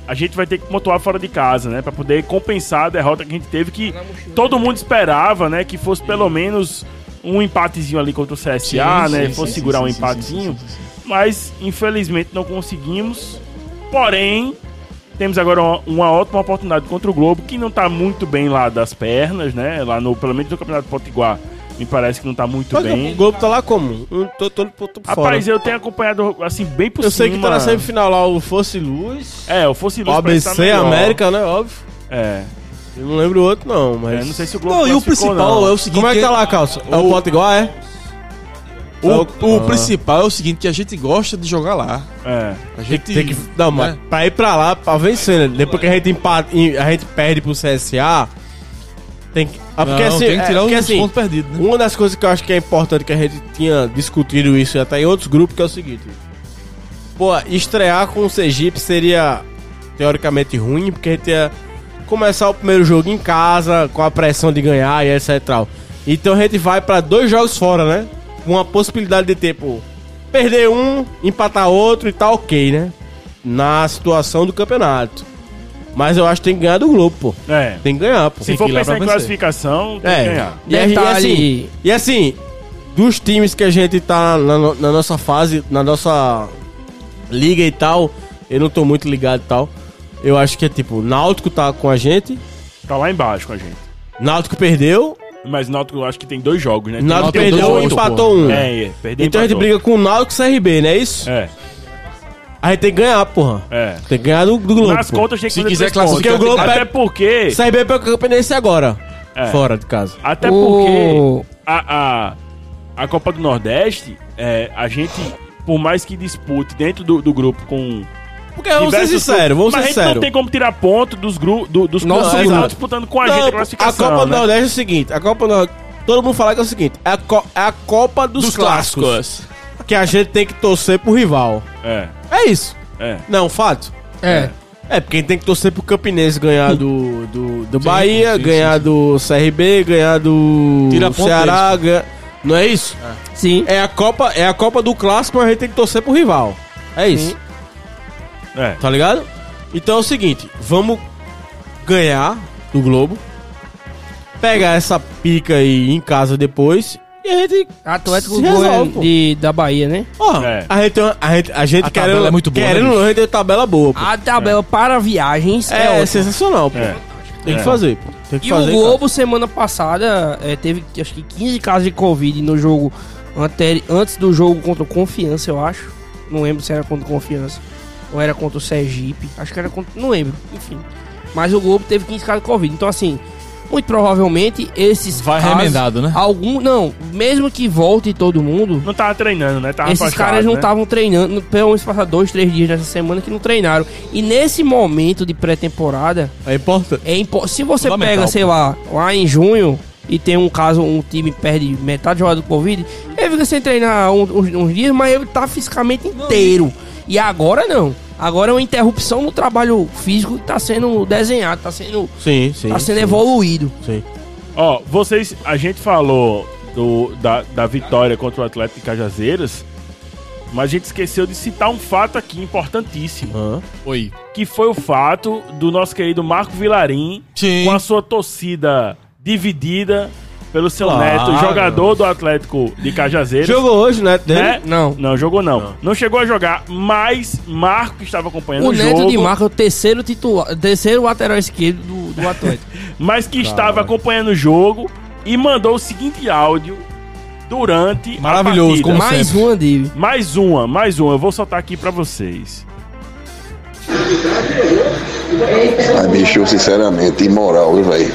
A: a gente vai ter que pontuar fora de casa, né, Pra poder compensar a derrota que a gente teve que todo mundo esperava, né, que fosse pelo menos um empatezinho ali contra o CSA,
D: Sim,
A: né,
D: sim,
A: fosse
D: sim,
A: segurar
D: sim,
A: um
D: sim,
A: empatezinho,
D: sim, sim, sim, sim.
A: mas infelizmente não conseguimos. Porém, temos agora uma, uma ótima oportunidade contra o Globo, que não tá muito bem lá das pernas, né? Lá no, pelo menos no Campeonato Potiguar, me parece que não tá muito
B: Mas
A: bem.
B: o Globo tá lá como? Um, tô, tô, tô, tô fora.
A: Rapaz, eu tenho acompanhado assim bem por
B: eu
A: cima.
B: sei que tá na semifinal lá o Fosse Luz,
A: É, eu fosse
B: o
A: Luz parece que tá
B: ABC,
A: melhor.
B: América, né? Óbvio.
A: É.
B: Eu não lembro o outro, não, mas.
A: Eu não sei se o Globo
D: Não, e o
A: classificou,
D: principal
A: não.
D: é o seguinte...
B: Como é que tá
D: que-
B: lá, Calça? É o
D: O-
B: Pote igual, é?
D: O, o
B: Ah.
D: principal é o seguinte, que a gente gosta de jogar lá.
A: É.
D: A gente...
B: Tem que dar uma.
D: né?
B: Pra ir pra lá, pra vencer, né? Depois que a gente, empata, a gente perde pro CSA, tem que. Ah,
D: Não, tem que tirar um os
B: porque assim,
D: pontos perdidos, né?
B: Uma das coisas que eu acho que é importante que a gente tinha discutido isso até em outros grupos, que é o seguinte. Pô, estrear com o Sergipe seria teoricamente ruim, porque a gente ia começar o primeiro jogo em casa, com a pressão de ganhar e etc e tal. Então a gente vai pra dois jogos fora, né? Com a possibilidade de ter, pô, perder um, empatar outro e tá ok, né? Na situação do campeonato. Mas eu acho que tem que ganhar do Globo, pô.
A: É.
B: Tem que ganhar, pô.
A: Se
D: Tem
A: for
D: que ir lá
A: pensar
D: pra
A: em
D: vencer.
A: classificação, tem
B: É.
A: que ganhar.
B: E, aí, e assim,
C: Detalhe-
B: e assim, dos times que a gente tá na, no- na nossa fase, na nossa liga e tal, eu não tô muito ligado e tal. Eu acho que é tipo, Náutico tá com a gente,
A: Tá lá embaixo com a gente.
B: Náutico perdeu,
A: Mas Náutico, eu acho que tem dois jogos, né? Tem
B: Náutico
D: tem
B: perdeu
D: dois,
B: e empatou um.
A: É, é, perdeu e
B: então a gente
A: empatou.
B: briga com o Náutico e CRB, não é isso?
A: É,
B: A gente tem que ganhar, porra.
A: é.
B: Tem que ganhar do, do Globo.
A: Nas
B: pô.
A: contas tem que
D: Se
A: fazer
D: quiser
A: três pontos.
D: classificar,
B: Porque o Globo
A: Até
B: é-
A: porque...
B: CRB é pra Campinense agora,
A: É.
B: fora de casa.
A: Até
C: O-
A: porque a, a, a Copa do Nordeste, é, a gente, por mais que dispute dentro do, do grupo com.
B: Porque vamos ser
A: diversos
B: sinceros,
A: grupos,
B: vamos
A: mas
B: ser
A: a gente não
B: sinceros.
A: tem como tirar ponto dos grupos do, dos
B: Nosso
A: clubes que
B: grupo.
A: estão disputando com a gente a
B: Não, a
A: classificação.
B: Copa do
A: né?
B: Nordeste é o seguinte, a Copa do Nordeste, todo mundo fala que é o seguinte, é a, co- é a Copa dos, clássicos, que a gente tem que torcer pro rival.
A: É,
B: É isso.
A: é.
B: Não, fato.
C: É.
B: É, porque tem que torcer pro Campinense ganhar do, do, do
D: sim,
B: Bahia,
D: sim,
B: ganhar do CRB, ganhar do
D: Tira ponto
B: Ceará, ganha- não é isso?
C: Sim.
B: É a Copa, é a Copa do clássico, mas a gente tem que torcer pro rival. É isso.
C: Sim.
A: É,
B: Tá ligado? Então é o seguinte, vamos ganhar do Globo, pegar essa pica aí em casa depois e a gente.
C: Atlético
B: Se
C: Goian-
B: resolve, pô.
C: de, da Bahia, né?
B: Ó,
A: É.
B: a gente, tem uma- a gente, a gente
D: A
B: querendo-
D: tabela é muito boa, né,
B: Querendo,
D: bicho?
B: ou não, a gente tem uma tabela boa, pô.
C: A tabela para viagens é,
B: É,
C: ótima.
B: sensacional, pô.
A: É.
B: Tem
A: É.
B: que fazer, pô. Tem que
C: E o
B: fazer. em casa.
C: Globo, semana passada, é, teve acho que 15 casos de Covid no jogo anteri- antes do jogo contra o Confiança, eu acho. Não lembro se era contra o Confiança ou era contra o Sergipe. Acho que era contra. Não lembro, enfim. Mas o Globo teve 15 casos de Covid. Então, assim, Muito provavelmente esses
D: Vai
C: casos-
D: remendado, né?
C: Algum, não, mesmo que volte todo mundo,
A: Não tava treinando, né? Tava
C: esses
A: afastado,
C: caras não
A: né?
C: estavam treinando, pelo menos passar dois, três dias nessa semana que não treinaram. E nesse momento de pré-temporada,
B: É importante.
C: é impo- se você
D: Fundamental,
C: pega, sei
D: pô.
C: lá, lá em junho e tem um caso, um time perde metade do jogador do Covid, ele fica sem treinar um- uns, uns dias, mas ele tá fisicamente inteiro. E agora não. Agora é uma interrupção no trabalho físico que tá sendo desenhado, tá sendo,
B: Sim, sim.
C: tá sendo
B: sim,
C: evoluído.
B: sim.
A: Ó, vocês. A gente falou do, da, da vitória contra o Atlético de Cajazeiras, mas a gente esqueceu de citar um fato aqui importantíssimo.
B: Hã?
D: Oi.
A: Que foi o fato do nosso querido Marco Vilarim
D: Sim.
A: com a sua torcida dividida pelo seu
B: Claro.
A: neto, jogador do Atlético de Cajazeiras.
B: Jogou hoje, né? Dele?
A: né?
C: Não.
A: Não, jogou não. não. chegou a jogar, mas Marco, que estava acompanhando o,
C: O Neto
A: um jogo,
C: de Marco é o terceiro titular, terceiro lateral esquerdo do, do Atlético.
A: mas que estava acompanhando o jogo e mandou o seguinte áudio durante
D: Maravilhoso,
A: a partida.
D: como
C: Mais
D: sempre.
C: uma dele.
A: Mais uma, mais uma. Eu vou soltar aqui pra vocês.
F: Mas, bicho, sinceramente, imoral, viu, velho?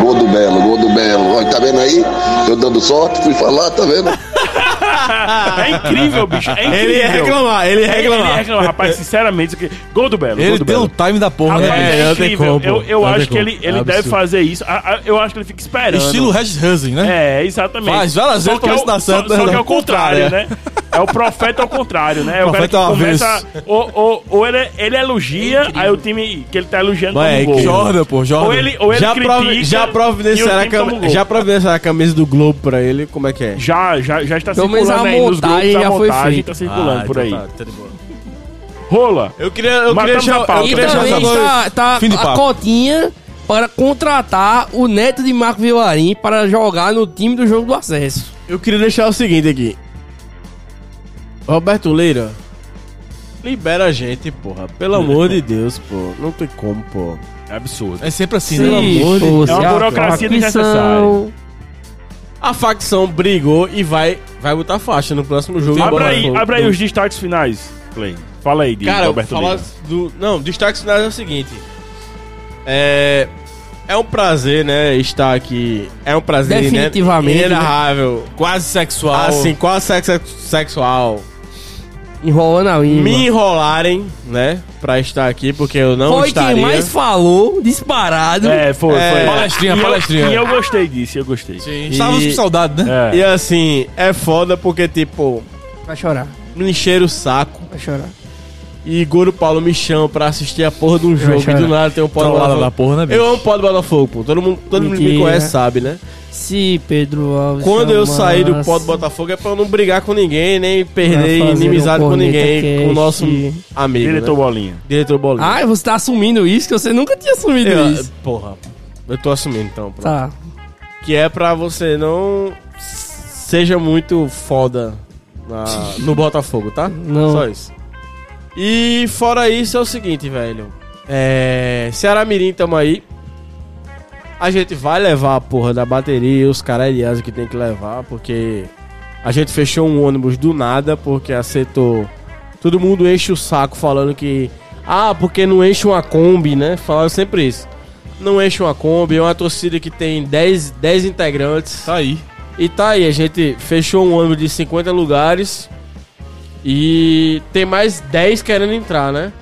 F: Gol do Belo, gol do Belo. Olha, tá vendo aí? Eu dando sorte, fui falar, tá vendo?
A: É incrível, bicho. É incrível.
B: Ele ia reclamar, ele
A: Ele-
B: ia
A: ele ia
B: reclamar.
A: reclamar, rapaz, sinceramente. isso aqui- Gol do Belo, gol
D: Ele
A: do
D: tem
A: Belo.
D: um time da porra,
A: Rapaz,
D: né?
B: É,
A: é
B: não tem
A: incrível.
B: como, pô.
A: eu eu
B: Não tem
A: acho que
B: como.
A: ele, ele
B: É
A: deve
B: absurdo.
A: fazer isso. A- a- Eu acho que ele fica esperando.
D: Estilo Regis Hansen, né?
A: É, exatamente.
D: Faz várias
A: Só
D: vezes
A: que é
D: pra ver
A: o,
D: se dá
A: só-
D: certo,
A: só
D: né?
A: que é o
D: Ao contrário.
A: contrário, né? É o profeta ao contrário, né? É o cara que
D: Profeta ao
A: começa.
D: avesso. É
A: Ou, ou, ou ele, ele elogia, aí o time que ele tá elogiando
B: Vai,
A: toma um
B: é
A: gol.
B: incrível.
D: Jordan, pô, Jordan.
A: Ou ele, ou ele
B: já,
A: critica.
B: provi- já,
A: e
B: providenciaram
A: o
B: a
A: time toma um
B: cam...
A: gol.
B: já providenciaram a camisa do Globo pra ele, como é que é?
A: Já, já, já está
C: Pelo menos
A: circulando
C: a
A: aí nos grupos,
C: montagem já
A: a
C: foi
A: montagem
C: feita.
A: tá circulando
D: Ah,
A: por
D: então
A: aí.
B: tá de boa.
D: tá.
A: Rola.
B: Eu queria, eu
A: Matamos
B: queria,
A: a pauta.
B: chamar-
A: tá?
B: eu
C: E
B: queria
C: também
B: chamar dois-
C: está, tá
D: Fim de
C: a
D: papo.
C: cotinha para contratar o neto de Marco Vilarim para jogar no time do jogo do acesso.
B: Eu queria deixar o seguinte aqui. Roberto Leira, libera a gente, porra. Pelo amor de Deus, pô. Não tem como, pô.
A: É absurdo.
D: É sempre assim,
C: Pelo
D: né?
C: amor de Deus.
A: É uma burocracia desnecessária.
B: A facção brigou e vai, vai botar faixa no próximo jogo.
A: Abra aí,
D: né?
B: Botafogo.
A: abra aí os destaques finais, Play. Fala aí, de
B: Cara, assim.
A: Roberto
B: falar
A: Lima.
B: do. Não, destaque finais é o seguinte. É. É um prazer, né, estar aqui. É um prazer, né,
C: Definitivamente, né?
B: Inenarrável.
D: Quase sexual.
B: Assim, quase sexo- sexual.
C: Enrolando a língua.
B: Me enrolarem, né, pra estar aqui, porque eu não
C: Foi
B: estaria.
C: quem mais falou, disparado.
A: É, foi,
B: É.
A: foi.
D: Palestrinha,
A: E eu-
D: palestrinha.
A: E eu gostei disso, eu gostei.
D: Sim. Estávamos
B: E-
D: com saudade, né?
A: É.
B: E assim, é foda porque, tipo,
C: Vai chorar,
B: me encheram o saco.
C: vai chorar.
B: E Goro Paulo me chama pra assistir a porra de um jogo. E
C: chorar.
B: do nada tem um pódio
D: Trollada da
B: Botafogo.
D: porra, né, bicho?
B: Eu amo pódio Botafogo, pô. Todo mundo, todo mundo que me
C: Mentira.
B: conhece sabe, né?
C: Se Pedro Alves.
B: Quando eu
C: chamasse-
B: saí do pó do Botafogo é pra eu não brigar com ninguém, nem perder
C: Pra fazer
B: inimizade
C: um
B: com
C: corneta
B: ninguém, com o nosso
C: cast.
B: amigo.
A: Diretor
B: né?
A: Bolinha.
B: Diretor Bolinha.
C: Ah, você tá assumindo isso que você nunca tinha assumido
B: eu,
C: isso.
B: Porra, eu tô assumindo então. pronto.
C: Tá.
B: Que é pra você não seja muito foda na- no Botafogo, tá?
C: Não.
B: Só isso. E fora isso é o seguinte, velho. É. Ceará Mirim tamo aí. A gente vai levar a porra da bateria, os caras de asa que tem que levar, porque a gente fechou um ônibus do nada, porque acertou. Todo mundo enche o saco falando que. Ah, porque não enche uma Kombi, né? Falaram sempre isso. Não enche uma Kombi, é uma torcida que tem 10, 10 integrantes.
D: Tá aí.
B: E tá aí, a gente fechou um ônibus de 50 lugares e tem mais 10 querendo entrar, né?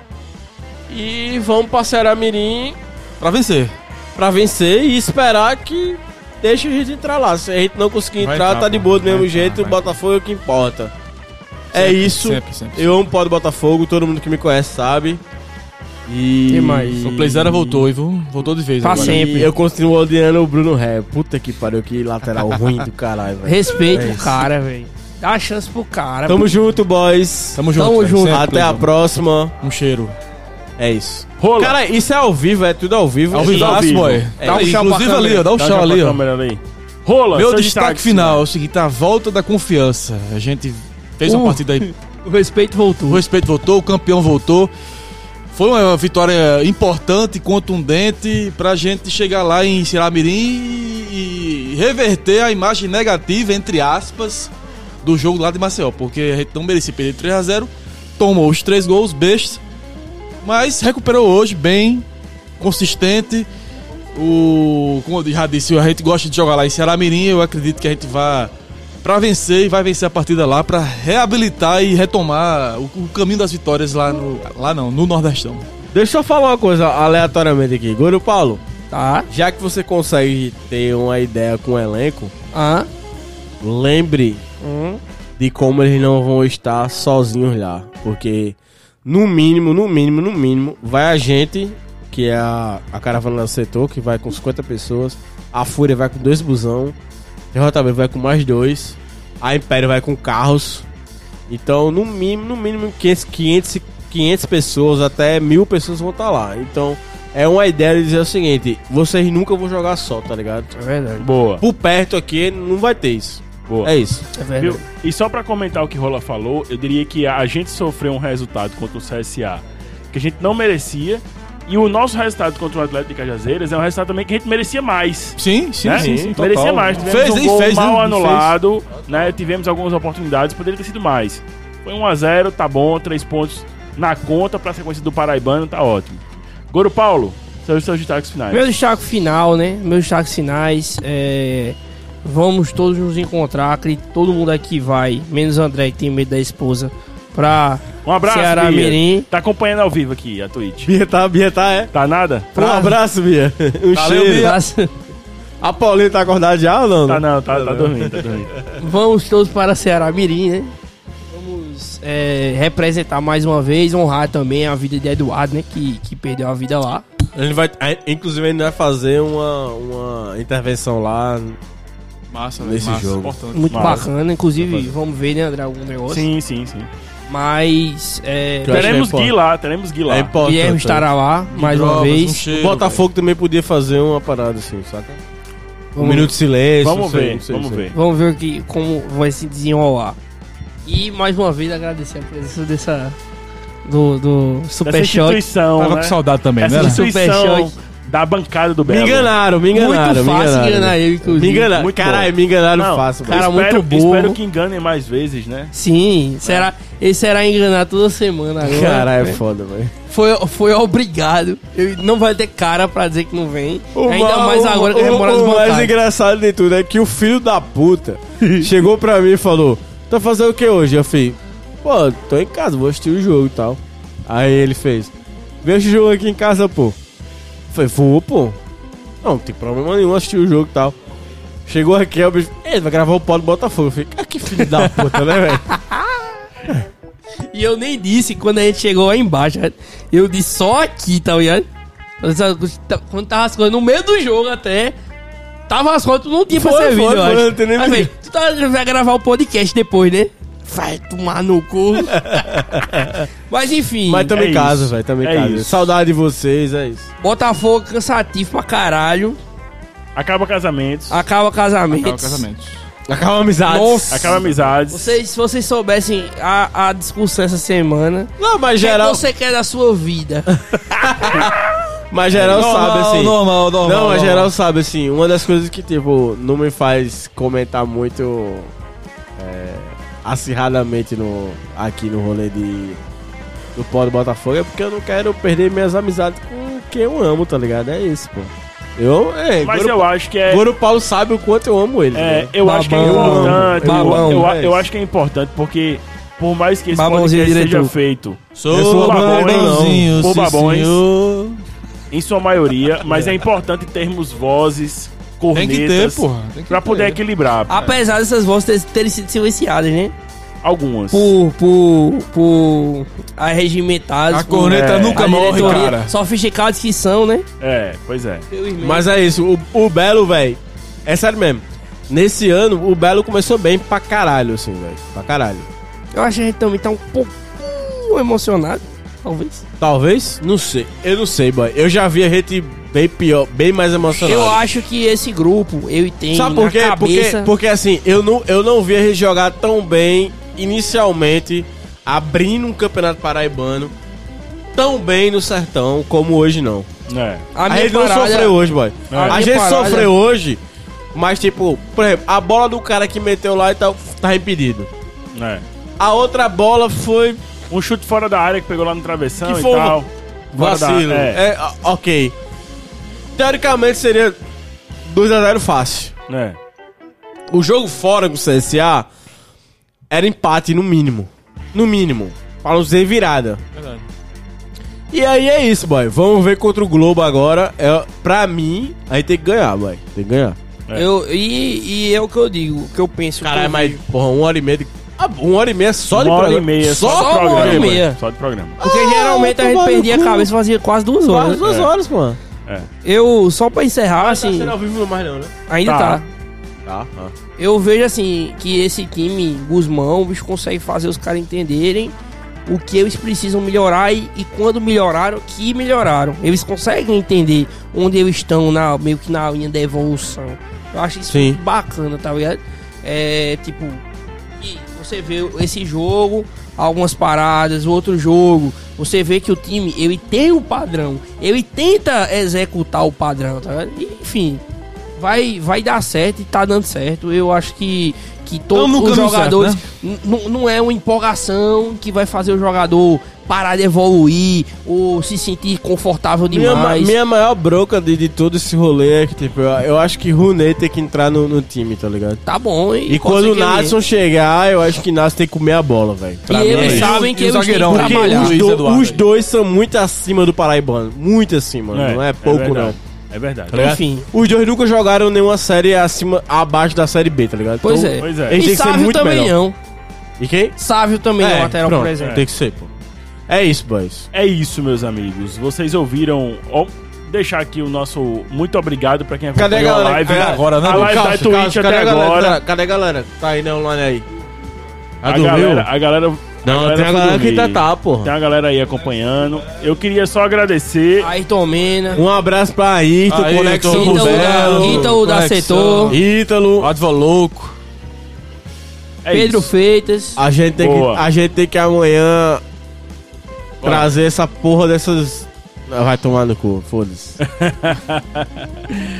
B: E vamos pra Ceará Mirim
D: Pra vencer.
B: pra vencer e esperar que deixe a gente entrar lá. Se a gente não conseguir
D: Vai
B: entrar,
D: entrar,
B: tá de
D: pô.
B: boa do
D: Vai
B: mesmo
D: entrar,
B: jeito,
D: vai
B: o Botafogo é o que importa. é
D: Sempre,
B: isso.
D: Sempre, sempre.
B: Eu amo o pó do Botafogo, todo mundo que me conhece sabe. E.
C: Que mais?
D: O Playzera voltou, e Voltou de vez.
C: Tá
D: agora.
C: certo.
B: E
C: Sempre.
B: eu continuo odiando o Bruno Ré. Puta que pariu, que lateral ruim do caralho, velho.
C: Respeita o cara, velho. Dá a chance pro cara.
B: É Tamo junto, boys.
D: Tamo junto.
C: Tamo
D: cara,
C: junto.
D: sempre,
B: Até a
D: Playzera.
B: próxima.
D: Um cheiro.
B: É isso.
A: Rola.
B: Cara, isso é ao vivo, é tudo ao vivo.
D: Ao
B: Sim.
D: vivaço,
A: vivo.
D: Tá boy.
B: É,
D: Dá um
C: inclusive
D: chá Inclusive
C: ali,
D: ali, ó. Dá um
A: já
D: chá
A: pra
D: ali, ó.
A: câmera ali. Rola,
D: Meu
A: seu
D: destaque final é o seguinte: a volta da confiança. A gente fez
C: Uh.
D: uma partida aí.
C: O respeito
D: O
C: voltou.
D: respeito voltou, o campeão voltou. Foi uma vitória importante, contundente, pra gente chegar lá em Ciramirim e e reverter a imagem negativa, entre aspas, do jogo lá de Maceió. Porque a gente não merecia perder 3x0, tomou os três gols, besta, mas recuperou hoje bem, consistente. O, como eu já disse, a gente gosta de jogar lá em Ceará Mirim. Eu acredito que a gente vai pra vencer e vai vencer a partida lá pra reabilitar e retomar o, o caminho das vitórias lá no. Lá não, no Nordestão.
B: Deixa eu falar uma coisa aleatoriamente aqui. Goro Paulo,
C: Tá?
B: já que você consegue ter uma ideia com o elenco,
C: Ah,
B: lembre de como eles não vão estar sozinhos lá. Porque, no mínimo, no mínimo, no mínimo, vai a gente, que é a, a caravana do setor, que vai com 50 pessoas. A Fúria vai com dois busão. JB vai com mais dois. A Império vai com carros. Então, no mínimo, no mínimo, 500, 500, 500 pessoas, até mil pessoas vão estar lá. Então, é uma ideia de dizer o seguinte: vocês nunca vão jogar só, tá ligado?
C: é verdade.
A: Boa,
B: Por perto aqui, não vai ter isso.
A: boa.
B: É isso.
C: É
A: Viu?
C: verdade.
A: E só pra comentar o que Rola falou, eu diria que a gente sofreu um resultado contra o CSA que a gente não merecia. E o nosso resultado contra o Atlético de Cajazeiras é um resultado também que a gente merecia mais.
D: Sim, sim,
A: né?
D: sim, sim.
A: merecia
D: total.
A: mais. Tivemos
D: Fez,
A: um
D: hein?
A: gol
D: Fez,
A: mal
D: né?
A: anulado, né? Tivemos algumas oportunidades, poderia ter sido mais. Foi 1x0, tá bom, três pontos na conta pra sequência do Paraibano, tá ótimo. Goro Paulo, seus, seus destaques finais.
C: Meu destaque final, né? Meus destaques finais. É... Vamos todos nos encontrar. Acredito que todo mundo aqui vai, menos o André, que tem medo da esposa, pra
A: Um abraço,
C: Ceará
A: Bia.
C: Mirim.
A: Tá acompanhando ao vivo aqui a Twitch.
B: Bia tá, Bia tá, é.
A: Tá nada?
B: Um abraço, Bia. Um
D: Valeu,
B: cheiro.
D: Bia.
C: pra-
B: A Paulinha tá acordada já ou não?
A: Tá não, tá, tá dormindo, tá dormindo.
C: Vamos todos para Ceará Mirim, né? Vamos é, representar mais uma vez, honrar também a vida de Eduardo, né? Que, que perdeu a vida lá.
B: A gente vai, a- inclusive, a gente vai fazer uma, uma intervenção lá.
D: Massa,
B: Nesse
D: massa,
B: jogo.
D: importante.
C: Muito
A: Massa.
C: bacana, inclusive, vamos ver, né, André, algum negócio.
A: Sim, sim, sim.
C: Mas é,
B: Que eu acho
A: Teremos
B: que é
A: Gui lá, teremos Gui lá.
B: É importante.
C: Guilherme estará lá mais uma
D: Drogas, um
C: vez.
D: cheiro,
B: O Botafogo também podia fazer uma parada assim, saca? Um
C: Vamos-
B: minuto de silêncio.
A: Vamos
B: não sei,
A: ver,
B: não sei,
A: vamos
B: não sei.
A: ver.
C: Vamos ver o que, como vai se desenrolar. E mais uma vez agradecer a presença dessa. Do, do
A: Essa
C: Super Shot.
A: instituição,
D: Tava
A: né?
D: com saudade também,
A: Essa
D: né?
C: institui-
A: instituição
C: Superchat.
A: da bancada do Belo.
B: Me enganaram, me
C: Muito
B: enganaram. me
C: fácil
B: enganaram.
C: enganar ele, inclusive.
B: Me enganaram.
A: Muito
B: Caralho, me enganaram
A: Não,
B: fácil.
C: cara-
B: velho.
A: espero,
C: muito burro.
A: Espero que enganem mais vezes, né?
C: Sim, será, ele será enganar toda semana agora.
B: Caralho, é
A: né?
B: foda, velho.
C: Foi, foi obrigado. Eu, não vai ter cara pra dizer que não vem. Ainda
B: ma-
C: mais agora que
B: o-
C: eu remorar
B: o, o mais
C: desvantagem.
B: engraçado de tudo é que o filho da puta chegou pra mim e falou: Tá fazendo o que hoje? Eu falei: Pô, tô em casa, vou assistir o jogo e tal. Aí ele fez: Vê esse jogo aqui em casa, pô. Eu falei: Vou, pô. Não, não tem problema nenhum assistir o jogo e tal. Chegou aqui, o bicho, ele vai gravar o pó do Botafogo. Eu falei: ah, Que filho da puta, né, velho?
C: E eu nem disse quando a gente chegou lá embaixo. Eu disse só aqui, tá ligado? ah, tá, Quando tava as coisas no meio do jogo até. Tava as coisas, tu não tinha pra
B: Foi,
C: ser vídeo,
B: foi,
C: eu
B: foi,
C: acho.
B: não tem nem
C: Aí,
B: vídeo.
C: velho, tu tá, vai gravar o podcast depois, né? Vai tomar no cu. Mas enfim,
B: Mas também
A: é
B: em casa,
A: isso,
B: velho, também em
A: é
B: casa.
A: isso.
B: Saudade de vocês, é isso.
C: Botafogo cansativo pra caralho.
A: Acaba casamentos,
C: Acaba casamento.
D: Acaba o casamento.
B: Acaba a amizade.
C: Nossa.
A: acaba amizades.
C: Vocês, se vocês soubessem a, a discussão essa semana,
B: Não, mas
C: o
B: geral,
C: que você quer da sua vida?
B: mas geral sabe assim.
D: normal, normal.
B: Não, a
D: normal.
B: geral sabe, assim, uma das coisas que, tipo, não me faz comentar muito é, acirradamente no, aqui no rolê de, do pó do Botafogo é porque eu não quero perder minhas amizades com quem eu amo, tá ligado? É isso, pô. Eu, é,
A: Mas
B: Goro,
A: eu acho que é.
B: Goro Paulo sabe o quanto eu amo ele.
A: é,
B: né?
A: eu acho que é
C: Babão,
A: importante.
C: babão,
A: eu, eu-
B: é
A: eu
B: isso.
A: acho que é importante, porque por mais que esse
C: Babãozinho
A: podcast seja
C: diretor.
A: feito
D: Sou,
B: Eu sou
A: babões,
D: babãozinho,
A: sou
D: sim,
A: babões.
D: senhor.
A: em sua maioria, mas é importante termos vozes,
D: Tem
A: cornetas,
D: que ter, porra. Tem que
A: pra
D: ter.
A: poder equilibrar
B: Ah.
C: Apesar dessas vozes ter- terem sido silenciadas, né?
A: algumas.
C: Por. por. por. né? arregimentados.
D: A corneta
A: É.
D: nunca morre, cara.
C: Sofisticados que são, né?
A: É, pois é.
B: Mas é isso, o, o Belo, velho, é sério mesmo. Nesse ano, o Belo começou bem pra caralho, assim, velho. Pra caralho.
C: Eu acho que a gente também tá um pouquinho emocionado, talvez.
B: Talvez? Não sei. Eu não sei, boy. Eu já vi a gente bem pior, bem mais emocionado.
C: Eu acho que esse grupo, eu tenho
B: Sabe por quê?
C: na cabeça.
B: Porque, porque assim, eu não, eu não vi a gente jogar tão bem inicialmente, abrindo um campeonato paraibano, tão bem no sertão como hoje não.
A: É.
B: A,
C: minha
B: gente não
C: parada-
B: sofreu hoje, boy.
C: É.
B: A,
C: A minha
B: gente
C: parada-
B: sofreu hoje, mas tipo, por exemplo, a bola do cara que meteu lá e tal, tá impedido.
A: É.
B: A outra bola foi
A: Um chute fora da é. área que pegou lá no travessão
B: Que
A: e
B: foi um
A: tal. Fora da-
B: Vacilo.
A: é.
B: É, a- ok. Teoricamente seria 2x0 fácil.
A: É.
B: O jogo fora com o CSA era empate, no mínimo. No mínimo. Pra não ser virada.
D: Verdade.
B: E aí é isso, boy. Vamos ver contra o Globo agora. É, pra mim, aí tem que ganhar, boy. Tem que ganhar.
A: É.
C: Eu, e, e é o que eu digo, o que eu penso. o que
B: Caralho,
C: eu
B: mas,
C: vejo.
B: porra, uma hora e meia. de- Ah, uma hora e meia só de
A: uma hora e
B: programa.
A: meia.
B: Só,
A: de
C: Só uma
A: programa,
C: hora e
A: mano.
C: meia.
A: Só de programa.
C: Porque
B: Ah,
C: geralmente a gente
B: tomar no
C: perdia
B: cu.
C: a cabeça e fazia quase duas horas.
B: Quase
C: né?
B: duas
A: É.
B: horas, mano.
C: Eu, só pra encerrar, assim,
B: Tá ao vivo mais não, né?
C: ainda
A: Tá.
C: tá.
B: Tá.
C: Eu vejo, assim, que esse time, Guzmão, o bicho consegue fazer os caras entenderem o que eles precisam melhorar e, e quando melhoraram, que melhoraram. Eles conseguem entender onde eles estão, na, meio que na linha da evolução. Eu acho isso
B: Sim.
C: bacana, tá ligado? É, tipo, e você vê esse jogo, algumas paradas, outro jogo, você vê que o time, ele tem o padrão, ele tenta executar o padrão, tá ligado? E, Enfim, vai, vai dar certo e tá dando certo. Eu acho que, que
D: Tamo
C: todos
D: no
C: os
D: caminho
C: jogadores...
D: certo, né?
C: n- n- Não é uma empolgação que vai fazer o jogador parar de evoluir ou se sentir confortável
B: Minha, ma-
C: demais.
B: minha maior bronca de, de todo esse rolê é que, tipo, eu, eu acho que Runei tem que entrar no, no time, tá ligado?
C: Tá bom, hein?
B: E quando o
C: Consegue ele.
B: Natson chegar, eu acho que o Natson tem que comer a bola, velho.
C: E
B: mim é
C: eles
B: isso.
C: sabem que
D: E o
C: eles têm que
D: zagueirão,
B: Porque
C: trabalhar.
B: os,
D: Luiz
B: do-
D: Eduardo
B: os
D: aí.
B: dois são muito acima do Paraibano. Muito acima, não é pouco, não.
A: verdade. É verdade.
B: Tá ligado?
C: Enfim.
B: Os dois nunca jogaram nenhuma série acima, abaixo da série B, tá ligado?
C: Pois
B: Então,
C: é.
A: Pois é.
C: E
B: Ele tem que ser
C: Sávio
B: muito
C: também
B: melhor.
C: não.
B: E quem?
C: Sávio também é,
B: É,
C: um lateral,
B: pronto,
C: por exemplo.
B: Tem que ser, pô. É isso, boys.
A: É isso, meus amigos. Vocês ouviram. ó, deixar aqui o nosso muito obrigado pra quem
B: Cadê a
A: acompanhou
B: galera?
A: a live.
B: Cadê
A: A,
D: agora, né,
A: live da
B: Cássio,
A: Twitch
B: Cássio,
A: até
B: a galera?
A: agora.
B: Tá- Cadê a galera? Tá aí na online aí.
A: A galera, a galera.
B: Não, tem a
A: foi
B: galera que
A: dormir.
B: tá, tá, porra.
A: Tem a galera aí acompanhando. Eu queria só agradecer.
C: Ayrton Mena,
B: Um abraço pra Ayrton,
D: Ayrton,
B: Conexão
D: Ítalo
B: Rubelo,
D: Belo,
C: Ítalo da
D: Conexão.
C: Setor,
B: Ítalo.
D: Advo louco.
A: É
C: Pedro
A: isso.
C: Freitas.
B: A gente tem que,
A: Boa.
B: a gente tem que amanhã trazer essa porra dessas... Ah, Vai tomar no cu, foda-se.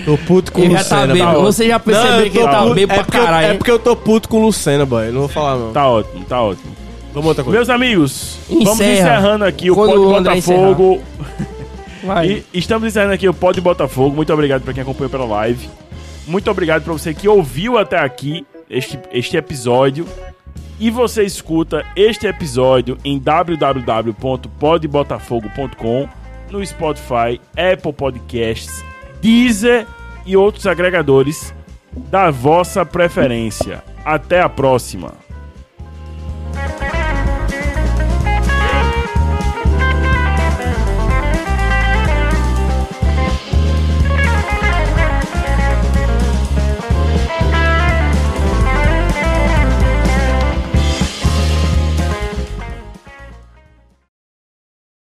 B: tô puto com o
C: Ele já tá
B: Lucena,
C: bêbado.
B: boy.
C: Você já percebeu
B: Não, eu
C: que ele
B: tô
C: tá
B: puto-
C: bêbado
B: é
C: pra
B: porque eu-
C: caralho,
B: É
C: né?
B: porque eu tô puto com o Lucena, boy. Não vou falar, não.
A: Tá ótimo, tá ótimo.
B: Vamos outra coisa.
A: Meus amigos, vamos
C: Encerra.
A: encerrando aqui o
C: Quando
A: Pod
C: o André
A: Botafogo.
C: Vai.
A: E estamos encerrando aqui o Pod Botafogo. Muito obrigado pra quem acompanhou pela live. Muito obrigado pra você que ouviu até aqui este, este episódio. E você escuta este episódio em www.podbotafogo.com, no Spotify, Apple Podcasts, Deezer e outros agregadores da vossa preferência. Até a próxima.